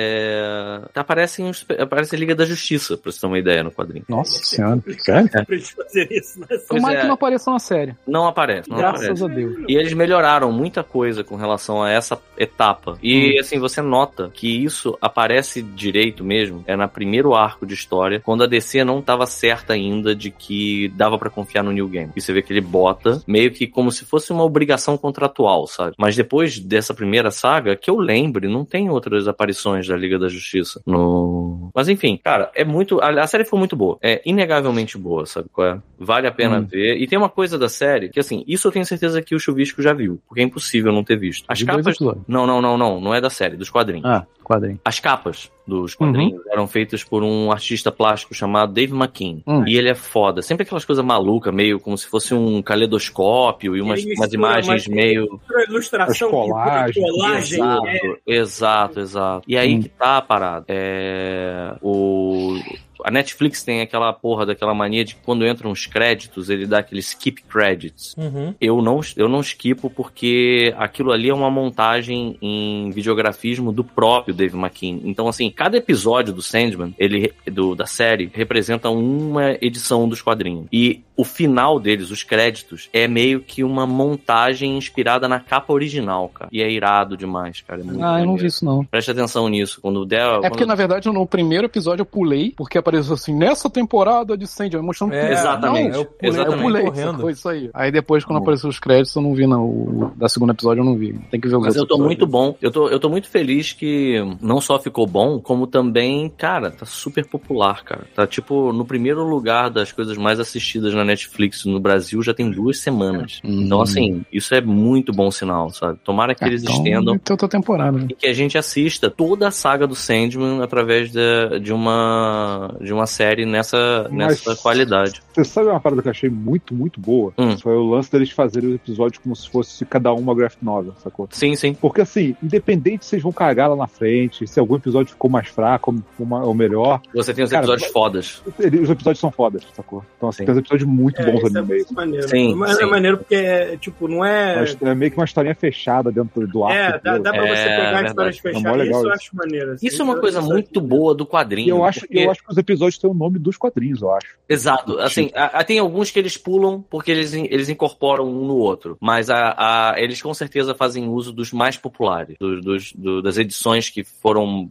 S5: É... tá aparecem os... Aparece a Liga da Justiça, pra você ter uma ideia no quadrinho.
S7: Nossa senhora.
S3: É. Pra gente fazer isso, né? mas...
S7: Tomara
S5: é.
S7: que não apareça na série.
S5: Não aparece, não
S7: Graças
S5: aparece.
S7: a Deus.
S5: E eles melhoraram muita coisa com relação a essa etapa.
S7: Hum.
S5: E assim, você nota que isso aparece direito mesmo, é na primeiro arco de história, quando a DC não tava certa ainda de que dava pra confiar no New Game. E você vê que ele bota meio que como se fosse uma obrigação contratual, sabe? Mas depois dessa primeira saga, que eu lembre, não tem outras aparições da Liga da Justiça no. Mas enfim, cara, é muito. A, a série foi muito boa. É inegavelmente boa, sabe qual é? Vale a pena
S7: Hum.
S5: ver. E tem uma coisa da série que, assim, isso eu tenho certeza que o Chuvisco já viu, porque é impossível não ter visto. As
S7: De dois
S5: capas.
S7: episódios.
S5: Não, não, não, não. Não é da série, dos quadrinhos.
S7: Ah, Uhum. quadrinho.
S5: As capas dos quadrinhos eram feitas por um artista plástico chamado Dave McKean.
S7: Hum.
S5: E ele é foda. Sempre aquelas coisas malucas, meio como se fosse um caleidoscópio e umas,
S3: Ele
S5: umas
S3: mistura
S5: imagens
S3: mais-
S5: meio.
S3: Outra ilustração,
S1: As colagens,
S3: pintura, colagem.
S5: Exato,
S3: é.
S5: exato, exato. E aí que tá a parada. É, o, a Netflix tem aquela porra daquela mania de que quando entram os créditos, ele dá aquele skip credits.
S4: Uhum.
S5: Eu não, eu não skipo porque aquilo ali é uma montagem em videografismo do próprio Dave McKean. Então, assim, cada episódio do Sandman, ele, do, da série, representa uma edição dos quadrinhos. E o final deles, os créditos, é meio que uma montagem inspirada na capa original, cara. E é irado demais, cara. É muito
S7: Ah, eu não
S5: maneiro.
S7: vi isso não.
S5: Preste atenção nisso. Quando der.
S7: É
S5: quando-
S7: porque, na verdade, no primeiro episódio eu pulei, porque apareceu assim, nessa temporada de Sandman, mostrando
S4: É,
S5: Exatamente,
S4: Eu pulei,
S7: Não, eu
S5: exatamente.
S7: pulei,
S4: correndo.
S7: foi isso aí. Aí depois, quando
S5: Hum.
S7: apareceu os créditos, eu não vi, não. O da segunda episódio eu não vi. Tem que ver os
S5: Mas eu
S7: outros
S5: tô muito
S7: episódios.
S5: bom. Eu tô, eu tô muito feliz que não só ficou bom, como também, cara, tá super popular, cara. Tá tipo no primeiro lugar das coisas mais assistidas na Netflix no Brasil já tem duas semanas.
S1: Uhum.
S5: Então, assim, isso é muito bom sinal, sabe? Tomara
S1: É,
S5: que eles estendam
S7: Então, eu tô temporada. né?
S5: e que a gente assista toda a saga do Sandman através da- de, uma, de uma série nessa,
S1: Mas-
S5: nessa qualidade.
S1: Você sabe uma parada que eu achei muito, muito boa?
S5: Hum.
S1: Foi o lance deles fazerem o episódio como se fosse cada um uma graphic novel, sacou?
S5: Sim, sim.
S1: Porque assim, independente se vocês vão cagar lá na frente, se algum episódio ficou mais fraco ou, uma- ou melhor,
S5: Você tem os
S1: Cara,
S5: episódios fodas.
S1: ele- os episódios são fodas, sacou? Então assim,
S5: Sim.
S1: tem uns episódios muito
S3: É,
S1: bons
S3: isso
S1: ali
S3: é
S1: no meio.
S3: muito maneiro.
S5: Sim,
S3: Mas
S5: sim.
S3: é maneiro porque, é, tipo, não é.
S1: Mas É meio que uma historinha fechada dentro do arco.
S3: É, dá,
S1: entendeu?
S3: dá pra
S5: É,
S3: você pegar
S5: verdade.
S3: histórias
S1: É mó
S3: fechadas.
S1: legal
S3: Isso eu
S1: isso.
S3: acho maneiro. assim.
S5: Isso é uma coisa
S3: Isso
S5: muito boa do
S1: E
S5: quadrinho.
S1: eu acho,
S5: porque-
S1: eu acho que os episódios têm o nome dos quadrinhos, eu acho.
S5: Exato. Assim, a- a- tem alguns que eles pulam porque eles, in- eles incorporam um no outro. Mas a, a- eles com certeza fazem uso dos mais populares, do- dos, do- das edições que foram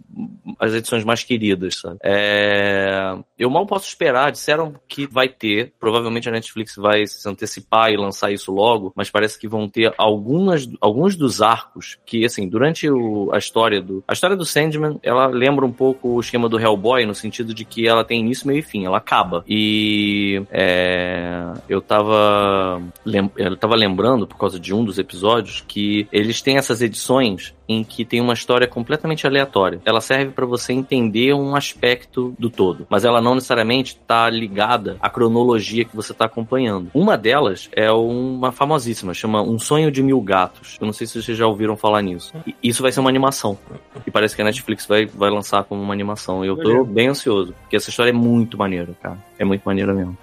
S5: as edições mais queridas, sabe? É, eu mal posso esperar. Disseram que vai ter. Provavelmente a Netflix vai se antecipar e lançar isso logo. Mas parece que vão ter algumas, alguns dos arcos que, assim, durante o- a história do. A história do Sandman, ela lembra um pouco o esquema do Hellboy, no sentido de que ela tem início, meio e fim, ela acaba. E é, eu tava. lem- eu tava lembrando, por causa de um dos episódios, que eles têm essas edições em que tem uma história completamente aleatória. Ela serve pra você entender um aspecto do todo, mas ela não necessariamente tá ligada à cronologia que você tá acompanhando. Uma delas é uma famosíssima, chama Um Sonho de Mil Gatos. Eu não sei se vocês já ouviram falar nisso. E isso vai ser uma animação. E parece que a Netflix vai, vai lançar como uma animação. E eu tô
S3: Maneiro.
S5: bem ansioso, porque essa história é muito maneira, cara. É muito maneira mesmo.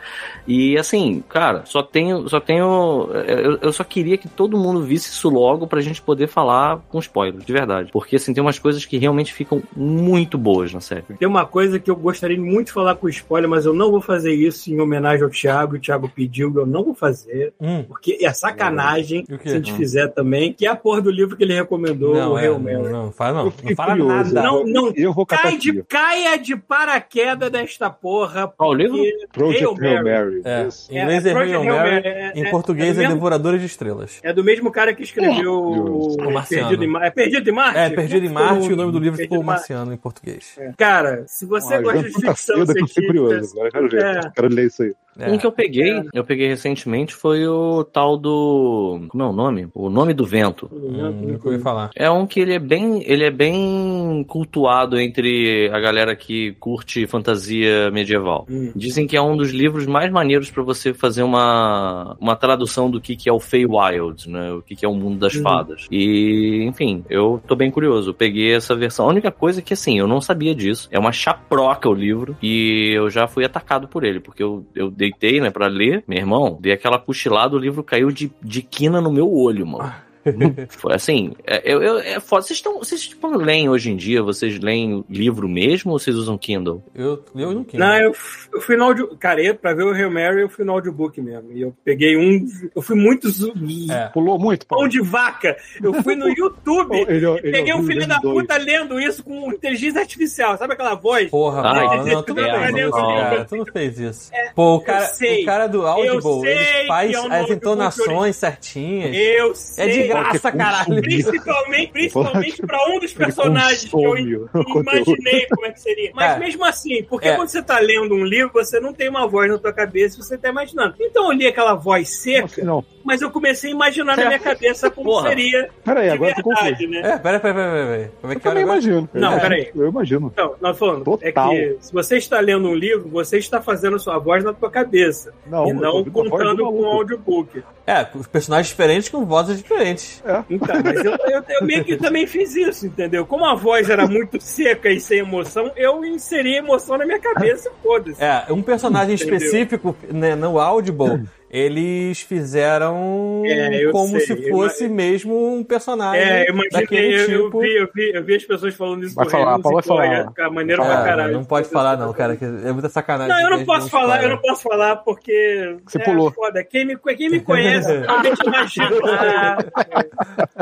S5: E assim, cara, só tenho. Só tenho. eh, Eu, eu só queria que todo mundo visse isso logo pra gente poder falar com spoiler, de verdade. Porque assim, tem umas coisas que realmente ficam muito boas na série.
S3: Tem uma coisa que eu gostaria muito de falar com spoiler, mas eu não vou fazer isso em homenagem ao Thiago. O Thiago pediu, eu não vou fazer,
S4: Hum.
S3: porque é sacanagem
S4: E o quê? Hum.
S3: se a gente fizer também, que é a porra do livro que ele recomendou, o
S4: Não, é,
S3: Real
S4: não, não fala,
S1: Eu
S4: não.
S1: fiquei
S4: Não fala
S1: curioso.
S4: nada.
S3: Não, não
S1: Eu vou catar
S3: Cai de,
S1: aqui.
S3: caia de paraquedas desta porra.
S5: Qual o livro?
S3: porque- Hail
S1: Project Hail
S3: Mary.
S1: Mary.
S4: É,
S1: Isso.
S4: em inglês é,
S3: Project
S4: Hail
S3: Hail
S4: Mary,
S3: Mary, é-
S4: em português é,
S3: mesmo-
S4: Devoradora de Estrelas.
S3: É do mesmo cara que escreveu
S1: É.
S3: o
S4: O Marciano.
S3: Perdido em Marte. É Perdido em Marte?
S4: É, Perdido em
S3: Como que
S4: Marte, o nome do livro
S3: Perdido
S4: ficou
S3: em Marte?
S4: Marciano em português.
S3: Cara, se você
S1: Ah,
S3: gosta
S1: jogando
S3: de
S1: tanta
S3: ficção
S1: seda que eu fiquei curioso.
S3: científica...
S1: Agora eu quero ver.
S3: É.
S1: Quero ler isso aí.
S4: É.
S5: Um que eu peguei, eu peguei recentemente, foi o tal do. Como é o nome? O Nome do Vento.
S4: Hum, nunca ouvi falar.
S5: É um que ele é bem, ele é bem cultuado entre a galera que curte fantasia medieval.
S3: Hum.
S5: Dizem que é um dos livros mais maneiros pra você fazer uma, uma tradução do que, que é o Feywild, né? O que, que é o mundo das
S3: Hum.
S5: fadas. E, enfim, eu tô bem curioso. Eu peguei essa versão. A única coisa é que, assim, eu não sabia disso. É uma chaproca o livro e eu já fui atacado por ele, porque eu, eu deitei, né, pra ler. Meu irmão, dei aquela cochilada, o livro caiu de, de quina no meu olho, mano. Foi assim, é, eu, eu- é foda. Vocês estão. Vocês tipo, leem hoje em dia? Vocês leem livro mesmo ou vocês usam Kindle?
S4: Eu, eu não quis.
S3: Não, eu, f- eu fui no audio... Cara, eu- pra ver o Hail Mary, eu fui no audiobook mesmo. E eu peguei um... Eu fui muito... zu- zu-
S4: É.
S7: Pulou muito,
S3: Pão
S7: Paulo?
S3: de vaca. Eu fui no YouTube
S1: Ele- é ele-
S3: e peguei um
S1: ele-
S3: filho da
S1: dois.
S3: puta lendo isso com um inteligência artificial. Sabe aquela voz?
S4: Porra,
S5: Ai,
S4: Paulo, não,
S3: que
S4: tu não, fez
S5: merda,
S4: isso,
S5: Paulo.
S4: cara, tu não fez isso. Pô, o cara,
S3: sei.
S4: o cara do Audible,
S3: sei
S4: ele
S3: que
S4: faz
S3: é um
S4: as
S3: nome
S4: entonações certinhas.
S3: Eu sei.
S4: É de graça,
S1: Porque
S4: caralho.
S3: Principalmente, principalmente pra um dos
S1: Ele
S3: personagens que eu
S1: consome o conteúdo.
S3: imaginei como é que seria. Mas
S4: Cara,
S3: mesmo assim, porque
S4: é.
S3: quando você tá lendo um livro, você não tem uma voz na tua cabeça, você tá imaginando. Então eu li aquela voz
S1: Como assim,
S3: seca,
S1: Não,
S3: mas eu comecei a imaginar na
S5: É.
S3: minha cabeça como
S5: Porra.
S3: seria
S1: peraí,
S3: de
S1: É, agora eu tô confuso.
S3: verdade, né?
S4: É, pera, pera, pera, pera, pera. Como é
S7: Eu
S4: que é o
S7: também
S4: negócio?
S7: imagino.
S3: Não,
S4: É.
S3: peraí.
S1: Eu imagino.
S3: Então, nós falando,
S1: Total.
S3: é que se você está lendo um livro, você está fazendo a sua voz na tua cabeça.
S1: Não,
S3: e
S1: Ah, eu tô
S3: não
S1: ouvindo a voz do
S3: contando com o
S1: maluco.
S3: audiobook.
S4: É, com personagens diferentes com vozes diferentes.
S3: Então, mas eu, eu- eu meio que também fiz isso, entendeu? Como a voz era muito seca e sem emoção, eu inseri emoção na minha cabeça, foda-se.
S4: É, um personagem
S3: Entendeu?
S4: específico né, no Audible, eles fizeram
S3: É, eu
S4: como
S3: sei,
S4: se
S3: eu
S4: fosse mesmo um personagem
S3: É, eu imaginei,
S4: daquele
S3: eu, eu
S4: tipo.
S3: vi, eu, vi, eu vi as pessoas falando isso
S7: Vai
S3: do
S7: falar,
S3: Reynolds
S7: Paulo
S3: e,
S7: vai
S3: pô,
S7: falar.
S3: é, cara, maneiro
S4: É,
S3: pra caralho.
S4: não pode falar, não, cara, que é muita sacanagem.
S3: Não, eu
S4: que a
S3: não
S4: gente
S3: posso falar,
S4: espalha.
S3: eu não posso falar porque. é
S7: Você pulou.
S3: Foda. Quem me, quem me conhece, realmente imagina. Ah,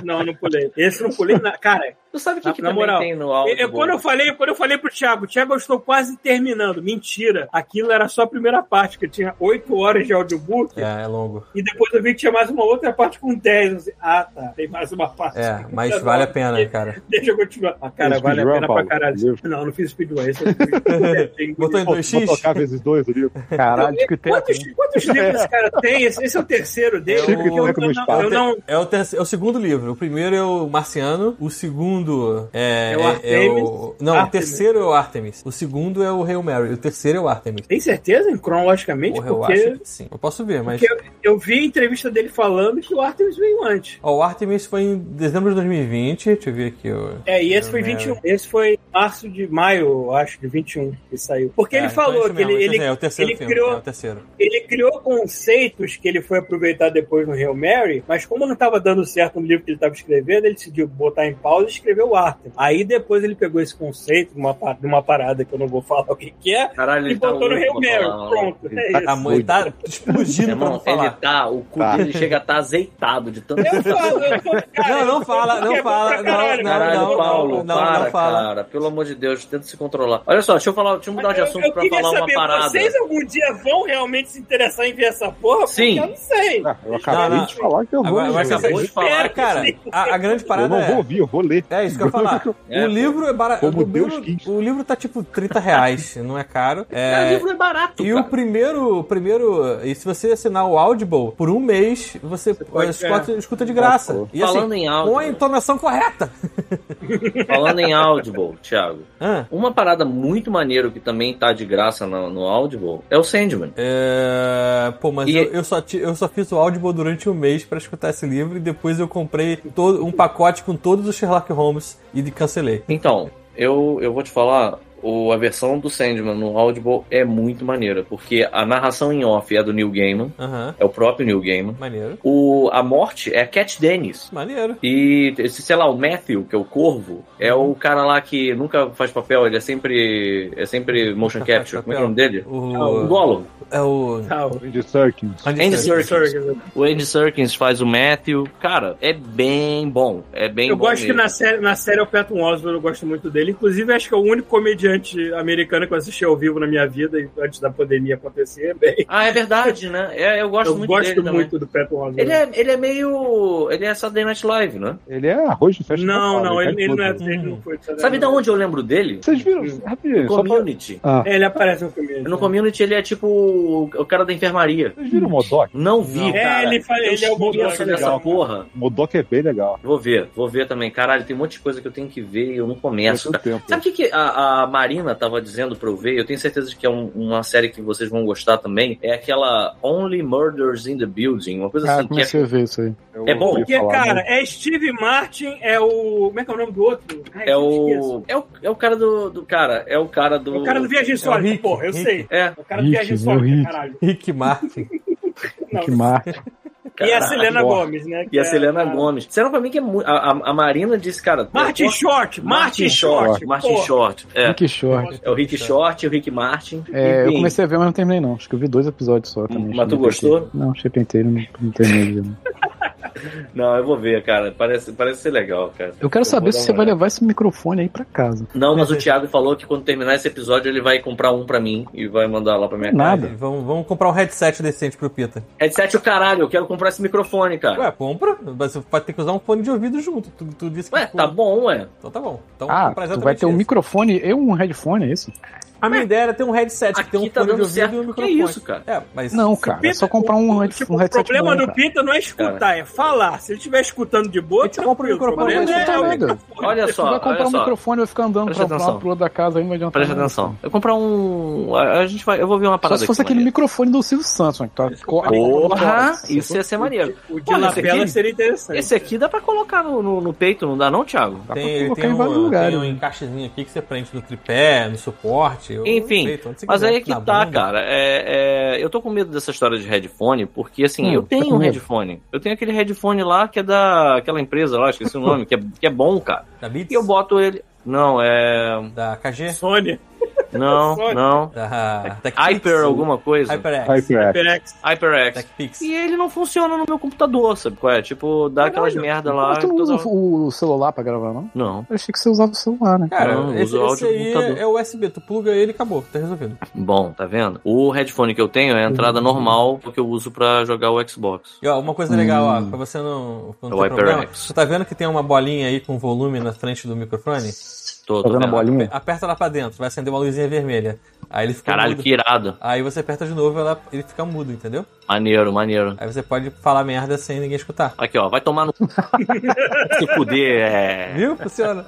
S3: não, não pulei. Esse eu não pulei nada. Cara,
S5: Tu sabe o que,
S3: Na-
S5: que
S3: na
S5: também
S3: moral,
S5: tem no áudio?
S3: Eu- eu- quando, eu falei, quando eu falei pro Thiago, Thiago, eu estou quase terminando. Mentira. Aquilo era só a primeira parte, que tinha 8 horas de audiobook.
S4: É, é longo.
S3: E depois eu vi que tinha mais uma outra parte com 10. Eu disse, ah, tá. Tem mais uma parte.
S4: É, mas vale a pena, cara.
S3: Deixa eu continuar. Ah, cara,
S1: Fez
S3: vale a
S1: speedrun,
S3: pena
S1: Paulo?
S3: pra caralho.
S1: Livro.
S3: Não, não fiz speedrun. Esse eu
S4: (laughs)
S3: fiz.
S4: Botou em
S1: Pô, vou
S4: 2x?
S1: tocar vezes dois ali.
S7: Caralho, que teto.
S3: Quantos, quantos livros esse cara tem? Esse, esse é o terceiro dele.
S4: Chico e
S3: Eu-
S1: Teco no
S3: eu, não,
S1: Espaço.
S3: eu não.
S4: É o, terceiro, é o segundo livro. O primeiro é o Marciano. O segundo é,
S3: É o
S4: é- é o-
S3: Artemis.
S4: Não, o
S3: Artemis.
S4: terceiro é o Artemis. O segundo é o Hail Mary. O terceiro é o Artemis.
S3: Tem certeza, cronologicamente?
S4: Porra, eu
S3: porque
S4: acho que sim. Eu posso ver, mas.
S3: porque eu, eu vi a entrevista dele falando que o Artemis veio antes.
S4: Ó, o Artemis foi em dezembro de 2020. Deixa eu ver aqui. ó.
S3: É, e esse foi
S4: Não, né,
S3: 21. Esse foi março de maio, eu acho, de 21 que saiu. Porque
S4: É,
S3: ele
S4: então
S3: falou
S4: é isso
S3: que ele,
S4: mesmo,
S3: ele,
S4: é o terceiro
S3: ele
S4: filme,
S3: criou-
S4: é o terceiro.
S3: ele criou conceitos que ele foi aproveitar depois no Hail Mary, mas como não estava dando certo no livro que ele estava escrevendo, ele decidiu botar em pausa e escreveu o Artemis. Aí depois ele pegou esse conceito de uma, pa- de uma parada que eu não vou falar o que, que é
S5: Caralho, tá
S3: e botou no Hail Mary. Pronto, é
S4: Tá,
S3: isso.
S4: tá, mo- tá explodindo pra
S5: Irmão,
S4: não falar.
S5: ele tá, o cu
S1: Tá.
S5: dele chega a tá azeitado de tanto.
S4: Tá
S3: Eu falo, eu um
S4: (laughs)
S3: falo, cara,
S4: Não, não fala,
S3: porque
S4: não
S3: é bom
S4: fala,
S3: pra
S4: não,
S3: caralho.
S4: não,
S5: Caralho,
S4: não,
S5: Paulo,
S4: não, não
S5: para,
S4: fala.
S5: cara. Pelo amor de Deus, tenta se controlar. Olha só, deixa eu falar, deixa eu mudar de
S3: Eu-
S5: assunto
S3: eu
S5: pra
S3: queria
S5: falar uma
S3: saber,
S5: parada.
S3: Vocês algum dia vão realmente se interessar em ver essa porra? Porque
S5: Sim.
S3: eu não sei.
S1: Ah, eu acabei
S4: Não, não.
S1: de falar que eu vou.
S4: Agora, agora
S1: ler.
S4: você
S5: acabou de falar.
S4: É, cara, a, a grande
S1: eu
S4: parada
S1: não vou
S4: é.
S1: ouvir, eu vou ler.
S4: É isso que eu ia falar.
S5: É,
S4: o livro é barato.
S1: Como
S4: o,
S1: Deus
S4: livro-
S1: quis.
S4: o livro tá tipo 30 reais, (laughs) não é caro. É,
S5: Cara, o livro é barato,
S4: E
S5: cara.
S4: o primeiro, o primeiro. E se você assinar o Audible por um mês, você,
S3: pode-
S4: escuta, escuta de graça.
S1: Nossa,
S4: E assim,
S5: Falando em
S4: com a
S5: áudio,
S4: entonação correta.
S5: (laughs) falando em Audible, Thiago.
S4: Ah,
S5: Uma parada muito maneira que também tá de graça no, no Audible é o Sandman.
S4: é, pô, mas
S5: E-
S4: eu, eu só, ti- eu só fiz o Audible durante um mês pra escutar esse livro e depois eu comprei todo, um pacote com todos os Sherlock Holmes e de- cancelei.
S5: Então, eu, eu vou te falar, o, a versão do Sandman no Audible é muito maneira, porque a narração em off é do Neil Gaiman,
S4: Aham,
S5: é o próprio Neil Gaiman.
S4: maneiro.
S5: O, a morte é a Cat Dennis.
S4: Maneiro.
S5: E, esse, sei lá, o Matthew, que é o corvo, é o cara lá que nunca faz papel, ele é sempre. É sempre motion
S4: Nunca faz
S5: capture. Como
S4: papel.
S5: é que é o nome dele? O
S4: O.
S5: Gollum.
S4: É o.
S3: Tal.
S1: Andy Serkins.
S5: Andy Serkis.
S3: Serkis.
S5: O Andy Serkins faz o Matthew. Cara, é bem bom. É bem
S3: Eu
S5: bom.
S3: gosto que
S5: mesmo.
S3: na série, na série é o Patton Oswalt, eu gosto muito dele. Inclusive, acho que é o único comediante americano que eu assisti ao vivo na minha vida, e antes da pandemia acontecer. Bem,
S5: Ah, é verdade, né? É, eu gosto
S3: eu
S5: muito
S3: gosto
S5: dele também.
S3: muito do Patton Oswalt.
S5: Ele é, ele é meio. Ele é Saturday Night Live, né?
S1: Ele é arroz de festa.
S3: Não,
S1: passada,
S3: não, ele,
S1: é
S3: ele não é.
S1: tudo.
S3: Ele não foi,
S5: Sabe de onde eu lembro dele?
S1: Vocês viram? Rapidinho, só pra...
S5: Community.
S1: Ah,
S3: É, ele aparece no filme.
S5: No Community ele é tipo o- o cara da enfermaria.
S1: vocês viram o Modok?
S5: Não vi,
S3: É,
S5: cara.
S3: ele fala-
S5: Eu
S3: ele é o
S5: esqueço
S3: Bodoque,
S5: dessa
S1: legal, cara.
S5: porra.
S1: O Modok é bem legal.
S5: Vou ver, vou ver também. Caralho, tem um monte de coisa que eu tenho que ver e eu não começo.
S1: Todo
S5: cara.
S1: um tempo.
S5: Sabe o que, que a, a Marina tava dizendo pra eu ver? Eu tenho certeza de que é um- uma série que vocês vão gostar também. É aquela Only Murders in the Building, uma coisa
S7: Ah,
S5: assim. Que é...
S7: comecei a ver isso aí.
S1: Eu
S5: É bom.
S1: ouvi
S3: Porque,
S1: falar,
S3: cara,
S1: né?
S3: é Steve Martin, é o. Como é que é o nome do outro? Ai,
S5: É
S3: esqueço.
S5: o, é o. É o cara do. do- cara, é o cara do.
S3: É o cara do Viagem Sólida,
S4: Rick,
S3: porra, eu
S4: Rick.
S3: sei.
S5: É,
S3: É o cara do Viagem
S1: Rick, meu
S3: Sólida,
S1: Rick.
S3: caralho.
S4: Rick Martin.
S3: Não.
S1: Que marca.
S3: E a
S5: caralho.
S3: Selena
S1: Boa.
S3: Gomes, né? que
S5: E a
S3: é
S5: Selena
S3: a-
S5: Gomes. Será pra mim que é muito. A, a- a Marina disse, cara.
S3: Martin
S5: eu-
S3: Short, Martin Short.
S5: Martin
S3: porra.
S5: Short. É.
S7: Que short.
S5: É o Rick
S4: Tá.
S5: Short e o Rick Martin.
S7: É, eu
S5: Enfim.
S7: comecei a ver, mas não terminei não. Acho que eu vi dois episódios só também.
S5: Mas
S7: Achei
S5: tu
S7: bem
S5: gostou?
S7: inteiro. Não, achei penteiro, não, não terminei de ver. não.
S5: Não, eu vou ver, cara. Parece, parece ser legal, cara.
S7: Eu quero
S5: vou
S7: saber se
S5: dar
S7: você
S5: uma
S7: vai
S5: olhada.
S7: levar esse microfone aí pra casa.
S5: Não, mas o Thiago falou que quando terminar esse episódio ele vai comprar um pra mim e vai mandar lá pra minha casa.
S7: Nada.
S4: Vamos, vamos comprar um headset decente pro Pita.
S5: Headset o caralho, eu quero comprar esse microfone, cara. Ué,
S4: Ué, compra. Mas você vai ter que usar um fone de ouvido junto. Tu, tu disse que.
S5: tá bom, ué.
S4: Então tá bom. Então vamos
S7: Ah,
S4: comprar
S7: tu vai ter um
S4: esse.
S7: microfone e um headphone, é isso?
S4: A minha ideia era ter um headset que
S5: Aqui
S4: tem um
S5: tá
S4: fone de
S5: dando
S4: ouvido
S5: certo.
S4: e um
S5: Que
S4: microfone.
S5: isso, cara?
S4: É, mas.
S7: Não, cara, é só comprar um, head-
S3: Tipo,
S7: um
S3: o
S7: headset
S3: problema
S7: bom,
S3: do
S7: cara.
S3: Pita não é escutar, é falar. Se ele estiver escutando de boa,
S4: A gente compra um
S3: tranquilo.
S4: microfone,
S3: O
S7: Não vai
S3: problema é-
S7: escutar nada.
S5: Olha
S7: Tu vai
S5: só,
S7: comprar
S5: olha
S7: um
S5: só.
S7: microfone e vai ficar andando
S5: Presta
S7: pra um
S5: atenção.
S7: lado pro outro da casa aí, não vai adiantar.
S5: Presta
S7: nada.
S5: atenção. Eu comprar um. A, a gente vai. Eu vou ver uma
S7: Só
S5: parada.
S7: se fosse
S5: aqui,
S7: aquele
S5: maneiro.
S7: microfone do Silvio Santos, né, que tá co-
S5: Porra! Isso é ia ser maneiro.
S3: O de
S5: Olha, esse
S3: lapela
S5: aqui-
S3: seria interessante.
S5: Esse aqui dá pra colocar no, no- no peito, não dá não, Thiago?
S7: Dá Tá pra
S4: Tem, ele
S7: colocar
S4: tem,
S7: em vários
S4: um,
S7: lugares. né?
S4: tem um encaixezinho aqui que você prende no tripé, no suporte. eu-
S5: Enfim,
S4: feito, onde você
S5: Mas
S4: quiser,
S5: aí é que
S4: na
S5: tá,
S4: bunda.
S5: cara. É, é, eu tô com medo dessa história de headphone, porque assim,
S7: Hum,
S5: eu
S7: tá
S5: tenho
S7: com
S5: um
S7: medo?
S5: headphone. Eu tenho aquele headphone lá que é da aquela empresa lá, esqueci o nome, que é, que é bom, cara.
S4: Da Beats,
S5: E eu boto ele. Não, é.
S4: da KG.
S3: Sônia.
S5: Não,
S3: Só-
S5: não.
S4: Ah, TechPix.
S5: Hyper alguma coisa.
S4: HyperX.
S1: Hyper
S3: Perex.
S5: HyperX.
S4: TechPix.
S5: E ele não funciona no meu computador, sabe qual é? Tipo, dá aquelas merda lá.
S7: Mas tu
S5: toda
S7: usa
S5: hora.
S7: o, o celular pra gravar, não?
S5: Não,
S7: Eu achei que você usava o celular, né?
S4: Cara,
S5: Não,
S4: esse,
S5: usa o
S4: esse
S5: áudio do
S4: aí
S5: computador.
S4: é USB, tu pluga ele e acabou, tá resolvido.
S5: bom, tá vendo? O headphone que eu tenho é a entrada normal que eu uso pra jogar o Xbox.
S4: E ó, uma coisa legal, ó, pra você não, não
S5: Hum. É o
S4: ter problema,
S5: HyperX.
S4: tu tá vendo que tem uma bolinha aí com volume na frente do microfone?
S5: Tô,
S7: Tá
S5: tô
S7: vendo a bolinha?
S4: Aperta lá pra dentro, vai acender uma luzinha vermelha. Aí ele fica
S5: Caralho,
S4: mudo.
S5: que irado.
S4: Aí você aperta de novo, ela, ele fica mudo, entendeu?
S5: Maneiro, maneiro.
S4: Aí você pode falar merda sem ninguém escutar.
S5: Aqui, ó, vai tomar no. (laughs) Se fuder, é.
S4: Viu? Funciona.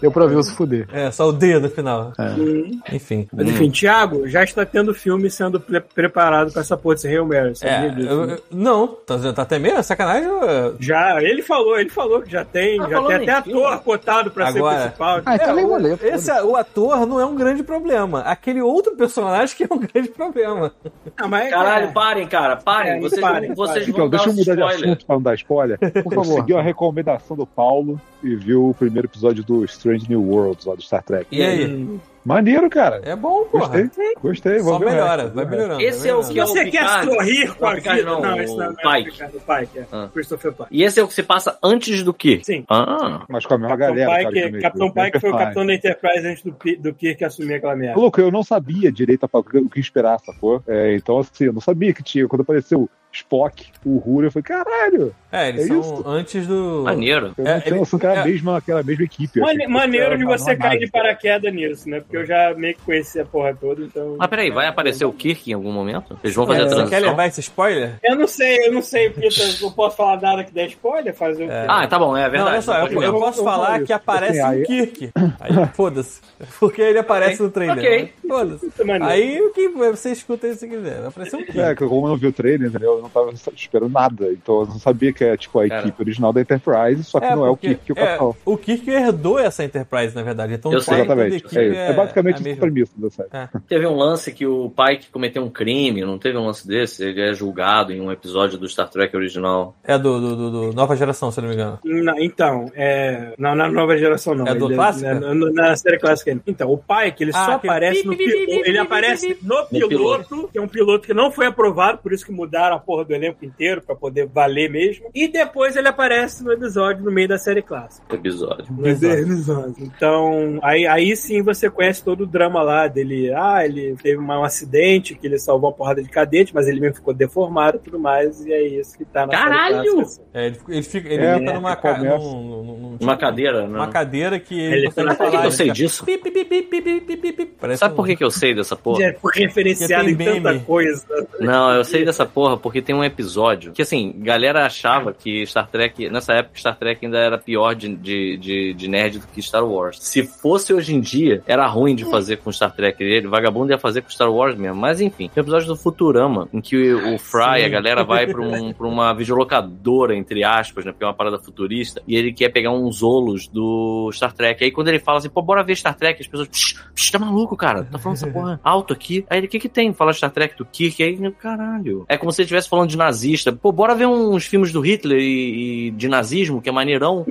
S7: Deu pra ver se fuder.
S4: É, só o D no final.
S1: É.
S4: Uhum.
S3: Hum.
S4: Enfim.
S3: Mas enfim, Thiago, já está tendo filme sendo pre- preparado para essa porra desse Hail Mary.
S4: É,
S3: sabia disso,
S4: eu-
S3: né?
S4: eu- não, tá, tá até meio sacanagem. eu-
S3: Já, ele falou, ele falou que já tem,
S5: Ah,
S3: já
S5: falou
S3: tem
S5: em
S3: até
S5: filme?
S3: ator cotado para ser
S4: Agora.
S3: principal.
S7: Ah, então
S4: É,
S7: nem
S4: o-
S7: boleto.
S4: Esse, o ator não é um grande problema. Aquele outro personagem que é um (laughs) grande problema.
S3: Ah, mas é-
S5: Caralho, parem, cara, parem.
S3: É,
S5: vocês
S3: parem,
S5: vão, vocês
S1: Então,
S5: vão dar
S1: deixa eu
S5: um
S1: mudar de
S5: spoiler.
S1: assunto pra não dar spoiler.
S5: é
S7: Por
S1: Ele
S7: favor.
S1: seguiu a recomendação do Paulo e viu o primeiro episódio do Strange New Worlds lá do Star Trek.
S4: E aí?
S3: Hum.
S1: Maneiro, cara.
S4: É bom, porra.
S1: Gostei, gostei.
S4: Só
S1: Vamos ver o
S4: melhora,
S1: resto,
S4: vai
S1: vamos ver o resto.
S4: melhorando.
S5: Esse
S4: vai
S5: é o
S4: melhorando.
S5: que é o
S3: Você quer
S5: Picard?
S3: sorrir com
S5: Não,
S3: a
S5: Picard
S3: vida?
S5: não,
S3: isso não,
S5: o
S3: não é
S5: Pike.
S3: Picard, o Pike, é.
S5: Ah.
S3: Christopher Pike.
S5: E esse é o que se passa antes do que?
S3: Sim.
S5: Ah,
S1: É. Mas com a mesma
S3: Capitão
S1: galera.
S3: Pike,
S1: teoricamente,
S3: Capitão
S1: né?
S3: Pike foi o
S1: Fine.
S3: capitão da Enterprise antes do, Pi- do Kirk assumir aquela merda.
S1: Louco, eu não sabia direito a- o que esperar, sacou? É, então, assim, eu não sabia que tinha. Quando apareceu Spock, o Hura, eu falei, caralho!
S4: É, eles
S1: É
S4: são
S1: isso.
S4: antes do.
S5: maneiro.
S1: Eu
S4: É,
S1: não tinha
S4: ele-
S1: noção que era,
S4: é.
S1: a mesma, que era a mesma equipe. eu
S3: Mane-
S1: achei que
S3: maneiro
S1: era
S3: de
S1: uma-
S3: você
S1: uma
S3: cair
S1: nave,
S3: de paraquedas nisso, né? Porque eu já meio que conheci a porra toda, então.
S5: Mas Ah, peraí, vai aparecer o Kirk em algum momento? Eles vão
S4: É,
S5: fazer a
S4: você quer
S5: transição? É
S4: levar esse spoiler?
S3: Eu não sei, eu não sei, porque eu não posso falar nada que der spoiler, fazer o quê?
S5: Ah, tá bom,
S4: não,
S5: é
S4: olha
S5: verdade.
S4: só,
S5: pode
S4: eu, eu
S5: mesmo.
S4: posso
S1: Eu falo
S4: falar
S1: isso.
S4: que aparece
S1: Assim,
S4: um
S1: aí- (laughs)
S4: Kirk. Aí, foda-se. Porque ele aparece no trailer.
S5: ok.
S4: né? Foda-se.
S3: Muito maneiro.
S4: Aí o que você escuta isso se quiser. Vai aparecer um Kirk.
S1: É, que como eu não vi o trailer, entendeu? Eu não tava esperando nada. Então eu não sabia que é tipo a
S5: Cara.
S1: equipe original da Enterprise, só que não é o
S4: porque-
S1: Kirk, que é o
S4: é,
S1: capitão.
S4: o Kirk herdou essa Enterprise, na verdade. Então
S5: Eu
S4: o
S5: sei.
S4: pai da
S1: Exatamente.
S4: equipe
S1: É, isso. é
S4: a
S1: basicamente essa
S4: mesma.
S1: premissa da série.
S5: Teve um lance que o Pike cometeu um crime, não teve um lance desse? Ele é julgado em um episódio do Star Trek original.
S4: É do, do- do- do Nova Geração, se eu não me engano.
S3: Na- então, é. Não, na nova geração não.
S4: É do
S3: Ele-
S4: clássico?
S3: Na, na- na série clássica ainda. Então, o Pike, ele
S4: Ah,
S3: só
S4: aquele-
S3: aparece no. pi- Ele aparece no piloto, que é um piloto que não foi aprovado, por isso que mudaram a porra do elenco inteiro, pra poder valer mesmo. E depois ele aparece no episódio no meio da série clássica.
S5: Episódio.
S3: Modernizando. Então, aí, aí sim você conhece todo o drama lá dele. Ah, ele teve uma- um acidente que ele salvou uma porrada de cadete, mas ele mesmo ficou deformado e tudo mais, e é isso que tá na série
S5: Caralho!
S3: clássica.
S4: É, ele, fica- ele fica, ele
S1: É,
S4: entra numa,
S1: que
S4: ca-
S1: começa.
S4: num- num- num- num-
S5: Uma cadeira, né?
S4: uma cadeira que
S3: Ele-
S5: Mas por que, que eu sei disso?
S4: Pi, pi, pi, pi, pi, pi, pi, pi, pi. Parece
S5: Sabe
S4: um-
S5: por que, que eu sei dessa porra?
S3: Já foi referenciado em
S4: Porque tem
S3: tanta
S4: meme.
S3: coisa.
S5: Não, eu sei dessa porra porque tem um episódio que, assim, galera achava que Star Trek, nessa época, Star Trek ainda era pior de, de, de, de nerd do que Star Wars. Se fosse hoje em dia, era ruim de fazer com Star Trek. Ele, vagabundo ia fazer com Star Wars mesmo. Mas, enfim, tem um episódio do Futurama em que o, o Fry, a galera, vai pra, um- pra uma videolocadora, entre aspas, né? Porque é uma parada futurista, e ele quer pegar uns olos do Star Trek. Aí, quando ele fala assim, pô, bora ver Star Trek, as pessoas, "Psh, psh, tá maluco, cara? Tá falando essa porra alto aqui. Aí ele, o que que tem? Fala Star Trek do Kirk. Aí, meu, caralho. É como se ele estivesse falando de nazista. Pô, bora ver uns filmes do Hitler e, e de nazismo, que é maneirão.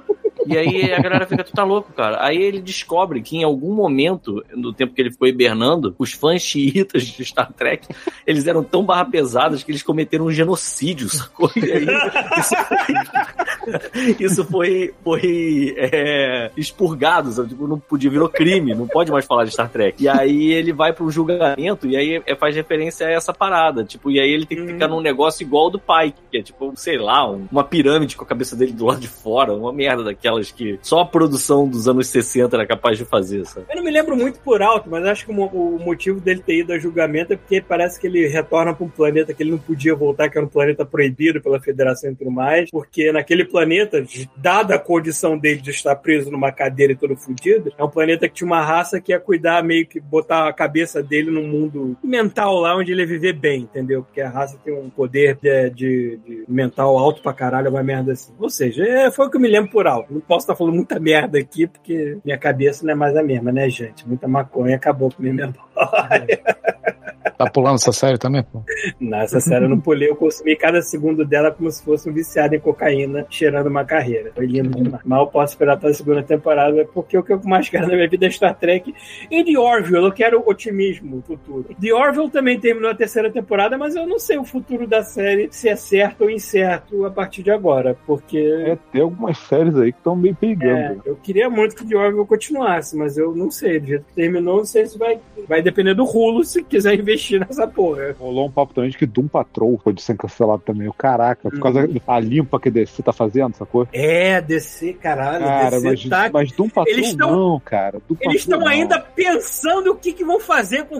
S5: E aí a galera fica, tu tá louco, cara. Aí ele descobre que em algum momento, no tempo que ele ficou hibernando, os fãs xiitas de Star Trek, eles eram tão barra pesadas que eles cometeram um genocídio, sacou? E aí, isso foi isso foi, (laughs) foi é, expurgado, sabe? Tipo, não podia, virou crime, não pode mais falar de Star Trek. E aí ele vai para um julgamento e aí é- faz referência a essa parada, tipo, e aí ele tem que ficar num negócio igual ao do pai, que é tipo, sei lá, um- uma pirâmide com a cabeça dele do lado de fora, uma merda daquelas que só a produção dos anos 60 era capaz de fazer, sabe?
S3: Eu não me lembro muito por alto, mas acho que o, mo- o motivo dele ter ido a julgamento é porque parece que ele retorna para um planeta que ele não podia voltar, que era um planeta proibido pela Federação e tudo mais, porque naquele planeta, dada a condição dele de estar preso numa cadeira e todo fudido, é um planeta que tinha uma raça que ia cuidar meio que botar a cabeça dele num mundo mental lá onde ele ia viver bem, entendeu? Porque a raça tem um poder de, de- de mental alto pra caralho, uma merda assim. Ou seja, é, foi o que eu me lembro por alto. Não posso estar falando muita merda aqui, porque (laughs) minha cabeça não é mais a mesma, né, gente? Muita maconha acabou com minha memória.
S7: Tá pulando essa série também, pô?
S3: Nessa série eu não pulei, eu consumi cada segundo dela como se fosse um viciado em cocaína, cheirando uma carreira. Foi lindo demais. Mal posso esperar pra segunda temporada, porque o que eu mais quero na minha vida é Star Trek. E The Orville, eu quero otimismo futuro. The Orville também terminou a terceira temporada, mas eu não sei o futuro da série, se é certo ou incerto a partir de agora, porque
S1: É, tem algumas séries aí que estão meio
S3: é,
S1: pegando.
S3: eu queria muito que The Orville continuasse, mas eu não sei, do jeito que terminou, não sei se vai, vai depender do rulo se quiser investir nessa porra.
S1: Rolou um papo também de que Doom Patrol pode ser cancelado também. Eu, Caraca, por causa
S3: Uhum.
S1: da limpa que DC tá fazendo, sacou?
S3: É, DC, caralho,
S1: Cara,
S3: DC
S1: mas,
S3: tá
S1: mas Doom Patrol
S3: Eles tão-
S1: não, cara. Doom
S3: Eles
S1: Patrol
S3: estão
S1: não.
S3: ainda pensando o que, que vão fazer com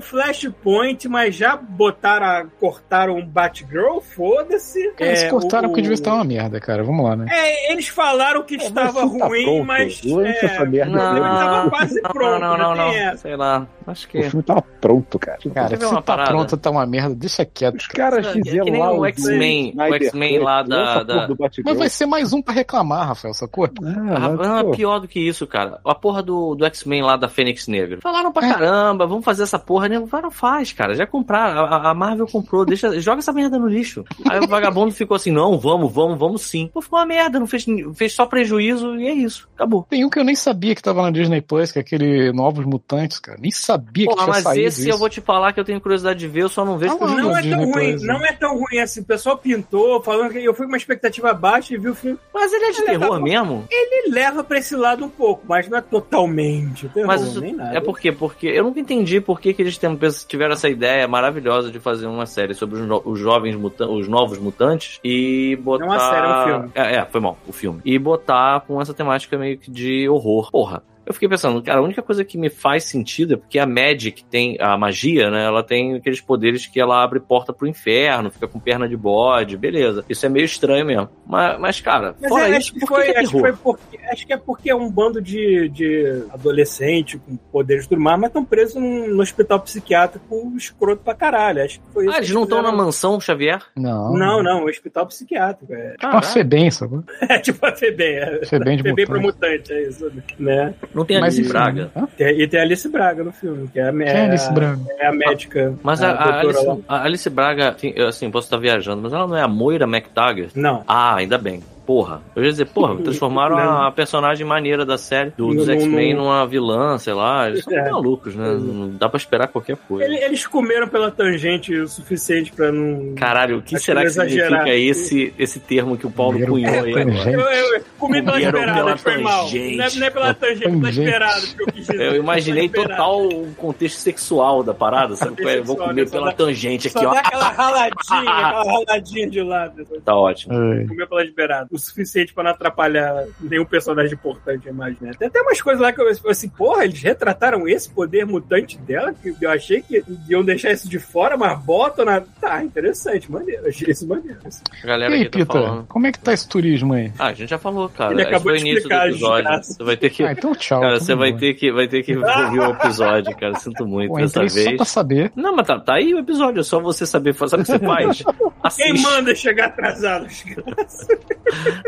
S3: Flashpoint, mas já botaram, a, cortaram um Batgirl, foda-se.
S7: Cara, eles
S3: É,
S7: cortaram
S3: o-
S7: porque devia estar um uma merda, cara. Vamos lá, né?
S3: É, eles falaram que
S1: Mas
S3: estava
S1: isso tá
S3: ruim,
S1: pronto.
S3: mas
S1: Lança
S3: é,
S1: essa merda
S3: o filme
S1: mesmo.
S3: tava quase pronto,
S5: não,
S3: né?
S5: não, não,
S3: Tem
S5: não.
S3: essa.
S5: Sei lá. Acho que.
S1: O filme tava pronto, cara.
S7: Cara,
S5: Quer ver
S7: se
S5: uma
S7: tá
S5: parada?
S7: pronto, tá uma merda, deixa quieto.
S1: os caras
S5: É, é que
S1: fizeram
S5: nem
S1: lá
S5: o X-Men,
S1: Snyder
S5: o X-Men
S1: Cut,
S5: lá da-
S1: lança a porra
S5: da-
S1: do Batgirl.
S7: Mas vai ser mais um pra reclamar, Rafael, sacou?
S1: Ah,
S5: Ah,
S1: mas,
S5: ah,
S1: pô,
S5: pior do que isso, cara. A porra do, do X-Men lá da Fênix Negra. Falaram pra caramba, vamos fazer essa porra. Nego, vai, não faz, cara. Já compraram. A, a Marvel comprou, deixa, (laughs) joga essa merda no lixo. Aí o vagabundo ficou assim: não, vamos, vamos, vamos sim. Pô, ficou uma merda, não fez, fez só prejuízo e é isso. Acabou.
S7: Tem um que eu nem sabia que tava na Disney Plus, que é aquele Novos Mutantes, cara. Nem sabia que
S5: Porra,
S7: tinha
S5: mas
S7: saído
S5: esse
S7: isso.
S5: eu vou te falar que eu tenho curiosidade de ver, eu só não vejo
S7: Ah,
S5: porque eu
S7: não,
S5: não.
S3: Não é tão
S7: Disney
S3: ruim,
S7: Plus, né?
S3: não é tão ruim assim. O pessoal pintou, falando que eu fui com uma expectativa baixa e vi o filme.
S5: Mas ele é de
S3: Ele é
S5: terror
S3: da-
S5: mesmo?
S3: Ele leva pra esse lado um pouco, mas não é totalmente. terror,
S5: Mas isso
S3: nem nada.
S5: é por quê? Porque eu nunca entendi por que, que eles tem- tiveram essa ideia maravilhosa de fazer uma série sobre os, no- os jovens mutan- os novos mutantes e botar.
S3: Não é uma série, é um filme.
S5: É, é, foi mal, o filme. E botar com essa temática meio que de horror. Porra. Eu fiquei pensando, cara, a única coisa que me faz sentido é porque a Magic tem, a magia, né? Ela tem aqueles poderes que ela abre porta pro inferno, fica com perna de bode, beleza. Isso é meio estranho mesmo. Mas, mas, cara,
S3: Mas
S5: fora
S3: é,
S5: isso,
S3: acho, que
S5: por que
S3: foi,
S5: que
S3: acho,
S5: é
S3: que
S5: terror?
S3: foi porque, acho que é porque é um bando de, de adolescente com poderes do mar, mas estão presos num, num hospital psiquiátrico escroto pra caralho. Acho que foi isso
S5: Ah,
S3: que
S5: eles não estão na
S3: fizeram.
S5: mansão, Xavier?
S7: Não.
S3: Não, não, é um hospital psiquiátrico. É, (laughs)
S7: Uma Febem, sacou?
S3: é tipo a FEBEM. É.
S7: Febem de
S3: FEBEM pra
S7: mutante.
S3: mutante, é isso. Né?
S5: Não tem a
S7: Mas
S5: Alice
S7: enfim.
S5: Braga.
S7: Hã?
S3: Tem- e tem a Alice Braga no filme, que é a, mé-
S7: Quem é Alice Braga?
S3: é a médica.
S5: Mas a, a
S3: doutora lá.
S5: Alice, a Alice Braga, assim, eu, assim, posso estar viajando, mas ela não é a Moira McTaggart?
S3: Não.
S5: Ah, ainda bem. Porra. Eu ia dizer, porra,
S3: (laughs)
S5: transformaram a personagem maneira da série, do, dos
S3: Não, não,
S5: X-Men,
S3: não.
S5: numa vilã, sei lá. Eles são
S3: É.
S5: malucos, né? Não dá pra esperar qualquer coisa.
S3: Ele- eles comeram pela tangente o suficiente pra não.
S5: Caralho, o que
S3: Acho
S5: será
S3: que
S5: que
S3: exagerado.
S5: significa esse, esse termo que o Paulo
S7: Primeiro
S5: cunhou aí? agora?
S7: tangente.
S3: Eu, eu, eu comi pela
S5: Comeram
S3: esperada,
S5: pela
S3: foi mal.
S5: tangente.
S3: Não é, não é pela tangente, pela
S7: tangente.
S3: esperada que eu quis dizer.
S5: Eu imaginei
S3: Pela esperada.
S5: total o contexto sexual da parada, sabe? qual é? Eu Vou
S3: Sexual,
S5: comer
S3: né? Só
S5: pela
S3: dá-
S5: tangente
S3: Só
S5: aqui,
S3: dá
S5: ó.
S3: aquela
S5: (laughs)
S3: raladinha, aquela raladinha de lado.
S5: Tá ótimo.
S7: Ai.
S3: Comeu pela esperada. O suficiente pra não atrapalhar nenhum personagem importante, eu imagino. Tem até umas coisas lá que eu eu assim, porra, eles retrataram esse poder mutante dela, que eu achei que iam deixar isso de fora, mas botam na. Tá, interessante, maneiro. Achei isso maneiro.
S5: A
S7: E
S5: galera
S7: aí,
S5: aqui tá
S7: Pita,
S5: falando.
S7: como é que tá esse turismo aí?
S5: Ah, a gente já falou, cara.
S3: Ele
S5: Esse
S3: acabou
S5: foi o
S3: de
S5: início do
S3: explicar,
S5: episódio.
S3: desgraça.
S5: Você vai ter que
S7: Ah, então tchau.
S5: Cara,
S7: tudo
S5: você vai
S7: bom.
S5: ter, que, vai ter que ouvir o episódio, cara. Sinto muito
S7: Pô,
S5: dessa
S7: entrei só
S5: vez.
S7: pra saber.
S5: Não, mas tá, tá aí o episódio. É só você saber. fa- Sabe o que você
S7: (laughs)
S5: faz? Assiste.
S3: Quem manda chegar atrasado?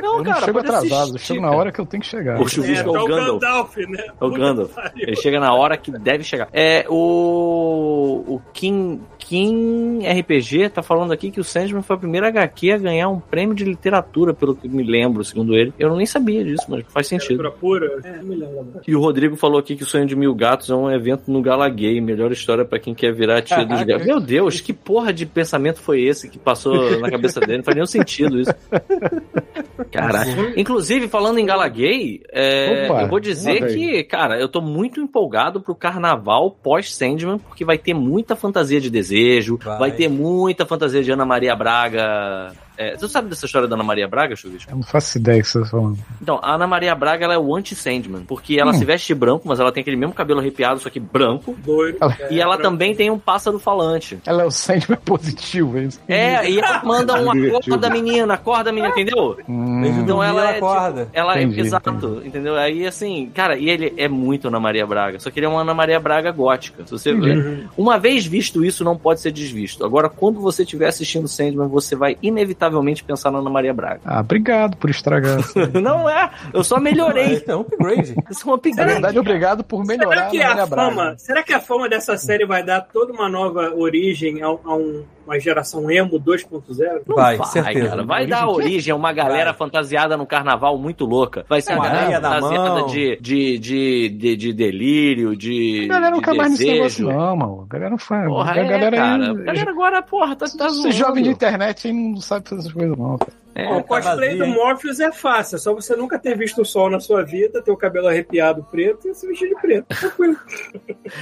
S5: Não,
S7: Eu não chego
S5: pode
S7: atrasado, eu
S5: assistir,
S7: chego na
S5: cara.
S7: hora então que eu tenho que chegar.
S5: O chuvisco é,
S3: tá
S5: o Gandalf.
S3: Gandalf, né?
S5: É o
S3: Puta
S5: Gandalf.
S3: que pariu.
S5: Ele chega na hora que deve chegar. É, o. O Kim, Kim RPG tá falando aqui que o Sandman foi a primeira HQ a ganhar um prêmio de literatura, pelo que me lembro, segundo ele. Eu nem sabia disso, mas faz sentido.
S3: Literatura pura? É, não me lembro agora.
S5: E o Rodrigo falou aqui que o Sonho de Mil Gatos é um evento no Galaguei. Melhor história pra quem quer virar tia dos
S7: Caraca.
S5: gatos. Meu Deus, que porra de pensamento foi esse que passou na cabeça dele? Não faz nenhum sentido isso. Caraca. Inclusive, falando em Galaguei, é,
S7: Opa,
S5: eu vou dizer
S1: manda aí.
S5: que, cara, eu tô muito empolgado pro carnaval pós-Sandman, porque vai ter muita fantasia de desejo, vai,
S4: Vai.
S5: ter muita fantasia de Ana Maria Braga. É, você sabe dessa história da Ana Maria Braga, Chuvisco?
S7: Eu não faço ideia do que você tá falando.
S5: Então, a Ana Maria Braga ela é o anti-Sandman, porque ela
S7: Hum.
S5: se veste de branco, mas ela tem aquele mesmo cabelo arrepiado, só que branco.
S3: Doido.
S7: É,
S5: e ela
S3: pra-
S5: também tem um pássaro falante.
S7: Ela é o Sandman positivo, é isso?
S5: É, e ela manda um
S7: (laughs)
S1: Divertido.
S5: acorda, menina, acorda, menina, entendeu?
S7: Hum,
S5: Então ela é, tipo,
S4: acorda.
S5: Ela
S7: Entendi,
S5: é exato, entendeu? Aí assim, cara, e ele é muito Ana Maria Braga, só que ele é uma Ana Maria Braga gótica. Se você
S3: Uhum.
S5: uma vez visto isso, não pode ser desvisto. Agora, quando você estiver assistindo Sandman, você vai inevitavelmente pensar na Ana Maria
S7: (laughs)
S5: Braga.
S7: Ah, obrigado por estragar.
S5: Não é, eu só melhorei.
S4: É um upgrade.
S5: Isso é um
S7: Na
S5: upgrade.
S7: verdade, obrigado por melhorar né,
S3: Será
S7: é a
S3: que, é a
S7: Maria
S3: fama,
S7: Braga.
S3: será que a fama dessa série vai dar toda uma nova origem a, a um- uma geração emo 2.0?
S5: Não
S4: Vai, certeza.
S5: cara. Vai dar origem a uma galera fantasiada no carnaval muito louca. Vai ser
S4: Com
S5: uma
S4: areia
S5: galera
S4: na
S5: fantasiada
S4: mão.
S5: de, de, de, de, de delírio, de.
S7: A galera não
S5: de
S7: quer mais nesse negócio,
S5: desejo.
S7: não, mano. A galera não faz.
S5: Porra,
S7: a galera
S5: é, cara.
S7: aí-
S5: A galera agora, porra, tá, tá
S7: Esse
S5: zoando.
S7: jovem de internet aí não sabe fazer essas coisas, não. cara.
S5: É,
S3: Bom, o
S4: tá
S3: cosplay
S4: vazio,
S3: do
S4: hein?
S3: Morpheus é fácil, é só você nunca ter visto o sol na sua vida, ter o cabelo arrepiado preto e se vestir de preto. Tranquilo.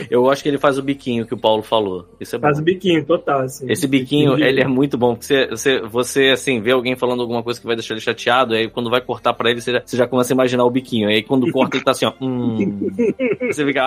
S5: Eu acho que ele faz o biquinho que o Paulo falou. Isso é bom.
S3: Faz o biquinho total, assim.
S5: Esse biquinho, ele é muito bom. porque Você, você, você, assim, vê alguém falando alguma coisa que vai deixar ele chateado, aí quando vai cortar pra ele, você já, você já começa a imaginar o biquinho. Aí quando corta, ele tá assim, ó. Hum. Você fica,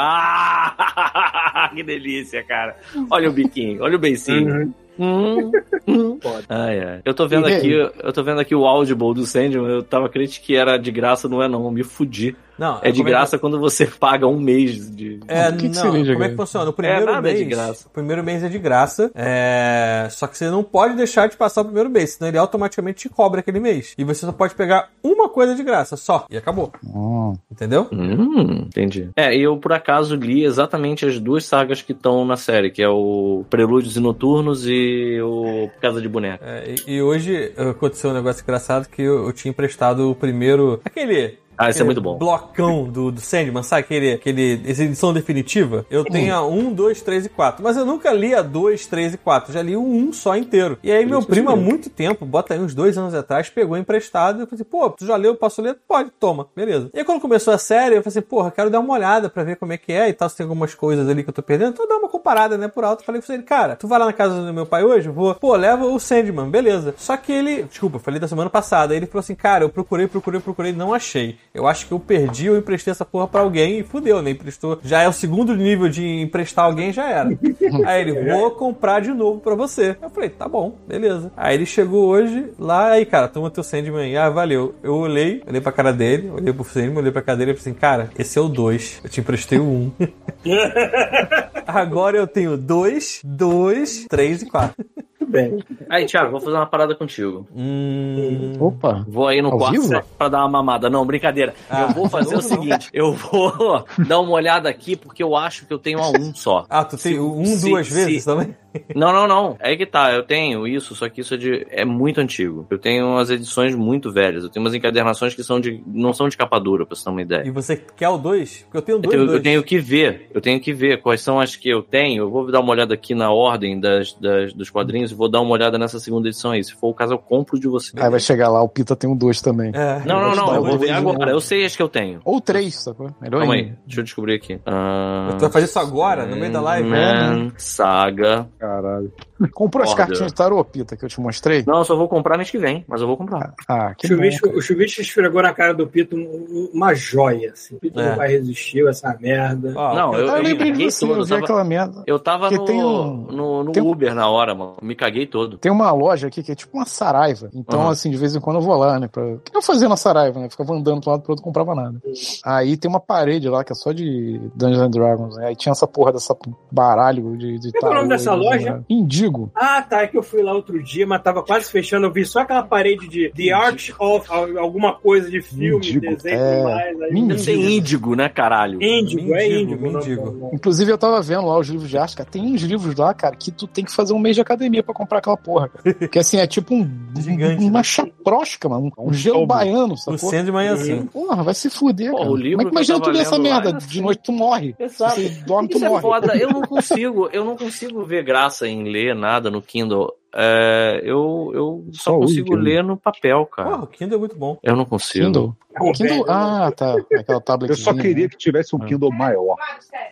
S5: ah, (laughs) que delícia, cara. Olha o biquinho, olha o beicinho.
S3: Uhum.
S5: Hum, hum. Ai, ai. Eu tô vendo
S7: E-
S5: aqui, eu tô vendo aqui o Audible do Sandman, eu tava crente que era de graça, não é não, eu me fudi.
S4: Não, um
S5: É de
S4: Ah, como que-
S5: graça quando você (laughs) paga um mês de...
S4: É,
S7: O que
S4: não,
S7: que seria de
S4: como é
S7: graça?
S4: que funciona? O primeiro
S5: É, nada é
S4: mês.
S5: de graça.
S4: O primeiro mês é de graça. é, Só que você não pode deixar de passar o primeiro mês, senão ele automaticamente te cobra aquele mês. E você só pode pegar uma coisa de graça, só. E acabou.
S7: Hum.
S4: Entendeu?
S5: Hum, entendi. É, e eu por acaso li exatamente as duas sagas que estão na série, que é o Prelúdios e Noturnos e o Casa de Boneca.
S4: É, e, e hoje eh, aconteceu um negócio engraçado que eu, eu tinha emprestado o primeiro. Aquele.
S5: Ah, isso é
S4: aquele
S5: muito bom.
S4: Blocão do, do Sandman, sabe? Aquele, aquele edição definitiva. Eu tenho a 1, 2, 3 e 4. Mas eu nunca li a 2, 3 e 4. Já li o 1 só inteiro. E aí, meu
S5: é
S4: primo, há muito tempo, bota aí uns dois anos atrás, pegou emprestado. Eu falei, assim, pô, tu já leu, posso ler? Pode, toma, beleza. E aí, quando começou a série, eu falei assim, porra, quero dar uma olhada pra ver como é que é e tal, se tem algumas coisas ali que eu tô perdendo. Então, dá uma comparada, né, por alto. Falei pra ele, cara, tu vai lá na casa do meu pai hoje? Vou. Pô, leva o Sandman, beleza. Só que ele, desculpa, falei da semana passada. Ele falou assim, cara, eu procurei, procurei, procurei, não achei. Eu acho que eu perdi, eu emprestei essa porra pra alguém e fudeu, né? Emprestou. Já é o segundo nível de emprestar alguém, já
S5: (laughs)
S4: era. Aí ele, vou comprar de novo pra você. Eu falei, tá bom, beleza. Aí ele chegou hoje lá, aí, cara, toma teu Sandman aí. Ah, valeu. Eu olhei, olhei pra cara dele, olhei pro Sandman, olhei pra cara dele e falei assim, cara, esse é o 2. Eu te emprestei o 1.
S5: (laughs)
S4: Um. Agora eu tenho 2, 2, 3 e 4.
S3: Muito bem.
S5: Aí, Thiago, vou fazer uma parada contigo.
S4: Hum.
S7: Opa.
S5: Vou aí no
S7: Ao
S5: quarto
S7: vivo?
S5: só pra dar uma mamada. Não, brincadeira.
S4: Ah,
S5: eu vou fazer o seguinte: eu vou (laughs) dar uma olhada aqui, porque eu acho que eu tenho a um só.
S4: Ah, tu tem um
S5: se-
S4: duas
S5: se-
S4: vezes também?
S5: Não, não, não. É aí que tá. Eu tenho isso, só que isso é, de, é muito antigo. Eu tenho umas edições muito velhas. Eu tenho umas encadernações que são de, não são de capa dura, pra você ter uma ideia.
S4: E você quer o dois? Porque eu tenho
S5: Eu
S4: dois.
S5: tenho,
S4: dois.
S5: eu tenho que ver, eu tenho que ver quais são as que eu tenho. Eu vou dar uma olhada aqui na ordem das, das- dos quadrinhos e vou dar uma olhada nessa segunda edição aí. Se for o caso, eu compro de você.
S7: Aí Ah, vai chegar lá, o Pita tem um dois também.
S4: É.
S5: Não, não, não, eu vou ver
S7: Eu vou-
S5: agora. Eu sei as que eu tenho.
S7: Ou três, sacou? Melhor
S5: Calma
S7: ainda.
S5: aí, deixa eu descobrir aqui. Ah, Hum, né?
S4: Tu vai fazer isso agora, no meio da live?
S5: Sandman, Saga.
S7: Caralho. Comprou as
S5: Order.
S7: cartinhas de tarô, Pita, que eu te mostrei?
S5: Não, eu só vou comprar mês que vem, mas eu vou comprar.
S7: Ah,
S3: O
S7: que bom.
S3: Chuvich, o Chuvich esfregou na cara do Pito um- um- uma joia. Assim. O Pito
S4: É.
S3: não vai resistir a essa merda.
S4: Ó, tá
S5: Não,
S4: eu...
S5: eu-
S7: Ah, eu lembrei de
S5: caguei
S7: você,
S5: todo,
S7: eu vi
S5: tava-
S7: aquela merda.
S5: Eu tava
S7: Porque
S5: no,
S7: tem um-
S5: no, no
S7: tem um-
S5: Uber na hora, mano. Me caguei todo.
S7: Tem uma loja aqui que é tipo uma Saraiva. Então,
S5: Aham.
S7: assim, de vez em quando eu vou lá, né? Pra... O que eu fazia na Saraiva, né? Ficava andando pro lado pro outro, comprava nada. Aí tem uma parede lá que é só de Dungeons and Dragons. Né? Aí tinha essa porra dessa baralho de, de
S3: Qual é o nome
S7: tarô,
S3: dessa
S7: né?
S3: loja?
S7: Indigo.
S3: Ah, tá. É que eu fui lá outro dia, mas tava quase fechando. Eu vi só aquela parede de The Art of al- alguma coisa de filme,
S7: Mendigo,
S3: desenho
S7: é.
S3: e mais. Aí,
S7: Mendigo.
S5: Deve ser índigo, né, caralho?
S3: Índigo, é
S4: Mendigo,
S3: índigo. não,
S4: mendigo.
S3: não, não.
S7: Inclusive, eu tava vendo lá os livros de arte, cara. Tem uns livros lá, cara, que tu tem que fazer um mês de academia pra comprar aquela porra, cara. Porque assim, é tipo um.
S4: Gigante,
S7: Uma
S4: né?
S7: chaprosca, mano. Um gelo
S1: tombo.
S7: baiano,
S4: o
S7: sacou?
S4: Sandman é assim.
S7: Porra, vai se fuder,
S5: Porra,
S7: cara.
S5: o livro
S7: Mas imagina
S5: que eu
S7: tu
S5: tava
S7: ler essa
S5: lendo lá
S7: merda.
S5: era
S7: De noite tu morre.
S5: Exato.
S7: Você dorme, tu
S5: Isso é
S7: morre.
S5: foda. Eu não consigo, eu não consigo ver graça em ler nada no Kindle. É, eu, eu só
S7: Só o
S5: consigo
S7: Kindle.
S5: ler no papel, cara.
S4: Porra, o Kindle é muito bom.
S5: Eu não consigo.
S7: Kindle?
S3: Não,
S7: Kindle?
S3: velho,
S7: Ah,
S1: (laughs)
S7: tá. Aquela tablet.
S1: Eu só queria que tivesse um
S7: Ah.
S1: Kindle maior.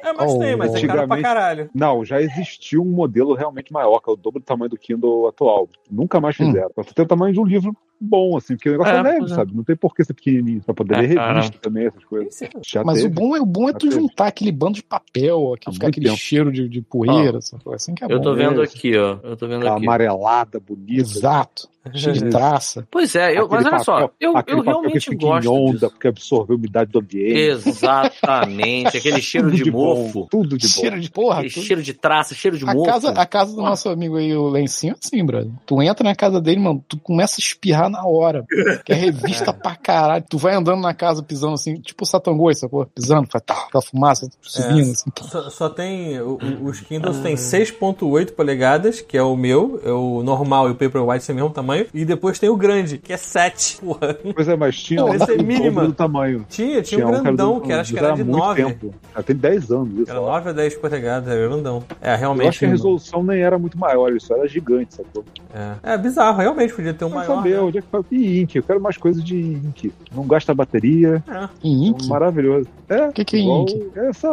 S4: É, mas
S7: Oh,
S4: tem, mas é caro pra
S1: antigamente-
S4: caralho.
S1: Não, já existiu
S7: Hum.
S1: um modelo realmente maior, que é o dobro do tamanho do Kindle atual. Nunca mais fizeram. Pra Você Então, tem o tamanho de um livro bom, assim, porque o negócio
S5: É,
S1: é, leve,
S5: pois é.
S1: sabe? Não tem por que ser pequenininho, pra poder
S5: É,
S1: ler
S5: cara.
S1: revista também, essas coisas.
S4: Isso.
S1: Já
S7: Mas o
S1: teve.
S7: bom é, o bom é tu
S1: Até-
S7: juntar aquele bando de papel, ó, que
S1: Há
S7: fica
S1: muito
S7: aquele
S1: tempo.
S7: cheiro de, de poeira, essa coisa assim que é
S5: Eu
S7: bom.
S5: tô vendo
S1: beleza.
S5: aqui, ó. Eu tô vendo
S1: Aquela
S5: aqui.
S1: amarelada, bonita.
S7: é
S5: (laughs)
S7: Exato, cheio de traça.
S5: Pois é, eu, mas
S1: Aquele
S5: olha só,
S1: papel-
S5: eu,
S1: aquele
S5: eu
S1: papel
S5: realmente
S1: que fica
S5: gosto.
S1: em onda
S5: disso.
S1: porque absorveu a umidade do ambiente.
S5: Exatamente, aquele
S1: (laughs)
S5: cheiro
S1: Tudo
S5: de
S1: bom,
S5: mofo,
S1: Tudo de bom.
S7: Cheiro de porra.
S5: aquele
S7: tu-
S5: cheiro de traça, cheiro de
S7: A
S5: mofo.
S7: casa, a casa do nosso amigo aí, o Lencinho, é assim, brother. Tu entra na casa dele, mano, tu começa a espirrar na hora. Que
S5: (laughs)
S7: é revista pra caralho. Tu vai andando na casa pisando assim, tipo o Satangoi, sacou? Pisando, faz tá, aquela fumaça
S5: É.
S7: subindo, assim.
S4: Só, só tem. o- o- os Kindles têm 6,8 polegadas, que é o meu, é o normal e o Paperwhite são o mesmo tamanho. E depois tem o grande, que é 7. Porra.
S1: Pois é, mas tinha
S4: Pô,
S1: um
S4: esse é mínima.
S1: do tamanho.
S4: Tinha, tinha, um
S1: cara do-
S4: grandão, que era, acho que
S1: usava
S4: era de
S1: há muito
S4: 9.
S1: Tempo. Já tem 10 anos isso.
S4: Era
S1: ó.
S4: 9 ou 10 polegadas, era grandão. É,
S1: Eu acho
S4: realmente.
S1: que a resolução nem era muito maior, isso era gigante, sacou?
S4: É. é bizarro, realmente podia ter um
S1: Quero
S4: maior.
S1: saber
S4: né?
S1: onde é que faz. E Ink, eu quero mais coisas de Ink. Não gasta bateria, é um
S7: Em ink?
S1: maravilhoso. É,
S7: O que, que é
S1: igual,
S7: ink?
S1: é só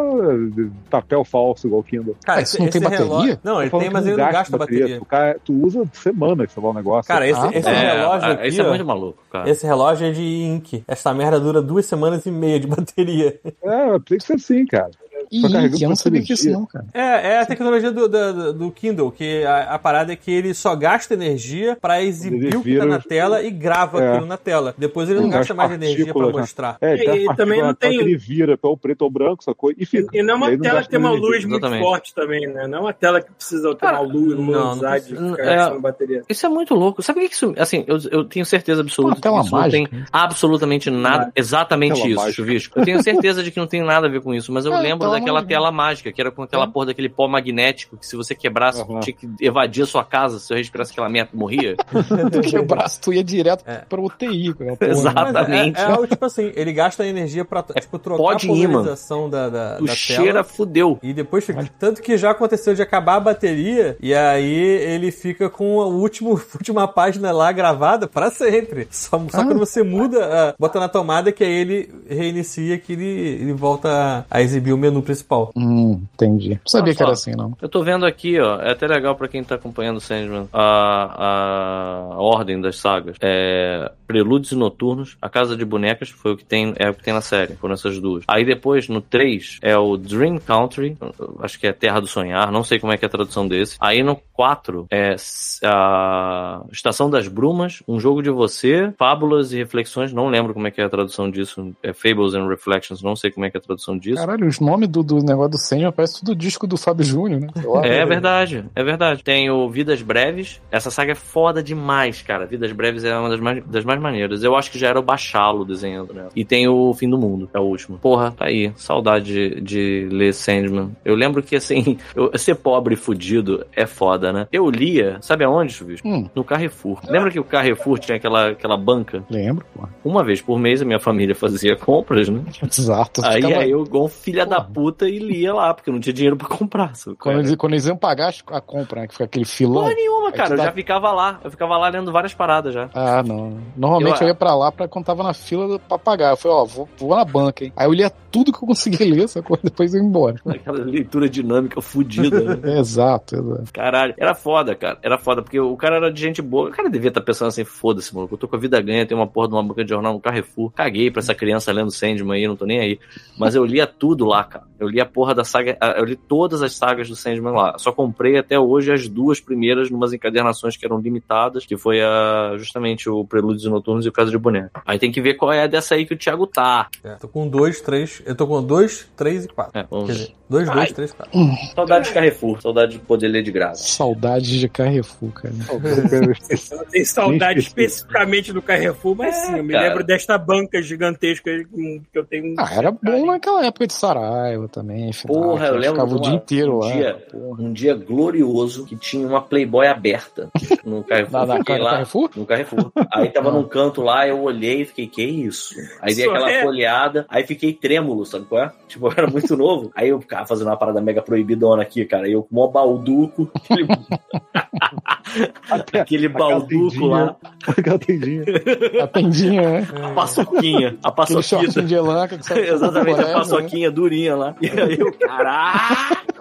S1: papel falso, igual Kindle.
S4: Cara,
S7: Ah, isso não tem bateria?
S4: Não,
S1: Tô
S4: ele
S1: falando
S4: tem,
S1: que
S4: mas ele não gasta bateria.
S1: Tu, ca- tu usa semanas pra falar um negócio.
S4: Cara, esse,
S7: Ah,
S4: esse
S5: É,
S4: relógio
S5: a-
S4: aqui.
S5: isso é
S4: ó,
S5: muito maluco, cara.
S4: Esse relógio é de ink. Esta merda dura duas semanas e meia de (laughs) bateria.
S1: é, tem que ser assim, cara.
S7: E
S1: Só carregando
S7: ink? Eu não sabia
S1: todo
S7: que isso
S1: dia.
S7: não, cara.
S4: É, é a tecnologia do, do, do Kindle, que a, a parada é que ele só gasta energia pra
S1: Ele
S4: exibir o que
S1: vira
S4: tá na
S1: os-
S4: tela e grava
S1: É.
S4: aquilo na tela. Depois ele não
S1: Hum,
S4: gasta
S1: as
S4: mais energia pra
S1: partículas, né?
S4: mostrar.
S1: É,
S3: E-
S1: tem
S3: e
S1: as
S3: também não
S1: partículas
S3: tem- um-
S1: que ele vira pra o preto ou branco, sacou? E fica.
S3: E não é
S1: E
S3: uma
S1: aí não
S3: tela
S1: gasta
S3: que tem uma
S1: energia. (laughs)
S3: luz muito
S5: Exatamente.
S3: forte também, né? Não é uma tela que precisa ter
S5: Cara,
S3: uma luz,
S4: não, não
S3: luminosidade,
S5: precisa.
S3: ficar
S5: É.
S3: gastando bateria.
S5: Isso é muito louco. Sabe o que que isso. Assim, eu, eu tenho certeza absoluta
S7: Uma tela
S5: que isso não
S7: mágica.
S5: tem absolutamente
S7: É.
S5: nada. Exatamente
S1: Tela
S5: isso,
S1: mágica.
S5: Chuvisco. Eu tenho certeza de que não tem nada a ver com isso, mas eu
S7: Ah,
S5: lembro
S7: então,
S5: daquela
S7: mas-
S5: tela mágica, que era com aquela
S7: É.
S5: porra daquele pó magnético que se você quebrasse,
S1: Aham.
S5: tinha que evadir a sua casa, se eu respirasse aquela merda, morria.
S7: (laughs) Tu quebrasse, tu ia direto
S4: É.
S7: pra UTI, cara.
S4: Mas
S5: Exato.
S4: é-
S5: Exatamente.
S4: É, é algo tipo assim, ele gasta energia pra tipo, trocar
S5: pó de
S4: a
S5: ímã.
S4: polarização da, da,
S5: Tu
S4: da
S5: cheira,
S4: tela.
S5: fudeu.
S4: E depois fica. Tanto que já aconteceu de acabar a bateria, e aí ele fica com a último, (laughs) última página lá gravada pra sempre. Só, só
S7: Ah.
S4: quando você muda, a- bota na tomada, que aí ele reinicia, que ele, ele volta a exibir o menu principal.
S7: Hum, entendi. Não sabia
S5: Olha
S7: que era
S5: só.
S7: assim, não.
S5: Eu tô vendo aqui, ó, é até legal pra quem tá acompanhando o Sandman, a, a ordem das sagas. É, Prelúdios e Noturnos, A Casa de Bonecas, foi o que tem, é o que tem na série, foram essas duas. Aí depois, no 3, é o Dream Country, acho que é Terra do Sonhar, não sei como é que é a tradução desse. Aí no 4 é s- a Estação das Brumas, Um Jogo de Você, Fábulas e Reflexões, não lembro como é que é a tradução disso, é Fables and Reflections, não sei como é que é a tradução disso.
S7: Caralho, os nomes do, do negócio do Senhor parece tudo disco do Fábio Júnior, né? Sei lá.
S5: É verdade, é verdade. Tem o Vidas Breves. Essa saga é foda demais, cara. Vidas Breves é uma das mais, das mais maneiras. Eu acho que já era o Bachalo desenhando, né? E tem o Fim do Mundo, é o último. Porra, tá aí. Saudade de, de ler Sandman. Eu lembro que, assim, (laughs) eu- ser pobre e fudido é foda, né? Eu lia, sabe aonde, Chuvisco?
S7: Hum.
S5: No Carrefour. Lembra que o Carrefour tinha aquela, aquela banca?
S7: Lembro, porra.
S5: Uma vez por mês a minha família fazia compras, né?
S7: (laughs) Exato.
S5: Aí,
S7: Ficava-
S5: aí eu, igual um filha da
S7: Porra.
S5: puta, e lia lá, porque eu não tinha dinheiro pra comprar. sabe?
S7: Quando eles, quando eles iam pagar as- a compra, né? Que fica aquele filão.
S5: Porra nenhuma,
S7: Aí
S5: cara.
S7: tu
S5: Eu
S7: dá-
S5: já ficava lá. Eu ficava lá lendo várias paradas já.
S7: Ah, não. Normalmente
S5: Eu-
S7: eu, ia pra lá pra, quando tava na fila do- pra pagar. Eu falei, ó, vou, vou na banca, hein? Aí eu lia tudo que (laughs) eu conseguia ler, sacou? Depois eu ia embora.
S5: Aquela leitura dinâmica fudida. né?
S7: Exato, exato.
S5: (laughs) Caralho. Era foda, cara. Era foda, porque o cara era de gente boa. O cara devia estar pensando assim: foda-se, maluco. Eu tô com a vida ganha, tenho uma porra de uma banca de jornal, um Carrefour. Caguei pra essa criança lendo Sandman aí, não tô nem aí. Mas eu lia tudo lá, cara. Eu li a porra da saga. ah, Eu li todas as sagas do Sandman lá. Só comprei até hoje as duas primeiras, numas encadernações que eram limitadas, que foi a, justamente o Prelúdios Noturnos e o Caso de Boneca. Aí tem que ver qual é dessa aí que o Thiago tá.
S4: É, tô com dois, três. Eu tô com dois, três e quatro.
S5: É,
S4: Quer
S5: vamos ver.
S4: dizer, dois,
S5: Ai.
S4: dois, três,
S5: (laughs)
S4: quatro.
S5: Saudade
S7: É.
S5: de Carrefour, saudade de poder ler de graça.
S7: Saudades de Carrefour, cara.
S3: Eu não tenho saudade
S1: Nem esqueci.
S3: especificamente do Carrefour, mas sim, eu me
S5: cara.
S3: lembro desta banca gigantesca que eu tenho. um
S7: Ah, era bom naquela época de Saraiva também. Fnac,
S5: Porra, eu lembro
S7: Ficava
S5: de
S7: o
S5: uma-
S7: dia inteiro
S5: um
S7: lá.
S5: dia. Um dia glorioso que tinha uma Playboy aberta
S7: (laughs)
S5: no Carrefour.
S7: Na, na
S5: Fiquei
S7: cara do
S5: lá.
S7: Carrefour? Ah.
S5: No Carrefour. Aí tava num canto lá, eu olhei e fiquei, que isso? Aí dei
S3: Só
S5: aquela
S3: é.
S5: folheada, aí fiquei trêmulo, sabe qual é? (laughs) Tipo, eu era muito novo. Aí eu ficava fazendo uma parada mega proibidona aqui, cara. E eu com o maior balduco, (laughs)
S7: (laughs)
S5: aquele,
S1: Até
S5: aquele
S1: aquela
S5: balduco lá,
S1: aquela tendinha.
S7: A tendinha, né?
S5: (laughs) a paçoquinha, a
S7: Aquele
S5: paçoquinha. (laughs)
S7: shortinho de elanca. Que sabe-
S5: Exatamente, a
S7: Colégio, né?
S5: paçoquinha durinha lá. E aí eu, caralho!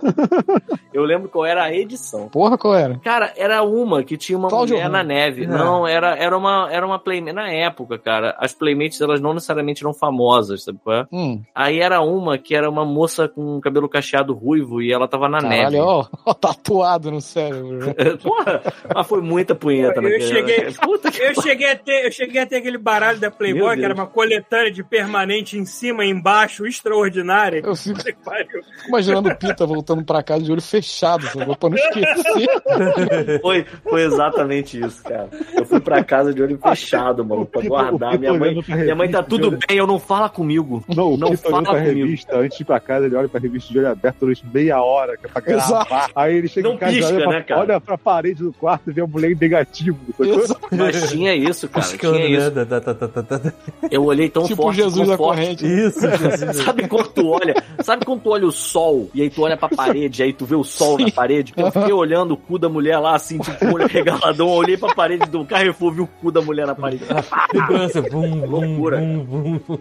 S5: Eu lembro qual era a edição.
S7: Porra, qual era?
S5: Cara, era uma que tinha uma
S7: Cláudio
S5: mulher na
S7: Ramos.
S5: neve. Não, era, era uma, era uma playmate. Na época, cara, as playmates, elas não necessariamente eram famosas, sabe qual é?
S7: Hum,
S5: Aí era uma que era uma moça com cabelo cacheado ruivo e ela tava na neve.
S7: caralho, ó, ó, tatuado no cérebro. né?
S5: (laughs) Porra, mas foi muita punheta
S3: Eu
S5: naquele.
S3: cheguei-
S5: Puta que...
S3: Eu cheguei, a ter, eu cheguei a ter aquele baralho da
S5: Meu
S3: Playboy, que
S5: Deus.
S3: era uma coletânea de permanente em cima e embaixo, extraordinária. (laughs)
S7: Eu fico
S3: Que pariu.
S7: imaginando o Pita voltando pra casa de olho fechado, sacou? pra
S5: (laughs)
S7: não esquecer.
S5: Foi, foi exatamente isso, cara. Eu fui pra casa de olho fechado, mano, pra
S1: Tipo,
S5: guardar.
S1: eu
S5: Minha
S1: tô
S5: mãe,
S1: olhando pra
S5: minha mãe tá
S1: revista
S7: (laughs)
S5: tudo
S1: de olho-
S5: bem, eu não fala comigo.
S1: Não,
S5: Não
S1: o Kito olhando
S5: fala
S1: pra
S5: comigo.
S1: revista, antes de ir pra casa, ele olha pra revista de olho aberto durante meia hora, que é pra gravar.
S7: Exato.
S1: Aí ele chega
S5: Não
S1: em casa,
S5: pisca,
S1: olha, pra,
S5: né, cara?
S1: olha pra parede do quarto e vê um a mulher em negativo. sacou? (laughs)
S7: Exato.
S5: Mas tinha isso, cara. Tinha isso.
S4: né? Tá, tá, tá, tá, tá.
S5: Eu olhei tão
S7: Tipo o
S5: forte.
S7: Jesus
S5: tão
S7: da
S5: forte.
S7: corrente.
S4: Isso, Jesus.
S5: (laughs) Sabe quando tu olha? Sabe quando tu olha o sol e aí tu olha pra parede, aí tu vê o sol na parede? Eu fiquei olhando o cu da mulher lá, assim, tipo, com o olho regaladão, eu olhei pra parede do Carrefour, vi o cu da mulher na parede.
S7: Ah,
S4: Segurança, bum, bum,
S5: Loucura.
S4: bum, bum.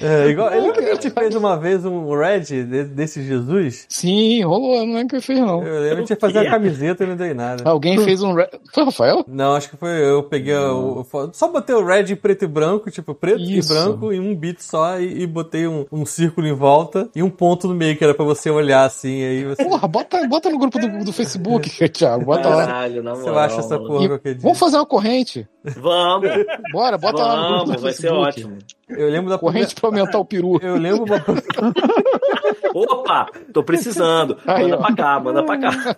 S4: É, igual, eu lembro que a gente fez uma vez um red de- desse Jesus.
S7: Sim, rolou, não é que eu fiz, não.
S4: Eu lembro que tinha que fazer uma camiseta e não dei nada.
S7: Alguém fez um. re- Foi o Rafael?
S4: Não, acho que foi eu. eu Peguei o, o fo- Só botei o red em preto e branco, tipo, preto
S7: Isso.
S4: e branco, e um bit só, e, e botei um, um círculo em volta e um ponto no meio, que era pra você olhar assim, aí você,
S7: Porra, bota, bota no grupo do, do Facebook, (laughs) Thiago. Bota lá.
S5: Caralho, na
S4: você
S5: moral.
S4: baixa essa
S5: mano.
S4: porra
S7: E-
S4: qualquer dia.
S7: Vamos fazer uma corrente.
S5: Vamos,
S7: Bora, bota lá no grupo
S5: vamos,
S7: do
S5: vai ser
S7: Facebook.
S5: ótimo.
S4: Eu lembro da
S7: Corrente pra aumentar o
S4: (laughs)
S7: peru.
S4: primeira- Eu lembro uma.
S5: Opa, tô precisando.
S7: Aí,
S5: Manda
S7: ó.
S5: pra cá, manda pra cá.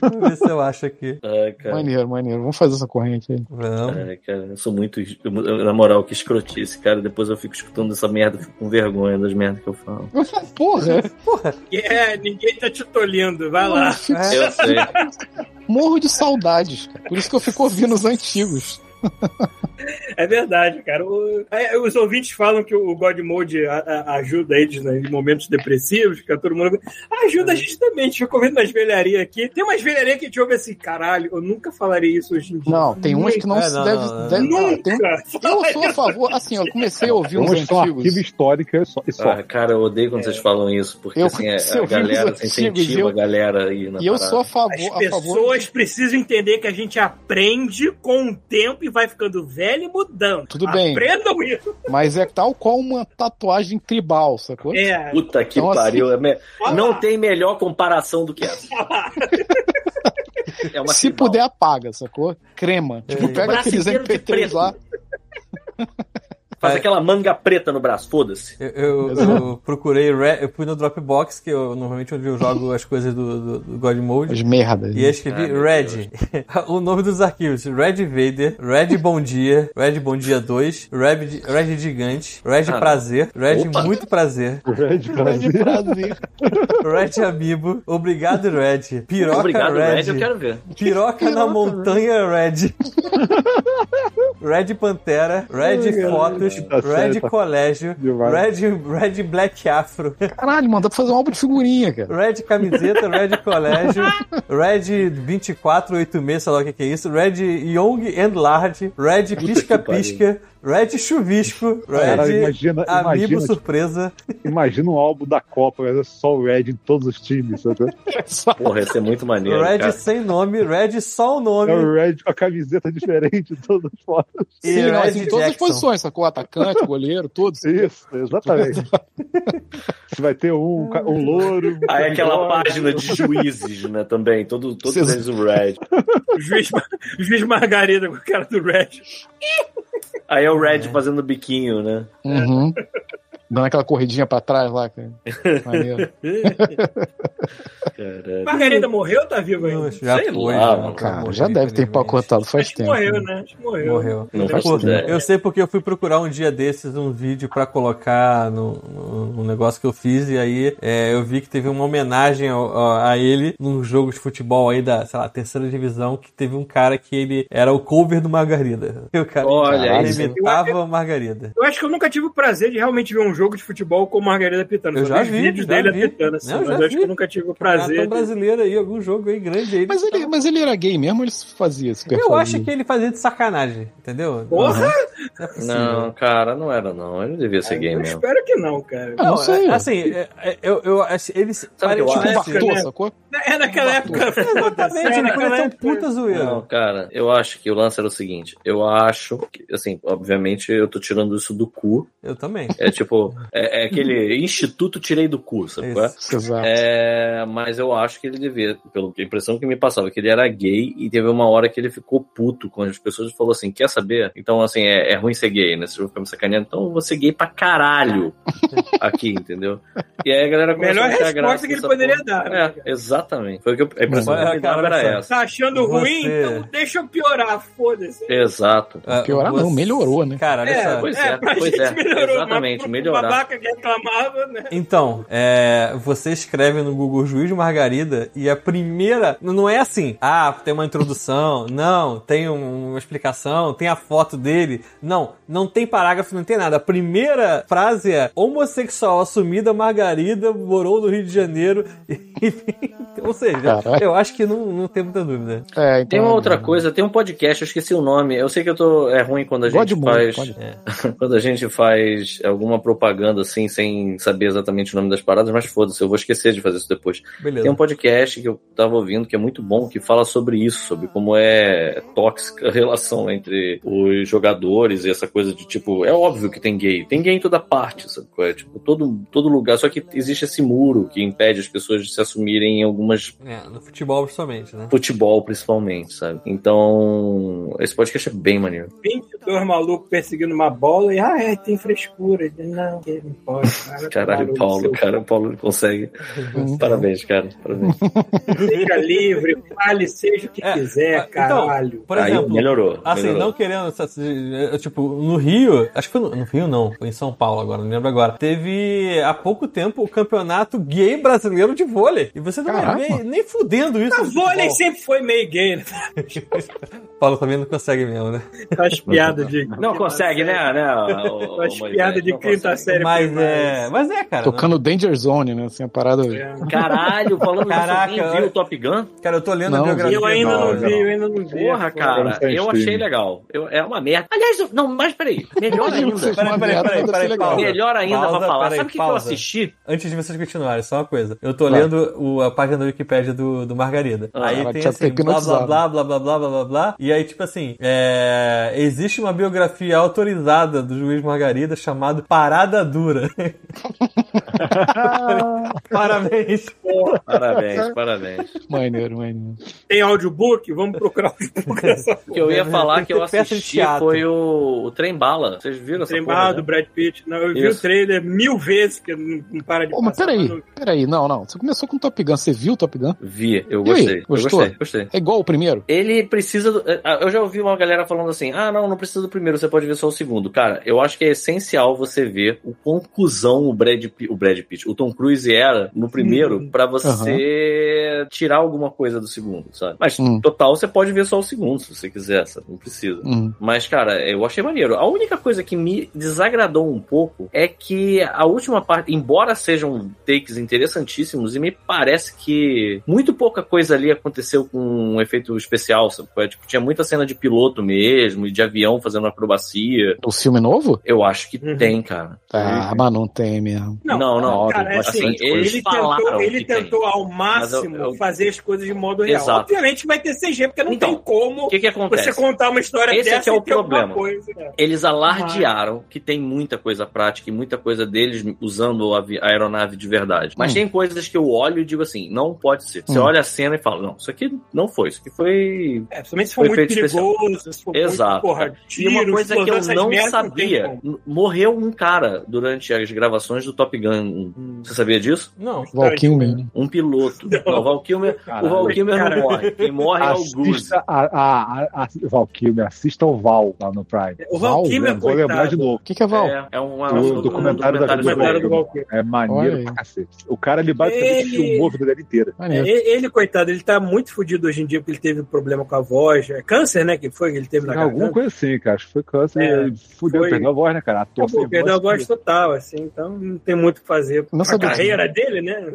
S4: Vamos ver se eu acho aqui.
S5: Ai, cara.
S7: Maneiro, maneiro. Vamos fazer essa corrente aí. (laughs)
S4: Vamos.
S5: Ai, cara, eu sou muito. eu- Na moral, que escrotice, cara. Depois eu fico escutando essa merda, fico com vergonha das merdas que eu falo.
S7: Porra,
S3: É, ninguém tá te tolhindo, vai lá.
S4: É.
S5: Eu sei.
S7: morro de saudades. cara. Por isso que eu fico ouvindo os antigos.
S3: É verdade, cara. O- é, os ouvintes falam que o God Mode a- a- ajuda eles né, em momentos depressivos, fica todo mundo.
S7: É.
S3: Ajuda a gente também. A gente fica ouvindo nas velharias aqui. Tem umas velharias que a gente ouve assim, caralho, eu nunca falaria isso hoje em dia.
S7: Não, tem uns que não
S4: É,
S7: se
S4: não,
S7: deve.
S4: não,
S7: deve-
S3: Nunca!
S7: Ah, tem- Eu sou a favor, assim, eu comecei a ouvir uns
S1: Vamos só
S7: antigos.
S1: É arquivo histórico e só. E só.
S5: Ah, cara, eu odeio quando vocês falam isso, porque
S7: É. Eu
S5: assim, a,
S7: conheci
S5: a galera
S7: ouvidos
S5: você incentiva
S7: antigos,
S5: a galera aí na
S7: E eu
S5: parada.
S7: sou a favor.
S3: As
S7: a favor...
S3: pessoas precisam entender que a gente aprende com o tempo e vai ficando velho e mudando.
S7: Tudo bem.
S3: Aprendam isso.
S7: Mas é tal qual uma tatuagem tribal, sacou?
S3: É,
S5: Puta que
S7: Então, assim-
S5: pariu. é me- Não tem melhor comparação do que
S7: (laughs)
S5: essa. É uma
S7: Se
S5: tribal.
S7: puder, apaga, sacou? Crema. Tipo, pega
S5: Braço
S7: aqueles
S5: inteiro de
S7: MP3
S5: preto.
S7: lá.
S5: Faz
S4: É.
S5: aquela manga preta no braço, foda-se.
S4: Eu, eu- eu procurei, re- eu fui no Dropbox, que eu normalmente onde eu jogo as coisas do, do, do God Mode.
S7: As merdas.
S4: E eu escrevi
S5: Ah, meu
S4: Red. (laughs) o nome dos arquivos: Red Vader, Red Bom Dia, Red Bom Dia 2, Red, Red Gigante, Red
S5: Ah,
S4: Prazer, Red
S5: Opa.
S4: Muito Prazer,
S5: É.
S1: (laughs) Grande
S7: é De
S1: prazer.
S7: prazer.
S4: Red Amiibo, Obrigado Red, Piroca
S5: Obrigado,
S4: Red,
S5: Red, eu quero né? ver.
S4: Piroca, na Montanha Red, (laughs) Red Pantera, Red Fotos,
S1: Tá
S4: Red
S1: certo, tá
S4: Colégio,
S1: demais.
S4: Red, Red Black Afro,
S7: Caralho, mano, dá pra fazer um álbum de figurinha, cara.
S4: Red camiseta, Red colégio, Red 2486, sei lá o que que é isso, Red Young and Large, Red pisca-pisca, Red chuvisco,
S1: Cara,
S4: Red
S1: imagina,
S4: É. amigo
S1: imagina,
S4: surpresa.
S1: imagina um álbum da Copa, mas é só o Red em todos os times. Sabe?
S7: É
S5: Porra, ia ser muito maneiro.
S4: Red é
S5: cara.
S4: sem nome, Red só o
S1: É
S4: nome
S1: o Red com a camiseta diferente em todas as fotos.
S4: e
S7: Sim, não,
S4: Red
S7: assim, em todas as
S4: Jackson.
S7: posições, sacou? Atacante, goleiro, todos.
S1: Isso, (laughs) exatamente. Você vai ter um, ca- um louro. um
S5: Aí aquela
S1: carioca.
S5: página de juízes, né, também. Todo, todos
S7: Vocês-
S5: eles o Red.
S3: o juiz, o juiz Margarida com o cara do Red.
S5: Aí é o Red
S4: É.
S5: fazendo biquinho, né?
S7: Uhum. Dando aquela corridinha pra trás lá, cara. Maneiro. É.
S5: Caralho.
S3: Margarida morreu ou tá viva ainda?
S4: Puxa, Já
S5: Sei
S4: foi, né,
S5: lá,
S4: já,
S5: mano.
S7: Cara,
S4: morreu,
S7: já deve ter
S4: infelizmente.
S7: empacotado faz
S3: Acho que
S7: tempo.
S3: morreu, né? Acho que morreu.
S4: Morreu.
S5: Não faço
S4: Pô,
S7: né?
S5: ideia.
S4: eu sei porque eu fui procurar um dia desses um vídeo pra colocar no, no- no negócio que eu fiz e aí é, eu vi que teve uma homenagem ao- ao- a ele num jogo de futebol aí da, sei lá, terceira divisão que teve um cara que ele era o cover do Margarida. (laughs) E o cara
S5: Olha,
S4: ele
S5: isso.
S4: imitava a Margarida.
S3: Eu acho que eu nunca tive o prazer de realmente ver um jogo de futebol com Margarida Pitana.
S4: Eu
S3: Só
S4: já
S3: os
S4: vi,
S3: vídeos
S4: já
S3: dele
S4: vi.
S3: apitando, assim,
S4: Não,
S3: mas
S4: já
S3: eu acho
S4: vi. Tá
S3: que eu nunca tive o
S4: Prazer.
S3: prazer. de-
S4: brasileiro aí, algum jogo aí grande aí.
S7: Mas é ele, mas ele era gay mesmo, ou ele fazia esse
S4: Eu acho
S7: perfume?
S4: que ele fazia de sacanagem, entendeu?
S3: Porra!
S4: Não é possível.
S5: Não, cara, não era não. Ele não devia ser gay
S3: Eu
S5: mesmo.
S3: espero que não, cara.
S7: Eu Ah, não sei.
S4: é- assim, é- é- eu, eu acho. Eles.
S5: Sabe o que eu
S7: Tipo,
S5: acho? Tipo,
S7: um
S3: parece,
S7: Bartô,
S3: né?
S7: sacou?
S3: É naquela época.
S4: Exatamente,
S3: É
S4: ele
S3: naquela
S4: podia
S5: né?
S4: ser um
S3: época.
S4: puta
S5: Não,
S4: zoeiro.
S5: cara, eu acho que o lance era o seguinte. Eu acho que, assim, obviamente eu tô tirando isso do cu.
S4: Eu também.
S5: É tipo, é, é aquele instituto tirei do cu, sabe? qual é?
S4: Isso.
S7: Exato.
S5: É, mas eu acho que ele devia, pela impressão que me passava, que ele era gay e teve uma hora que ele ficou puto com as pessoas e falou assim: quer saber? Então, assim, é, é ruim ser gay, né? Vocês vão ficar me sacaneando, então eu vou ser gay pra
S4: (laughs)
S5: caralho aqui, entendeu? E aí a galera começou
S3: Melhor
S5: a achar
S3: resposta
S5: graça
S3: que ele
S5: nessa
S3: poderia
S5: porra.
S3: dar. né,
S5: É, exatamente. Foi o que eu, a impressão
S4: Mas,
S5: que me dava
S4: cara,
S5: era
S4: olha
S5: essa.
S3: Tá achando
S4: Você-
S3: ruim? Então deixa eu piorar, foda-se.
S5: Exato.
S4: Ah,
S7: É, Piorar não, melhorou, né?
S4: Cara, olha só.
S5: pois é, pois é, exatamente,
S3: mas pro
S5: melhorar.
S3: babaca que reclamava, né?
S4: Então, é, você escreve no Google Juiz Margarida e a primeira. Não é assim, ah, tem uma introdução, (laughs) não, tem um- uma explicação, tem a foto dele. Não, não tem parágrafo, não tem nada. A primeira frase é: homossexual assumida Margarida morou no Rio de Janeiro. (laughs) Enfim, Ou seja,
S7: Caralho.
S4: eu acho que não, não tem muita dúvida.
S7: É, então,
S5: Tem uma outra coisa, tem um podcast, eu esqueci o nome. Eu sei que eu tô. É ruim quando a gente
S7: Godmode,
S5: faz.
S7: Godmode.
S5: (laughs) quando a gente faz alguma propaganda assim, sem saber exatamente o nome das paradas, mas foda-se, eu vou esquecer de fazer isso depois.
S4: Beleza.
S5: Tem um podcast que eu tava ouvindo que é muito bom, que fala sobre isso, sobre como é tóxica a relação entre os jogadores e essa coisa de tipo, é óbvio que tem gay, tem gay em toda parte, sabe? qual É, tipo, todo, todo lugar, só que existe esse muro que impede as pessoas de se assumirem em algumas
S7: um
S4: É, no futebol, principalmente, né?
S5: futebol principalmente, sabe? Então, esse podcast é bem maneiro.
S3: 22 malucos perseguindo uma bola e, ah, é, tem frescura. Não, que não pode. Cara,
S5: Caralho,
S3: Maluco,
S5: Paulo,
S3: seu
S5: cara, o Paulo consegue.
S4: Uhum.
S5: Parabéns, cara. Parabéns.
S3: Seja livre, fale, seja o que
S4: É,
S3: quiser,
S4: então,
S3: caralho.
S4: Por
S5: Aí
S4: exemplo,
S5: melhorou.
S4: Assim,
S5: melhorou.
S4: não querendo. assim, eh, Tipo, no Rio. Acho que foi no, no Rio, não. Foi em São Paulo agora, não lembro agora. Teve há pouco tempo o campeonato gay brasileiro de vôlei. E você não vai
S7: Caraca.
S4: ver nem fudendo isso.
S3: O
S4: no futebol.
S3: Tá vôlei sempre foi meio gay, né?
S4: (laughs) Paulo também não consegue mesmo, né?
S3: As piadas de.
S5: Não consegue, né? né
S4: (laughs)
S5: o- o
S3: As
S5: Moisés,
S3: piadas de
S5: é, não
S3: quinta
S5: consegue.
S3: série.
S4: Mas
S3: primária.
S4: é. Mas é, cara. né?
S7: Tocando Danger Zone, né? Assim, a parada.
S3: É.
S5: Caralho, falando
S4: Caraca,
S5: Caraca, alguém viu
S4: olha-
S5: o Top Gun?
S4: Cara, eu tô lendo a
S7: Não,
S4: biografia.
S3: Eu ainda não,
S1: Não,
S3: vi, eu ainda não vi.
S5: Porra, cara,
S1: tem
S5: eu
S1: streaming.
S5: achei legal. Eu, é uma merda. Aliás, eu- não, mas peraí. Melhor
S7: Imagina que
S5: ainda.
S7: seja uma
S4: Peraí, peraí,
S7: merda,
S4: peraí,
S7: mas deve ser
S4: peraí,
S7: legal.
S4: peraí.
S5: Melhor ainda
S4: Pausa,
S5: pra falar.
S4: peraí,
S5: Sabe o que, que eu
S4: pausa.
S5: assisti?
S4: Antes de vocês continuarem, só uma coisa. Eu tô
S7: Vai.
S4: lendo o- a página da Wikipédia do, do Margarida.
S5: Ah,
S4: aí
S7: ela
S4: tem
S7: tinha
S4: assim, blá blá
S7: hipnotizado.
S4: blá blá blá blá blá blá blá. E aí, tipo assim, é, existe uma biografia autorizada do juiz Margarida chamado Parada
S7: (laughs)
S4: Dura. Parabéns.
S5: Parabéns, parabéns.
S7: Maneiro, maneiro.
S3: Tem audiobook? Vamos procurar
S5: (laughs)
S3: o audiobook dessa
S5: O que eu ia falar que eu
S4: Peça de
S5: assisti
S4: teatro.
S5: foi o, o Trem Bala. Vocês viram essa
S3: Tremado,
S5: porra, né?
S3: Brad Pitt. Não, eu vi
S5: Isso.
S3: o trailer mil vezes, porque não, não para de
S7: Pô, mas
S3: passar,
S7: peraí,
S3: não-
S7: peraí. Não, não. Você começou com Top Gun. Você viu o Top Gun?
S5: Vi, eu
S7: E aí,
S5: gostei. Eu
S7: gostou?
S5: gostei, gostei.
S7: É igual o primeiro?
S5: Ele precisa. do- eh, ah, Eu já ouvi uma galera falando assim: ah, não, não precisa do primeiro, você pode ver só o segundo. Cara, eu acho que é essencial você ver o quão cuzão o Brad, Pi- o Brad Pitt, o Tom Cruise era no
S7: Uhum.
S5: primeiro, pra você tirar alguma coisa do segundo, sabe? Mas,
S7: Hum.
S5: total, você pode ver só o segundo se você quiser, sabe? Não precisa.
S7: Hum.
S5: Mas, cara, eu achei maneiro. A única coisa que me desagradou um pouco é que a última parte, embora sejam takes interessantíssimos, e me parece que muito pouca coisa ali aconteceu com um efeito especial, sabe? Foi, Tipo, tinha muita cena de piloto mesmo, e de avião fazendo acrobacia.
S7: O filme novo?
S5: Eu acho que
S3: Uhum.
S5: tem, cara.
S7: Ah, mas não tem mesmo.
S5: Não, não.
S3: Cara, é assim,
S5: bastante coisa.
S3: ele
S5: Eles falaram
S3: tentou,
S5: que
S3: ele
S5: tem.
S3: tentou ao máximo
S5: Mas eu- eu-
S3: fazer as coisas de modo real.
S5: Exato.
S3: Obviamente vai ter CG, porque não
S5: Então,
S3: tem como
S5: O que que acontece?
S3: você contar uma história
S5: Esse é
S3: dessa
S5: que é o
S3: e ter alguma
S5: problema.
S3: coisa. né?
S5: Eles alardearam que tem muita coisa prática e muita coisa deles usando a avi- a aeronave de verdade. Mas
S7: Hum.
S5: tem coisas que eu olho e digo assim, não pode ser. Você
S7: Hum.
S5: olha a cena e fala, não, isso aqui não foi, isso aqui foi...
S3: É, principalmente se for
S5: Foi
S3: muito
S5: feito especial.
S3: perigoso, se for
S5: Exato,
S3: muito, porra,
S5: cara. E uma
S3: tiro,
S5: coisa que eu
S3: explosão,
S5: não
S3: essas merdas, tem
S5: sabia,
S3: como.
S5: M- morreu um cara durante as gravações do Top Gun 1. Você sabia disso?
S4: Não.
S7: Valkyrie né? mesmo.
S5: Um piloto.
S3: Hum. Não.
S5: Não, o Val Kilmer, o Val Kilmer não
S3: Cara.
S5: morre. Quem morre é o Goose.
S1: Assista a, a, a, a Valkyrie, assista o Val lá no Prime.
S3: O Val
S7: Val,
S3: Kilmer,
S1: Eu Vou lembrar de
S3: é coitado.
S1: novo.
S7: O que, que é Val?
S5: É, é um,
S1: O
S5: um- um
S1: documentário da
S5: documentário
S3: Coitado
S1: Globo.
S3: do
S5: sobre ele.
S3: Val Kilmer.
S1: É
S7: Olha
S1: maneiro
S7: aí.
S1: pra cacete. O cara, ele basicamente
S3: Ele-
S1: filmou a vida dele inteira.
S7: Maneiro.
S3: Ele, ele, coitado, ele tá muito fudido hoje em dia, porque ele teve problema com a voz. É câncer, né? Que foi que ele teve na
S1: Alguma
S3: garganta.
S1: coisa assim, cara. Acho que foi câncer.
S3: É,
S1: ele fudeu,
S3: foi.
S1: perdeu a voz, né, cara? Ator
S3: Acabou,
S1: sem
S3: perdeu a voz
S1: voz.
S3: total, assim, então não tem muito o que fazer.
S7: Não
S3: a
S7: sabia disso.
S3: carreira dele, né?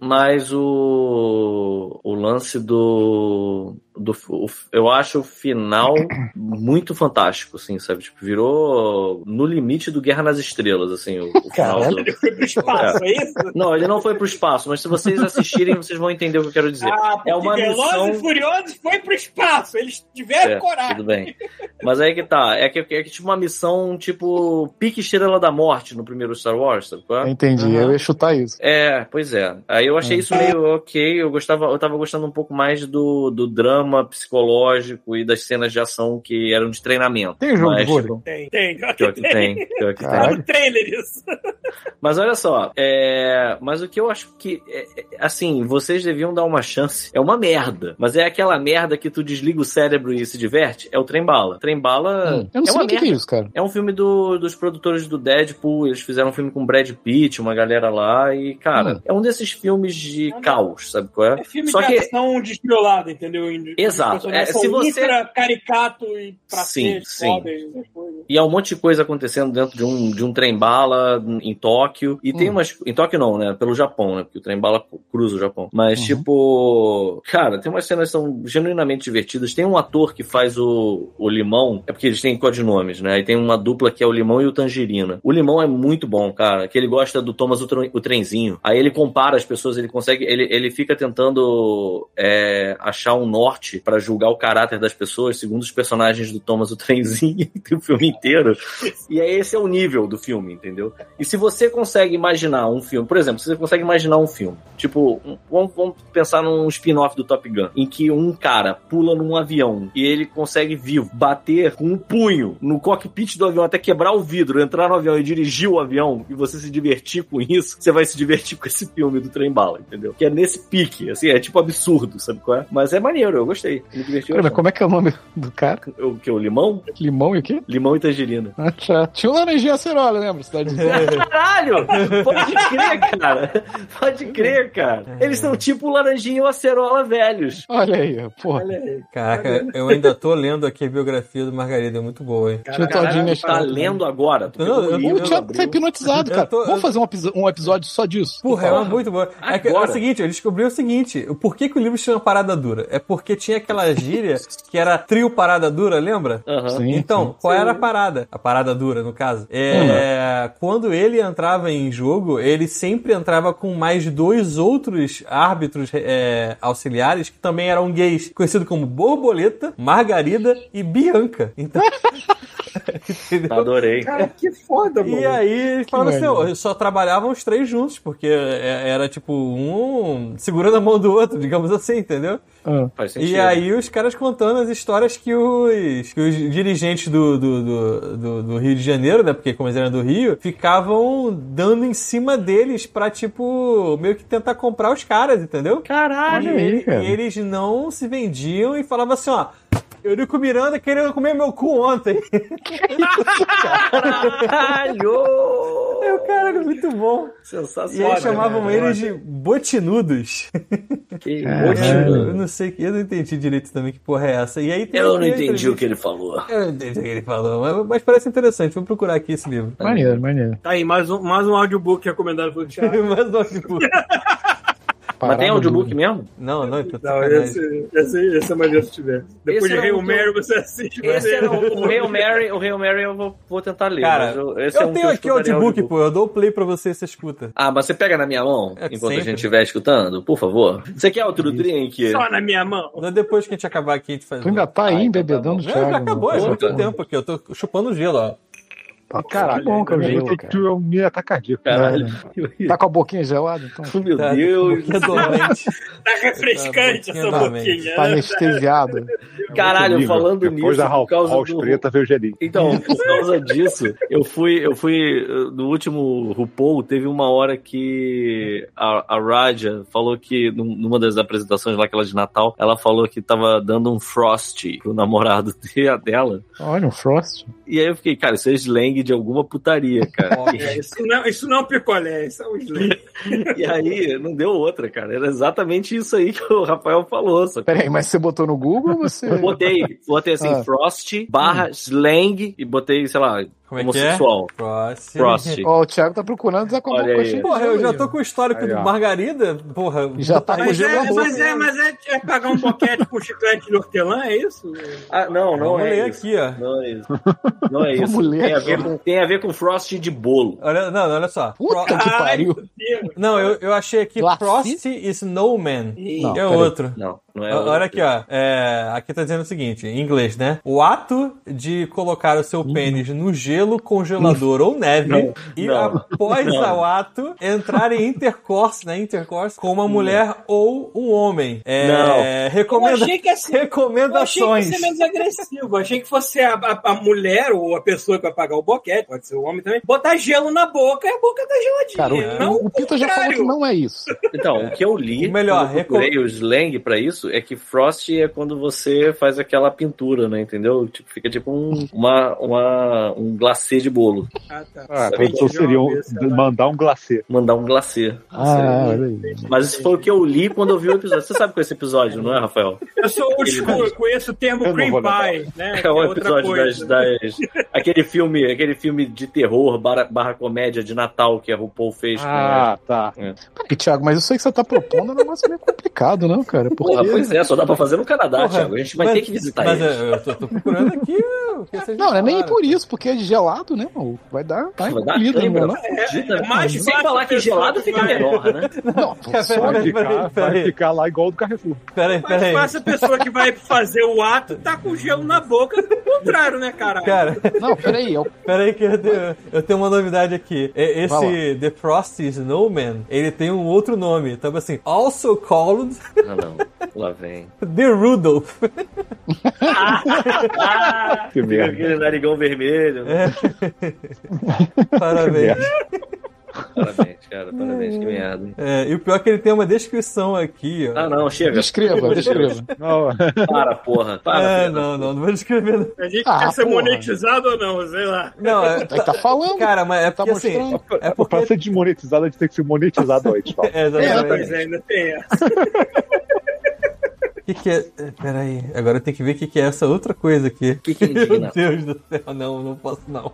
S5: Mas o, o lance do. do, o- eu acho o final muito fantástico, assim, sabe? Tipo, virou no limite do Guerra nas Estrelas, assim, o, o final do...
S3: Ele foi pro espaço, é isso?
S5: Não, ele não foi pro espaço, mas se vocês assistirem, vocês vão entender o que eu quero
S3: (laughs)
S5: dizer.
S3: Ah, porque
S5: É uma
S3: Velozes
S5: missão-
S3: e Furiosos foi pro espaço. Eles tiveram
S5: É,
S3: coragem.
S5: Tudo bem. Mas aí que tá. É que, é que tipo uma missão, tipo, pique estrela da morte no primeiro Star Wars, sabe? qual é?
S7: Entendi, eu ia chutar isso.
S5: É, pois é. Aí eu achei isso meio ok. Eu gostava, eu tava gostando um pouco mais do, do drama psicológico e das cenas de ação que eram de treinamento.
S4: Tem jogo de
S5: Mas-
S4: vôlei?
S3: Tem, tem.
S5: Pior que tem, pior que tem.
S3: Tá no trailer isso.
S5: Mas olha só, é... mas o que eu acho que, é, é, assim, vocês deviam dar uma chance. É uma merda, mas é aquela merda que tu desliga o cérebro e se diverte. É o Trem Bala. Trem Bala
S7: Eu não
S5: é
S7: sei
S5: uma
S7: nem o que que
S5: merda.
S7: é isso, cara.
S5: É um filme do- dos produtores do Deadpool. Eles fizeram um filme com Brad Pitt, uma galera lá. E, cara, é um desses filmes de
S3: Não, não.
S5: caos, sabe qual é?
S3: É filme
S5: Só
S3: de
S5: que.
S3: ação despiolada, entendeu? Em-
S5: Exato.
S3: os
S5: É,
S3: personagens
S5: se
S3: são
S5: você-
S3: ultra caricato e pra
S5: Sim,
S3: ser
S5: sim.
S3: foda e essas coisas.
S5: E há um monte de coisa acontecendo dentro de um, de um trem-bala em Tóquio. E tem umas. Em Tóquio não, né? Pelo Japão, né? Porque o trem-bala cruza o Japão. Mas,
S7: Uhum.
S5: tipo. Cara, tem umas cenas que são genuinamente divertidas. Tem um ator que faz o, o Limão. É porque eles têm codinomes, né? E tem uma dupla que é o Limão e o Tangerina. O Limão é muito bom, cara. Que ele gosta do Thomas o, Tren- o Trenzinho. Aí ele compara as pessoas, ele consegue. Ele, ele fica tentando é, achar um norte pra julgar o caráter das pessoas, segundo os personagens do Thomas o Trenzinho. (laughs) tem o filme inteiro. E aí esse é o nível do filme, entendeu? E se você consegue imaginar um filme, por exemplo, se você consegue imaginar um filme, tipo, um- vamos, vamos pensar num spin-off do Top Gun, em que um cara pula num avião e ele consegue vivo bater com um punho no cockpit do avião até quebrar o vidro, entrar no avião e dirigir o avião e você se divertir com isso, você vai se divertir com esse filme do trem bala, entendeu? Que é nesse pique, assim, é tipo absurdo, sabe qual é? Mas é maneiro, eu gostei, me diverti.
S7: Cara, mas como é que é o nome do cara?
S5: O que? O limão?
S7: Limão e o quê?
S5: Limão e tangerina.
S7: Ah, tá. Tinha o Laranjinha Acerola, lembra? Cidade (laughs) do
S5: Caralho! Pode crer, cara. Pode crer, cara. Eles são tipo o Laranjinha e o Acerola velhos.
S7: Olha aí, ó, porra.
S4: (laughs) Caraca, eu ainda tô lendo aqui a biografia do Margarida, é muito boa, hein?
S7: Tinha o Todinho na
S5: Caralho, tá
S7: estrada.
S5: lendo agora. Tu
S4: Não,
S5: pegou
S4: eu-
S5: o
S7: Pô,
S5: livro,
S7: O Thiago
S5: abriu.
S7: tá hipnotizado,
S4: Eu
S7: cara.
S4: tô-
S7: Vamos fazer um, episo- um episódio só disso?
S4: Porra, é uma muito boa. É, que- é o
S5: Agora.
S4: seguinte, eu descobri o seguinte: o porquê que o livro chama Parada Dura? É porque tinha aquela gíria que era trio Parada Dura, lembra?
S5: Aham.
S7: Sim,
S4: Então, qual era a parada? A parada dura, no caso. É,
S7: né?
S4: Quando ele entrava em jogo, ele sempre entrava com mais dois outros árbitros é, auxiliares que também eram gays, conhecido como Borboleta, Margarida e Bianca.
S7: (laughs)
S4: Então. Entendeu?
S5: Adorei.
S3: Cara, É, que
S7: É
S3: foda,
S4: E
S3: mano.
S4: aí eles falaram assim,
S7: merda.
S4: ó, só trabalhavam os três juntos, porque é- era tipo um segurando a mão do outro, digamos assim, entendeu?
S7: Ah,
S5: Faz sentido.
S4: E aí os caras contando as histórias que os, que os dirigentes do, do, do, do- do Rio de Janeiro, né? Porque como eles eram do Rio, ficavam dando em cima deles pra, tipo, meio que tentar comprar os caras, entendeu?
S7: olha
S4: e,
S7: aí,
S4: ele-
S7: cara.
S4: e eles não se vendiam e falavam assim, ó. Eurico Miranda querendo comer meu cu ontem. (laughs)
S5: Caralho!
S4: Eu, cara, muito bom. E
S5: Sensacional.
S4: aí chamavam
S5: cara.
S4: eles de botinudos.
S5: Que
S4: É.
S7: Caralho.
S5: botinho.
S4: (laughs) Eu não sei, eu não entendi direito também que porra é essa. E aí tem
S5: Eu não
S4: tem a
S5: entendi o
S4: entrevista-
S5: que ele falou.
S4: Eu não entendi o que ele falou, mas, mas parece interessante. Vou procurar aqui esse livro. (laughs)
S7: é maneiro, maneiro.
S3: Tá aí, mais um, mais um audiobook recomendado pelo
S7: (laughs)
S3: Thiago.
S4: mas não, tipo,
S5: Mas tem audiobook mesmo?
S4: não, não, então,
S3: Não,
S4: sacanagem.
S3: esse, esse, esse é maneiro se tiver. Depois
S5: Esse
S3: de
S5: era
S3: Hail
S5: um
S3: Mary,
S5: do-
S3: você assiste.
S5: Esse era
S3: maneiro.
S5: o, o Hail Mary, o Hail Mary eu vou, vou tentar ler.
S4: Cara,
S5: mas eu,
S4: Eu
S5: esse é um que
S4: tenho aqui o
S5: escutaria
S4: audiobook, pô. Eu dou o play pra você e você escuta.
S5: Ah, mas você pega na minha mão
S4: É que
S5: enquanto a
S4: sempre.
S5: gente estiver escutando, por favor. Você quer outro drink?
S3: é Só na minha mão.
S4: Não, é Depois que a gente acabar aqui, a gente faz.
S7: Tu ainda tá aí embebedando o
S4: Não, já
S7: Thiago.
S4: acabou, é
S7: mano.
S4: muito
S5: Porra.
S4: tempo aqui. Eu tô chupando gelo, ó.
S7: Tá- Caraca, bom que eu
S1: Eu
S7: gelo,
S1: tenho
S7: cara.
S1: que eu me atacadia.
S5: Caralho.
S7: Tá com a boquinha gelada, (laughs) então.
S5: (laughs) Meu
S4: Tá,
S5: Deus.
S4: boquinha
S5: (laughs)
S4: dolente.
S3: Tá refrescante
S4: Tá,
S3: essa
S4: boquinha da
S3: boquinha.
S7: Tá
S3: né?
S7: anestesiado.
S5: Caralho, falando
S1: Depois
S5: nisso,
S1: da Hal,
S5: por causa
S1: Hal
S5: do-
S1: Preta veio o gelinho. (laughs)
S5: Então, por causa disso, eu fui, eu fui eh, no último RuPaul, teve uma hora que a, a Raja falou que num- numa das apresentações lá aquela de Natal, ela falou que tava dando um frosty pro namorado (laughs) de- dela.
S7: Olha, um Frost.
S5: E aí eu fiquei, cara, isso é slang de alguma putaria, cara.
S3: É, Isso não, isso não é um picolé, isso é um slay.
S5: E aí, não deu outra, cara. Era exatamente isso aí que o Rafael falou. Só
S7: Peraí, mas você botou no Google ou você.
S5: Eu botei, botei assim,
S7: (laughs) Ah.
S5: Frost barra slang e botei, sei lá,
S4: Como é que é?
S5: homossexual.
S4: Frost.
S5: Frost.
S4: (laughs)
S7: Ó, o Thiago tá procurando desacabar
S5: Olha
S7: o coxinha.
S5: aí.
S4: Porra, eu já tô com o histórico
S1: Aí,
S4: do
S1: ó.
S4: Margarida. Porra,
S7: Já tá
S4: botar-
S3: Mas
S7: Hoje
S3: é,
S7: eu
S3: mas é, mas é, é pagar um boquete por chiclete de hortelã, é isso?
S5: Ah, não, não
S4: Vamos
S5: é
S4: ler
S5: isso.
S4: aqui, ó.
S5: Não é isso. Não é
S7: (laughs) Vamos
S5: isso.
S7: ler
S5: Tem a,
S7: aqui.
S5: ver com, tem a ver com Frost de bolo.
S4: Olha, não, olha só.
S7: Puta
S4: Fro-
S7: que pariu.
S4: Ah, Não, eu, eu achei aqui
S7: Laci?
S4: Frosty e Snowman.
S7: Não,
S4: é
S7: peraí.
S4: outro.
S5: Não, não é.
S4: Ah, Olha aqui, ó. É, aqui tá dizendo o seguinte, em inglês, né? O ato de colocar o seu pênis no gelo, congelador ou neve e
S5: Uhum. não,
S4: após o ato entrar em intercourso, né? Intercourso com uma mulher ou um homem. É,
S5: Não.
S4: recomenda-
S3: Eu achei que assim- Eu achei que ia
S4: Recomendações.
S3: ser menos agressivo. Eu achei que fosse a, a- a mulher ou a pessoa que vai pagar o boquete, pode ser o homem também, botar gelo na boca e a boca tá geladinha.
S7: Cara, o-
S3: não
S7: o Pita já falou
S3: contrário.
S7: que não é isso.
S5: Então, o que eu li,
S4: O melhor,
S5: quando eu procurei o slang pra isso, é que frost é quando você faz aquela pintura, né? Entendeu? Tipo, fica tipo um, uma, uma- um glacê de bolo.
S3: Ah, tá.
S1: Ah, a
S3: Sabe
S1: tradução
S3: que
S1: seria um-
S3: jogo esse, né?
S1: mandar um glacê.
S5: Mandar um glacê.
S7: Ah, olha aí.
S5: Mas isso foi o que eu li quando eu vi o episódio. Você sabe com esse episódio, não é, Rafael?
S3: Eu sou old school, eu conheço o termo
S1: Eu não
S3: cream
S1: vou notar.
S3: pie, né? que
S5: É o
S3: outra
S5: episódio das,
S3: coisa. né?
S5: das- Aquele filme, aquele filme de terror barra, barra comédia de Natal que a RuPaul fez com a-
S1: Ah, tá.
S7: Peraí, Thiago, mas isso aí que você tá propondo é um negócio meio complicado, não, cara? Porque...
S5: Porra, pois é, só dá pra fazer no Canadá,
S4: Porra,
S5: Thiago. A gente vai
S4: mas-
S5: ter que visitar
S4: Mas é
S5: eles.
S4: eu, eu tô, tô procurando aqui o que vocês já
S7: Não, não é nem
S4: falaram.
S7: por isso, porque é gelado, né, mano? Vai dar, tá
S5: Vai dar
S7: encolhido,
S5: cãibra,
S7: não vai
S5: tá fudida,
S3: é
S5: né?
S3: mais
S5: Sem
S3: fácil
S5: falar que
S3: pessoal
S5: gelado
S3: que
S5: fica
S3: vai.
S5: melhor, né?
S7: não. Não, só-
S1: Vai
S4: Peraí, peraí,
S1: ficar, vai
S4: peraí.
S1: ficar lá igual do Carrefour.
S4: Peraí,
S3: Mas
S4: peraí.
S3: faz a pessoa que vai fazer o ato tá com gelo na boca, do contrário, né, caralho?
S4: Cara,
S7: não, peraí, é o
S4: peraí que eu tenho, eu tenho uma novidade aqui. E-
S7: Vai
S4: Esse The Frosty Snowman, ele tem um outro nome. Tava assim, also called
S5: Ah, não. Lá vem.
S4: The Rudolph.
S7: (laughs) Ah,
S1: Que merda.
S5: Aquele narigão vermelho.
S4: É.
S5: né?
S4: Parabéns.
S5: Parabéns, cara. Parabéns, que merda. hein?
S4: É, e o pior é que ele tem uma descrição aqui, ó.
S5: Ah, não, chega.
S7: Descreva, descreva.
S1: Não, (laughs)
S5: Para, porra. Para,
S4: é,
S5: filha da
S4: não, não, não vou descrever. não.
S3: A gente
S7: Ah,
S3: quer ser
S7: porra.
S3: monetizado ou não, sei lá.
S4: Não, é,
S7: Tá, tá falando.
S4: cara, mas é
S7: Tá
S4: porque assim.
S7: mostrando.
S4: É
S1: Pra
S4: porque.
S1: ser desmonetizado, a gente tem que ser monetizado antes. Paulo.
S4: É,
S3: Pois
S4: exatamente.
S3: é, ainda tem essa.
S4: O que, que é. é, Peraí, agora eu tenho que ver o que, que é essa outra coisa aqui.
S5: Que que
S4: (laughs)
S5: é
S4: Meu
S5: indignado?
S4: Deus do céu, não, não posso não.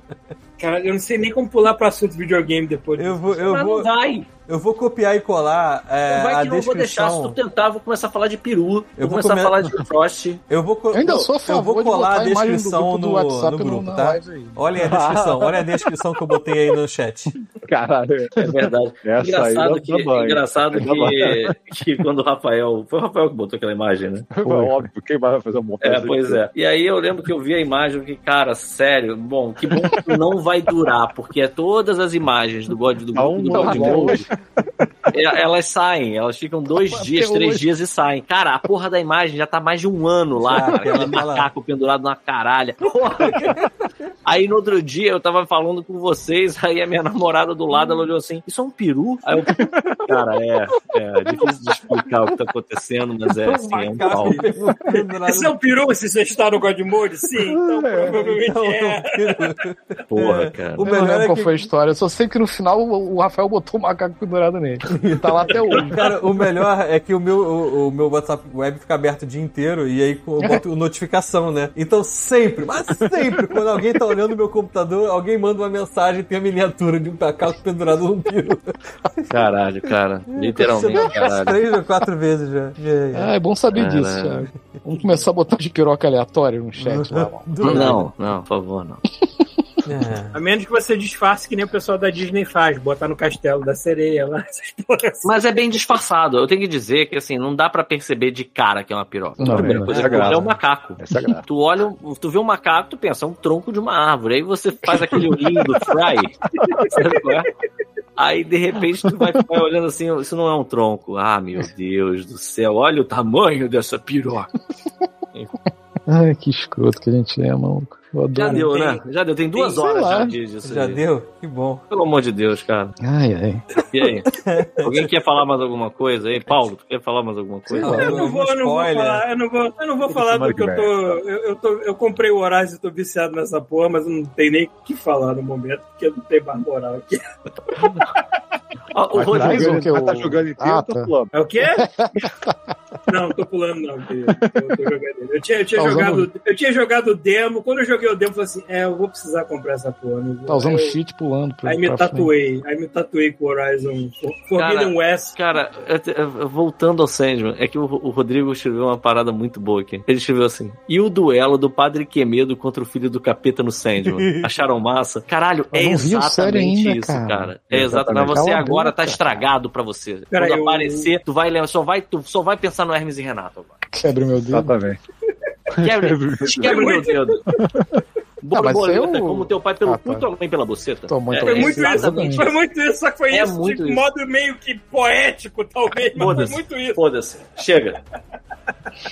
S3: Cara, eu não sei nem como pular pro assunto videogame depois.
S4: Eu vou, eu
S5: Mas
S4: vou,
S5: não vai.
S4: eu vou copiar e colar é,
S5: Não vai
S4: a
S5: que eu vou deixar. Se
S4: descrição.
S5: tu tentar, eu vou começar a falar de peru.
S4: Eu
S5: Vou
S4: vou
S5: começar a
S4: comer-
S5: falar de frost.
S4: Eu vou, co-
S7: Eu ainda sou a
S4: eu
S7: favor
S4: vou
S7: de
S4: colar
S7: botar
S4: a
S7: a imagem do
S4: descrição
S7: grupo do
S4: no,
S7: WhatsApp
S4: no grupo,
S7: no- na
S4: tá?
S7: live aí.
S4: Olhem a descrição, olhem a descrição que eu botei aí no chat.
S5: (laughs)
S1: Caralho.
S5: É verdade.
S1: Essa
S5: engraçado
S1: aí é
S5: que, é
S1: dá banho.
S5: engraçado
S1: Dá banho.
S5: que, que quando o Rafael. Foi o Rafael que botou aquela imagem, né?
S1: Óbvio, quem vai fazer um uma
S5: É,
S1: montagem?
S5: pois é. E aí eu lembro que eu vi a imagem que, cara, sério, bom, que bom que não vai durar, porque é todas as imagens do God do
S1: Há
S5: grupo
S1: um
S5: do
S1: ano
S5: God
S1: de
S5: Mode, e- elas saem, elas ficam dois dias, três
S7: hoje.
S5: dias e saem. Cara, a porra da imagem já tá mais de um ano lá, cara, aquele
S4: Fala, fala.
S5: macaco pendurado na caralha. Porra, cara. Aí no outro dia eu tava falando com vocês, aí a minha namorada do lado ela olhou assim: Isso é um peru? Aí eu, cara, é, é difícil de explicar o que tá acontecendo, mas é assim, é um pau.
S3: Esse é o peru, se você está no God Mode? Sim, então provavelmente
S4: (laughs) então
S3: é.
S5: Porra, cara.
S4: O
S7: Eu não
S4: melhor
S7: lembro
S4: é
S7: qual
S4: que
S7: foi a história. Eu só sei que no final o o Rafael botou o macaco pendurado nele. Tá lá até
S4: (laughs)
S7: hoje.
S4: Cara, o melhor é que o meu, o, o meu WhatsApp web fica aberto o dia inteiro e aí eu
S7: (laughs)
S4: boto notificação, né? Então sempre, mas sempre, quando alguém tá olhando o meu computador, alguém manda uma mensagem e tem a miniatura de um macaco pendurado num piro.
S5: Caralho, cara. Literalmente, caralho.
S4: Três ou quatro vezes já.
S7: Ah, é bom saber
S5: Caralho.
S7: disso, Thiago. Vamos começar a botar de piroca aleatório no
S4: Uhum.
S7: chat lá, mano.
S4: Do-
S5: Não, não, por favor, não.
S4: É.
S3: A menos que você disfarce que nem o pessoal da Disney faz, botar no castelo da sereia lá, essas porra assim.
S5: Mas é bem disfarçado. Eu tenho que dizer que, assim, não dá pra perceber de cara que é uma piroca.
S7: Não,
S5: a primeira
S7: não.
S5: coisa
S1: Essa
S5: que tu olha
S1: graça.
S5: é um macaco.
S1: Essa é a graça.
S5: Tu olha, um- tu vê um macaco, tu pensa, é um tronco de uma árvore. Aí você faz aquele olhinho do Fry. (laughs) sabe qual é? Aí, de repente, tu vai, vai olhando assim, isso não é um tronco. Ah, meu Deus do céu, olha o tamanho dessa piroca.
S7: Ai, que escroto que a gente é, maluco. Eu
S5: Já
S7: adoro.
S5: deu,
S3: tem-
S5: né? Já deu, tem duas
S7: sei
S5: horas
S7: lá.
S5: já de- disso.
S4: Já
S5: aí.
S4: deu? Que bom.
S5: Pelo amor de Deus, cara.
S7: Ai, ai.
S5: E aí? Alguém quer falar mais alguma coisa aí? Paulo, tu quer falar mais alguma coisa?
S4: Sei lá.
S3: Eu não vou, eu não vou
S4: Spoiler.
S3: falar, eu não vou, eu não vou falar do que eu tô. Eu, eu tô- eu comprei o Horizon e tô viciado nessa porra, mas eu não tenho nem o que falar no momento, porque eu não tenho mais moral aqui.
S8: Ah, o
S1: Mas tá
S8: Rodrigo.
S7: Mais um
S1: jogando,
S7: que eu-
S1: mas tá jogando inteiro,
S7: Ah,
S1: tá
S7: tá.
S1: pulando.
S3: É o quê? (laughs) não, tô pulando, não, querido. Eu, tô jogando. eu tinha, eu tinha
S7: Tá usando-
S3: jogado, eu tinha jogado o demo. Quando eu joguei o demo, eu falei assim: é, eu vou precisar comprar essa porra. não vou.
S7: Tá usando
S3: Aí eu-
S7: cheat pulando. pra-
S3: Aí me
S7: pra
S3: tatuei, aí me tatuei com Horizon For- Forbidden West.
S5: Cara, eu te- eu- voltando ao Sandman, é que o, o Rodrigo escreveu uma parada muito boa aqui. Ele escreveu assim: E o duelo do padre Quemedo contra o filho do capeta no
S7: (laughs)
S5: Sandman? Acharam massa? Caralho,
S7: Eu
S5: é
S7: não vi o série
S5: exatamente
S7: ainda,
S5: isso, cara.
S7: cara.
S5: É exato. Mas
S7: Exatamente.
S5: você
S7: Cala a
S5: agora tá
S7: boca,
S5: estragado pra você.
S3: Cara,
S5: Quando
S3: eu-
S5: aparecer, tu vai lembrar, só vai, tu só vai pensar no Hermes e Renato agora.
S7: frente. Quebra meu dedo.
S1: Exatamente.
S5: (laughs) Quebra, quebra meu dedo.
S7: Ah, mas
S5: Borboleta,
S7: eu-
S5: como teu pai pelo
S7: Ah,
S5: cu,
S7: tá.
S5: tua mãe pela buceta.
S7: Tua mãe
S5: É,
S7: pela
S3: Foi muito,
S7: buceta,
S3: isso,
S7: exatamente.
S3: foi muito isso, só que foi
S5: É
S3: isso de
S5: muito isso.
S3: modo meio que poético, talvez, mas foi
S5: Foda-se.
S3: muito isso.
S5: Foda-se. Chega.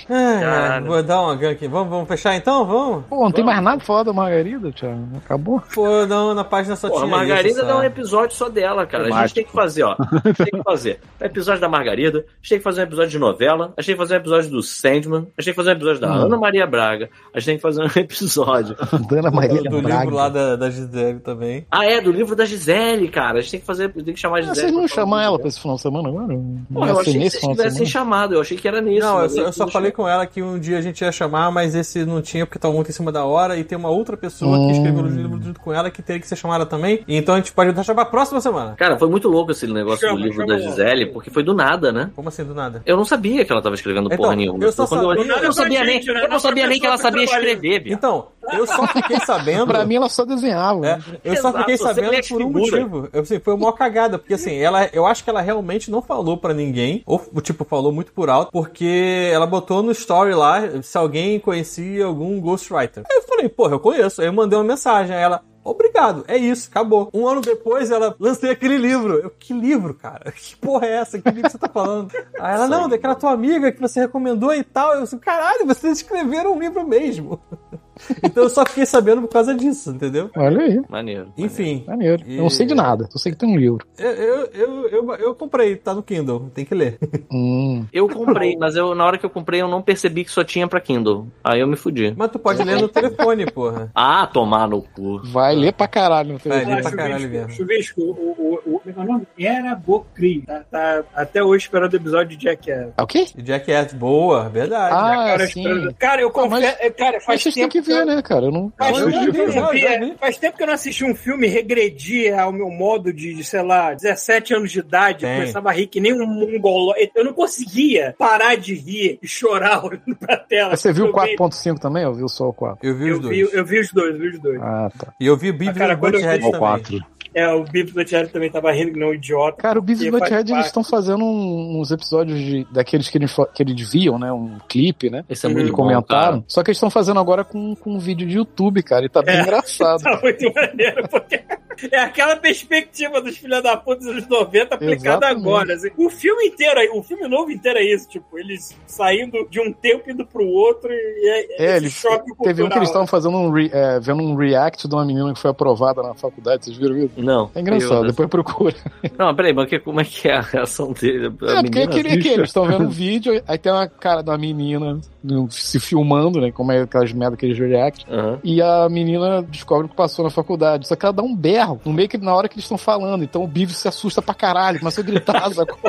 S4: Ai,
S5: Cara.
S4: É, vou dar uma gank. Vamos, vamos fechar então? Vamos?
S7: Pô, não tem mais nada pra falar da Margarida, Thiago? Acabou?
S4: Pô, não, na página só
S5: Porra, a
S4: tinha isso,
S5: Margarida
S4: sabe?
S5: dá um episódio só dela, cara. A gente
S1: Temático.
S5: tem que fazer, ó. Tem que fazer um episódio da Margarida, a gente tem que fazer um episódio de novela, a gente tem que fazer um episódio do Sandman, a gente tem que fazer um episódio da
S7: Hum.
S5: Ana Maria Braga, a gente tem que fazer um (laughs) episódio.
S7: Dana Maria
S4: do
S7: Braga.
S4: livro lá da, da Gisele também.
S5: Ah, é, do livro da Gisele, cara. A gente tem que fazer, tem que chamar a
S7: Ah,
S5: Gisele.
S7: vocês não
S5: pra falar
S7: chamam
S5: do
S7: ela
S5: Gisele.
S7: pra esse final de semana agora? Não
S5: Porra,
S7: ia
S5: eu
S7: ser
S5: achei que
S7: nesse né?
S5: vocês
S7: final de
S5: tivessem
S7: semana?
S5: chamado, eu achei que era nesse.
S4: Não, eu
S5: mas
S4: só,
S5: aí
S4: eu só
S5: não
S4: falei
S5: chegou.
S4: com ela que um dia a gente ia chamar, mas esse não tinha porque tá muito em cima da hora. E tem uma outra pessoa que
S7: Hum.
S4: escreveu o livro junto com ela que teria que ser chamada também. Então a gente pode deixar pra próxima semana.
S5: Cara, foi muito louco esse negócio
S3: Chama,
S5: do livro
S3: chama
S5: da
S3: ela.
S5: Gisele, porque foi do nada, né?
S4: Como assim, do nada?
S5: Eu não sabia que ela tava escrevendo
S4: Então,
S5: porra nenhuma.
S4: eu só
S5: Quando olhei,
S4: sabia-
S5: eu não sabia nem,
S3: Gente, né?
S5: eu não sabia nem que ela
S3: Nossa
S5: sabia
S3: pessoa que
S5: escrever, viado.
S4: Então, eu só fiquei
S5: (laughs)
S4: sabendo.
S7: Pra mim ela só desenhava.
S4: É, eu só
S5: Exato,
S4: fiquei
S5: você
S4: sabendo
S5: lê as
S4: por um
S5: figuras.
S4: motivo. Eu, assim, foi uma cagada, porque assim, ela, eu acho que ela realmente não falou pra ninguém, ou tipo, falou muito por alto, porque ela botou no story lá se alguém conhecia algum Ghostwriter. Aí eu falei, porra, eu conheço. Aí eu mandei uma mensagem a ela. Obrigado, é isso, acabou. Um ano depois ela lancei aquele livro. Eu, que livro, cara? Que porra é essa? Que livro que você tá falando? Aí ela, não, daquela tua amiga que você recomendou e tal. Eu assim, caralho, vocês escreveram um livro mesmo. (laughs) Então eu só fiquei sabendo por causa disso, entendeu?
S7: Olha aí,
S5: Maneiro.
S4: Enfim,
S7: maneiro. Eu não sei de nada, só sei que tem um livro.
S4: eu, eu, eu, eu, eu comprei, tá no Kindle, tem que ler. (laughs)
S7: Hum.
S5: Eu comprei, mas eu, na hora que eu comprei, eu não percebi que só tinha pra Kindle. Aí eu me fudi.
S4: Mas tu pode ler no telefone, porra.
S5: Ah, tomar no cu.
S7: Vai ler pra caralho no
S4: Vai
S7: telefone.
S4: ler pra caralho mesmo.
S3: Chuvisco, o, o, o, como é que é o nome? Era Bocri. Tá, tá até hoje esperando o episódio de Jackass.
S7: É o quê?
S4: E Jackass, boa, verdade.
S7: Ah,
S3: Cara,
S7: sim.
S3: esperando- cara, eu
S7: mas-
S3: confesso. é, Cara,
S7: Mas
S3: faz
S7: vocês têm
S3: tempo.
S7: que ver, né, cara? Eu não...
S3: Faz,
S1: Eu
S3: tempo que eu
S4: vi,
S3: não
S4: já, já
S3: via-
S4: vi.
S3: faz tempo que eu não assisti um filme, regredia ao meu modo de, de, sei lá, 17 anos de idade,
S4: Tem.
S3: começava a rir que nem um mongoló. Eu não conseguia parar de rir e chorar (laughs) olhando pra tela.
S7: Ah, Você viu o
S3: Eu vi-
S7: 4.5 também ou viu só o 4?
S4: Eu vi os
S3: Eu
S4: dois.
S3: vi, eu vi os dois, vi os dois.
S7: Ah, tá.
S4: E eu vi Beavis
S3: Cara,
S4: e
S3: quando eu
S4: Butthead
S1: Ó,
S4: também.
S1: o 4.
S3: É, o Bibi do Diário também tava rindo que não é um idiota.
S7: Cara, o Beavis
S3: E
S7: e
S3: faz
S7: Butthead, eles
S3: parte.
S7: estão fazendo um- uns episódios de, daqueles que eles, fa- que eles viam, né? Um clipe, né?
S5: Esse é
S3: Hum.
S5: muito
S7: Eles
S5: bom,
S7: comentaram.
S5: cara.
S7: Só que eles estão fazendo agora com, com um vídeo de YouTube, cara. E tá bem
S3: É. (laughs)
S7: engraçado.
S3: Tá muito maneiro, porque é aquela perspectiva dos filhos da puta dos anos 90 aplicada
S7: Exatamente.
S3: agora. assim. O filme inteiro, aí, o filme novo inteiro é isso, tipo, eles saindo de um tempo indo pro outro e é,
S7: É,
S3: esse
S7: eles-
S3: choque cultural.
S7: Teve um que eles estavam fazendo um re- é, vendo um react de uma menina que foi aprovada na faculdade, vocês viram isso?
S5: Não.
S7: É engraçado,
S5: Eu-
S7: depois procura.
S5: Não, peraí, mas que- como é que é a reação dele? A
S7: é, porque
S5: menina-
S7: é aquele, é aquele, eles estão vendo um vídeo, aí tem uma cara da menina no- se filmando, né? Como é aquelas merda, aqueles react.
S5: Aham.
S7: E a menina descobre que passou na faculdade. Só que ela dá um berro no meio que na hora que eles estão falando. Então o Bivis se assusta pra caralho, começa a gritar, (laughs) sacou?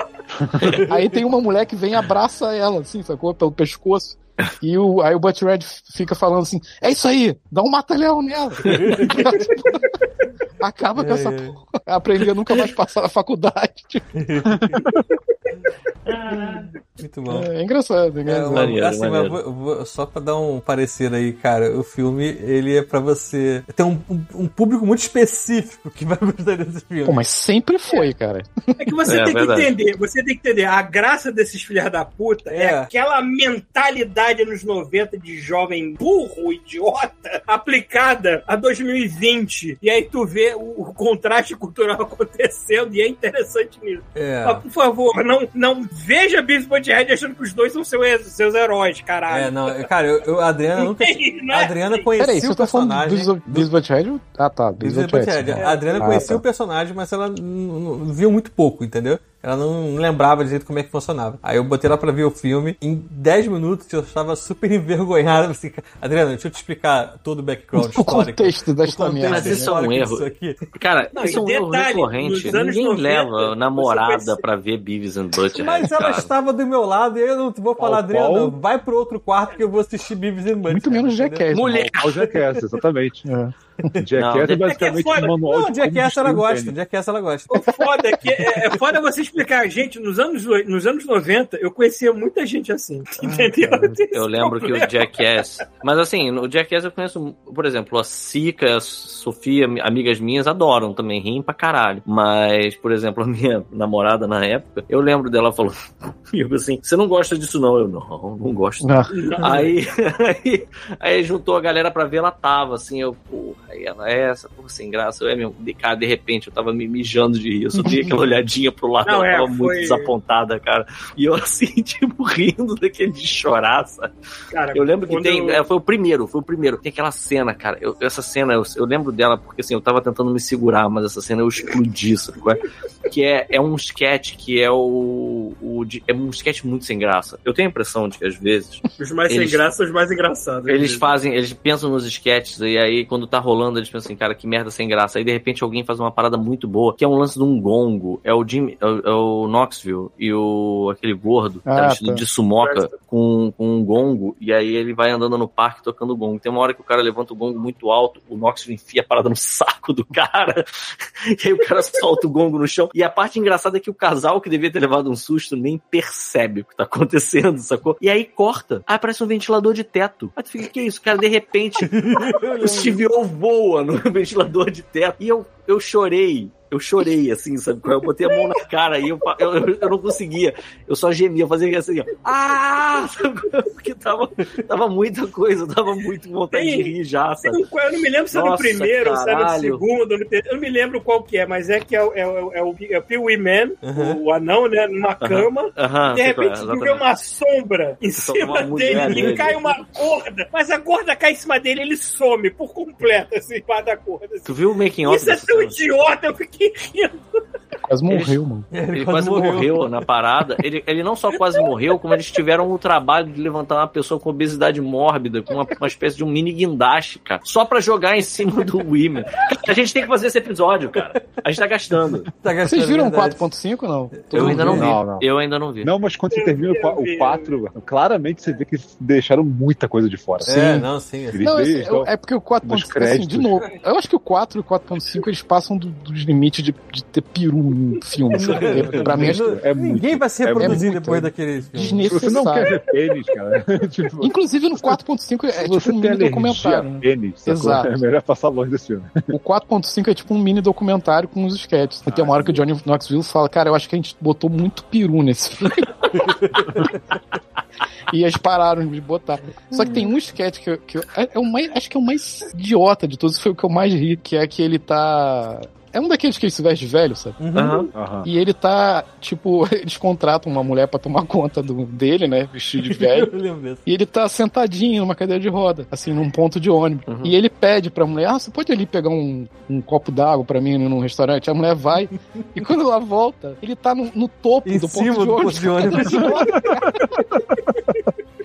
S7: Aí tem uma mulher que vem e abraça ela, assim, sacou? Pelo pescoço. E o, aí o Butch Red fica falando assim: é isso aí, dá um mata-leão nela. Acaba com
S4: É.
S7: essa porra. Aprender a nunca mais passar na faculdade.
S4: Muito bom.
S7: É, engraçado, é
S4: É,
S7: engraçado.
S4: mas-
S5: Maneiro,
S4: assim, mas
S5: maneiro.
S4: vou- vou- só pra dar um parecer aí, cara, o filme, ele é pra você... Tem um, um- um público muito específico que vai (laughs) gostar desse filme.
S7: Pô, mas sempre foi, cara.
S3: É que você
S5: É,
S3: tem
S5: verdade.
S3: que entender, você tem que entender, a graça desses filhos da puta é.
S4: É.
S3: aquela mentalidade nos 90 de jovem burro, idiota, aplicada a 2020. E aí tu vê o, o contraste cultural (laughs) acontecendo e é interessante nisso.
S4: É.
S3: Mas, por favor, não, não veja Beavis e Butthead achando que os dois são seu, seus heróis, caralho.
S4: É, não, eu- cara, eu, eu- a Adriana nunca...
S3: Não
S4: A
S3: é
S4: Adriana
S3: assim.
S7: Peraí,
S4: conhecia
S7: você
S4: o
S7: tá falando
S4: personagem...
S7: do Beavis Butthead? Ah, tá, Beavis
S4: Beavis and Butthead.
S7: Butthead.
S4: A Adriana
S7: Ah,
S4: conhecia
S7: tá.
S4: o personagem, mas ela n- n- viu muito pouco, entendeu? Ela não lembrava direito como é que funcionava. Aí eu botei ela pra ver o filme. Em 10 minutos eu estava super (laughs) envergonhado. Assim, Adriana, deixa eu te explicar todo o background
S7: O
S4: histórico.
S7: contexto
S4: O
S7: dessa merda.
S5: Mas isso é
S4: histórico
S5: um erro.
S4: disso aqui.
S5: Cara,
S3: Não,
S5: isso é
S3: e
S5: um erro
S3: detalhe,
S5: recorrente.
S3: nos anos
S5: Ninguém
S3: 90,
S5: leva
S3: você
S5: namorada
S3: percebe-
S5: pra ver Beavis and Butthead.
S4: Mas ela
S5: é um cara.
S4: estava do meu lado e eu não vou falar,
S1: Qual, qual?
S4: Adriana, vai pro outro quarto que eu vou assistir Beavis and Bunch.
S7: Muito menos Jackass.
S5: Mulher!
S1: Ao Jackass, exatamente. Jackass é
S5: Jackass
S1: basicamente
S3: é foda.
S1: um manual.
S4: Não,
S1: de
S4: Jackass
S1: como
S4: ela
S1: destruir um
S4: gosta,
S1: tênis.
S4: Jackass ela gosta.
S3: O foda é que é, é foda você explicar, gente, nos anos, oi- nos anos 90 eu conhecia muita gente assim,
S4: Ah,
S3: entendeu? é
S5: Eu lembro que o Jackass. Mas assim, o Jackass eu conheço, por exemplo, a Sica, a Sofia, am- amigas minhas adoram também, riem pra caralho. Mas, por exemplo, a minha (laughs) namorada na época, eu lembro dela falando comigo assim: Você não gosta disso, não? Eu não, não gosto.
S7: Não.
S5: Aí, (laughs) aí, aí juntou a galera pra ver, ela tava assim, eu, porra, aí ela é essa, porra, sem graça, eu é mesmo. De, cara, de repente eu tava me mijando de rir, eu
S3: (laughs)
S5: só dei aquela olhadinha pro lado,
S3: Não,
S5: ela
S3: é,
S5: tava muito
S3: foi-
S5: desapontada, cara. E eu assim, (laughs) tipo, rindo daquele de chorar, sabe?
S3: Cara,
S5: Eu lembro que
S3: quando
S5: tem.
S3: eu-
S5: é, Foi o primeiro, foi o primeiro. Tem aquela cena, cara. eu- essa cena, eu, eu lembro dela, porque assim, eu tava tentando me segurar, mas essa cena eu explodi, sabe? qual é? Que é, é um sketch que é o, o de- É um sketch muito sem graça. Eu tenho a impressão de que às
S3: (laughs)
S5: vezes
S3: Os mais
S5: eles-
S3: sem graça são os mais engraçados.
S5: eles fazem. Eles pensam nos sketches, e aí quando tá rolando, eles pensam assim, cara, que merda sem graça. Aí de repente alguém faz uma parada muito boa, que é um lance de um gongo. É o Jim. É o, é o Knoxville e o aquele gordo,
S7: Ah,
S5: tá vestido
S7: tá.
S5: de sumoca com, com um gongo, e aí ele vai andando no parque tocando gongo. Tem uma hora que o cara levanta o gongo muito alto, o Knoxville enfia a parada no (laughs) saco do cara, e aí o cara solta o gongo no chão. E a parte engraçada é que o casal que devia ter levado um susto nem percebe o que tá acontecendo, sacou? E aí corta. Ah, parece um ventilador de teto. Aí tu fica, que isso? Cara, de repente, o Steve O voa no (laughs) ventilador de teto. E eu, eu chorei. Eu chorei, assim, sabe? qual é? Eu botei a mão na cara e eu, fa- eu, eu- eu não conseguia. Eu só gemia, eu fazia
S3: (laughs)
S5: assim, ó. Ah! (laughs) Sabe qual é? Porque tava, tava muita coisa, eu tava muito com vontade de rir já,
S3: Eu
S5: sabe?
S3: não, eu não me lembro se é no
S5: Nossa,
S3: primeiro, se é no
S5: caralho.
S3: segundo, no terceiro, eu não me lembro qual que é, mas é que é, o- é, o- é, o, é o Pee Wee Man,
S4: Uhum.
S3: o, o anão, né, numa cama,
S5: Aham,
S3: de
S5: sei qual é,
S3: repente tu vê
S5: exatamente.
S3: uma sombra em
S5: Só
S3: cima
S5: uma mulher
S3: dele e
S5: dele. né?
S3: cai uma corda, mas a corda cai em cima dele e ele some por completo, assim, embaixo da corda. assim.
S5: Tu viu o making off
S3: Isso é
S5: dessa
S3: tão
S5: cena?
S3: idiota, eu fiquei rindo.
S7: Quase morreu, mano.
S5: Ele quase morreu. na parada. Ele, ele não só quase morreu, como eles tiveram o trabalho de levantar uma pessoa com obesidade mórbida, com uma, uma espécie de um mini guindaste, cara. Só pra jogar em cima do Women. A gente tem que fazer esse episódio, cara. A gente tá gastando.
S4: Tá gastando,
S7: Vocês viram o
S4: verdade.
S7: 4.5 ou não?
S5: Eu ainda
S7: né?
S5: não vi.
S1: Não, não.
S5: Eu ainda não vi.
S1: Não, mas quando você termina o qua-
S3: vi, eu
S1: o 4, claramente você vê que eles deixaram muita coisa de fora.
S4: É, não, sim.
S1: Eles
S7: Não, esse-
S1: deixam- então,
S7: eu- é porque o
S1: Nos
S7: 4.5, assim,
S1: créditos.
S7: de novo, eu acho que o 4 e o 4.5 eles passam do- dos limites de, de ter peru em filme,
S1: (laughs)
S7: sabe? pra mim é
S1: é
S4: Ninguém
S1: muito.
S4: vai se reproduzir
S7: É muito.
S4: depois daquele filme.
S1: Se você não quer
S7: desnecessário.
S1: ver pênis, cara, (laughs) tipo,
S7: Inclusive no 4.5 é
S1: se
S7: tipo
S1: você tem
S7: um mini
S1: alergia
S7: documentário.
S1: a
S7: né?
S1: pênis, sacou?
S7: Exato.
S1: é melhor passar longe desse filme.
S7: O 4.5 é tipo um mini documentário com uns sketches. E tem uma hora que o Johnny Knoxville fala, cara, eu acho que a gente botou muito peru nesse filme. (laughs) E eles pararam de botar. Só que tem um sketch que eu, que eu- é é o mais, acho que é o mais idiota de todos, foi o que eu mais ri, que é que ele tá. É um daqueles que ele se veste de velho, sabe?
S4: Uhum.
S5: Aham.
S1: Aham.
S7: E ele tá, tipo, (laughs) eles contratam uma mulher pra tomar conta do, dele, né? Vestido de
S1: É.
S7: velho.
S4: (laughs) Eu lembro desse.
S7: E ele tá sentadinho numa cadeira de roda, assim, num ponto de ônibus.
S4: Uhum.
S7: E ele pede pra mulher, ah, você pode ali pegar um, um copo d'água pra mim num restaurante? A mulher vai, e quando ela volta, ele tá no, no topo
S4: Em
S7: do
S4: cima
S7: ponto de
S4: do
S7: ônibus.
S4: ponto de ônibus.
S7: (laughs)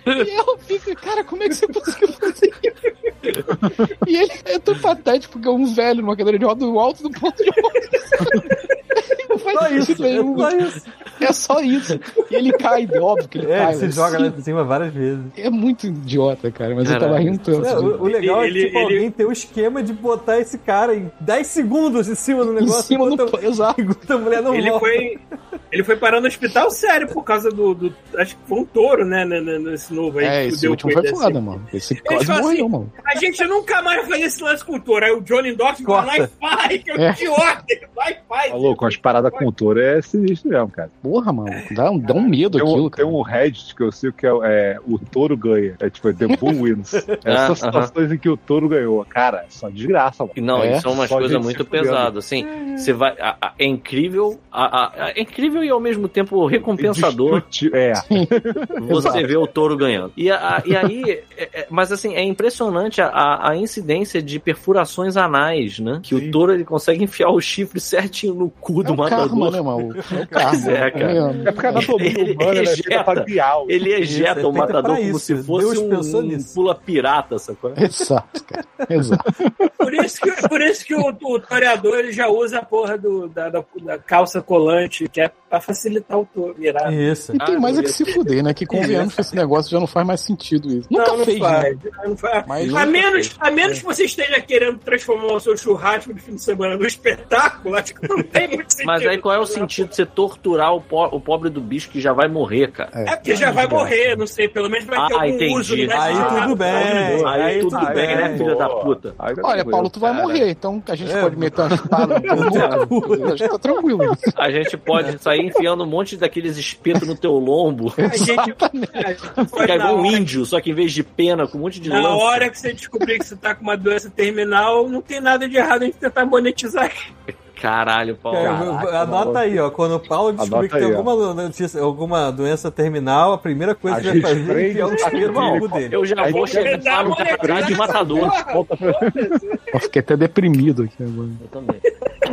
S7: E eu fico, cara, como é que você conseguiu fazer isso? E ele é tão patético porque é um velho numa cadeira de roda no alto do ponto de ônibus. (laughs) Não faz
S4: Só
S7: sentido
S4: isso,
S1: um
S7: nenhum.
S4: só isso.
S7: É só isso. E ele cai, óbvio que ele
S4: É,
S7: cai.
S4: ele se
S7: mas
S4: joga lá
S7: sim,
S4: de cima várias vezes.
S7: É muito idiota, cara, mas
S5: Caralho.
S7: eu tava rindo
S1: um
S7: tanto. né?
S4: É, o, o legal
S3: Ele-
S4: é que tipo,
S3: ele-
S4: alguém tem o esquema de botar esse cara em 10 segundos em cima do
S7: em
S4: negócio.
S7: cima do...
S4: (laughs) enquanto
S7: pano, Exato.
S4: a mulher não
S3: Ele
S4: volta.
S3: foi, ele foi parar no hospital sério por causa do, do- Acho que foi um touro, né? né, né, Nesse novo aí.
S7: É,
S3: que
S7: esse
S3: fudeu
S7: último
S3: com
S7: foi
S3: ele,
S7: foda,
S3: assim.
S7: mano. Esse quase
S3: falam
S7: morreu,
S3: assim,
S7: mano.
S3: A gente nunca mais vai fazer esse lance com o touro. Aí o Johnny Doc vai lá e
S4: Corta.
S3: faz, que é um
S7: É.
S3: idiota. Vai, faz.
S1: Tá louco, as paradas com o touro é sinistro mesmo, cara.
S7: Porra, mano. Dá, um- dá um medo
S1: Tem um,
S7: aquilo,
S1: tem
S7: cara.
S1: um Reddit que eu sei que é, é, o touro ganha. É tipo, The
S5: (laughs)
S1: Bull Wins.
S5: Ah, aham.
S1: Essas situações em que o touro ganhou. Cara, é só desgraça, mano.
S5: Não,
S7: É?
S5: são umas
S1: Só
S5: coisas
S1: gente
S5: muito
S1: se fudendo.
S5: pesadas, assim. Você vai. a- a- é incrível. a- a- a- é incrível e ao mesmo tempo recompensador
S1: (laughs) Destrutivo. É.
S5: você vê o touro ganhando. E, a- a- e aí, é- é- mas assim, é impressionante a- a, a incidência de perfurações anais, né? Que
S1: Sim.
S5: o touro ele consegue enfiar o chifre certinho no cu
S7: É
S5: do
S7: o karma,
S5: matador.
S7: né, maluco? É o karma.
S5: É, cara.
S1: É porque a anatomia
S5: Ele-
S1: humana ela é
S5: ele
S1: feita para bial.
S5: Ele
S4: Isso,
S5: ejeta
S4: é
S5: o matador
S4: feito pra
S5: como
S4: isso.
S5: se fosse
S4: Deus
S5: um,
S4: pensou
S5: um
S4: nisso.
S5: pula-pirata, sacou?
S7: (laughs) Exato, cara. Exato.
S3: Por isso que, por isso que o, o toreador ele já usa a porra do, da, da- da calça colante, que é pra facilitar o touro virar.
S4: Isso.
S1: (laughs)
S7: E tem
S5: Ah,
S7: mais é
S5: eu
S7: que se fuder, né? Que convenhamos que esse negócio já não faz mais sentido isso. Nunca
S3: não, não
S7: fez, né?
S3: faz, não faz.
S7: Mas
S3: A
S7: nunca né?
S3: menos, a menos que você esteja querendo transformar o seu churrasco de fim de semana num espetáculo, acho que não tem muito sentido.
S5: (laughs) Mas aí qual é o sentido de você torturar o, po- o pobre do bicho que já vai morrer, cara?
S3: É porque já vai morrer, não sei, pelo menos vai ter
S5: Ah,
S3: algum
S5: entendi.
S3: uso. né? Não vai
S4: Aí
S3: ser-
S4: tudo bem.
S5: Aí,
S4: Aí
S5: tudo,
S4: tudo
S5: bem,
S4: bem.
S5: né, filha da puta?
S7: Olha, Paulo, tu vai morrer, então a gente
S4: É.
S7: pode meter uma espada no teu
S4: (laughs)
S1: (laughs)
S7: mundo. A gente tá tranquilo.
S5: A gente pode sair enfiando um monte daqueles espetos no teu
S3: (laughs)
S5: lombo.
S3: A gente vai
S5: Fica
S3: na
S5: igual um
S3: hora-
S5: índio, só que em vez de pena, com um monte de
S3: Na
S5: lança.
S3: hora que você descobrir que você tá com uma doença terminal, não tem nada de errado em tentar monetizar.
S5: Caralho, Paulo.
S4: Cara,
S5: Caraca,
S4: v- v- anota aí, ó. Quando o Paulo descobrir que
S1: Anota
S4: tem
S1: aí, ó.
S4: alguma, notícia, alguma doença terminal, a primeira coisa que ele vai fazer é enfiar um espelho no cu dele.
S5: Eu já
S1: Aí
S5: vou
S1: tem
S5: chegar e
S3: que dar
S5: falar
S3: uma
S5: pra trás de
S3: olhada.
S5: matador.
S7: Eu fiquei até deprimido aqui agora.
S5: Eu também.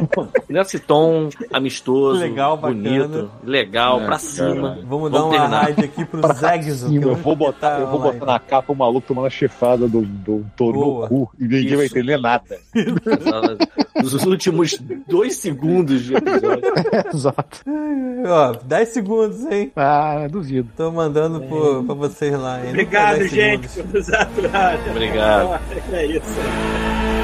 S5: (laughs) Nesse tom amistoso,
S4: Legal, bacana.
S5: bonito, legal, pra cima.
S4: Vamos dar uma
S5: terminar.
S4: raid aqui pro Zegzo. que
S1: Eu
S4: não
S1: vou botar,
S4: tá
S1: eu vou
S4: online.
S1: botar na capa o maluco tomando a chifrada do, do touro
S4: Boa.
S1: no cu e ninguém
S5: Isso.
S1: vai entender nada.
S5: Nos últimos dois segundos de episódio.
S7: (laughs)
S3: (laughs)
S7: Exato.
S4: Ó, 10 segundos, hein?
S7: Ah, duvido.
S4: Tô mandando pro, pra vocês lá, hein?
S3: É. Obrigado,
S4: Dez
S3: gente,
S4: segundos.
S3: por nos aturar.
S5: Obrigado.
S3: É
S9: Hãy subscribe cho kênh Ghiền Mì Gõ Để
S3: isso.
S9: không bỏ lỡ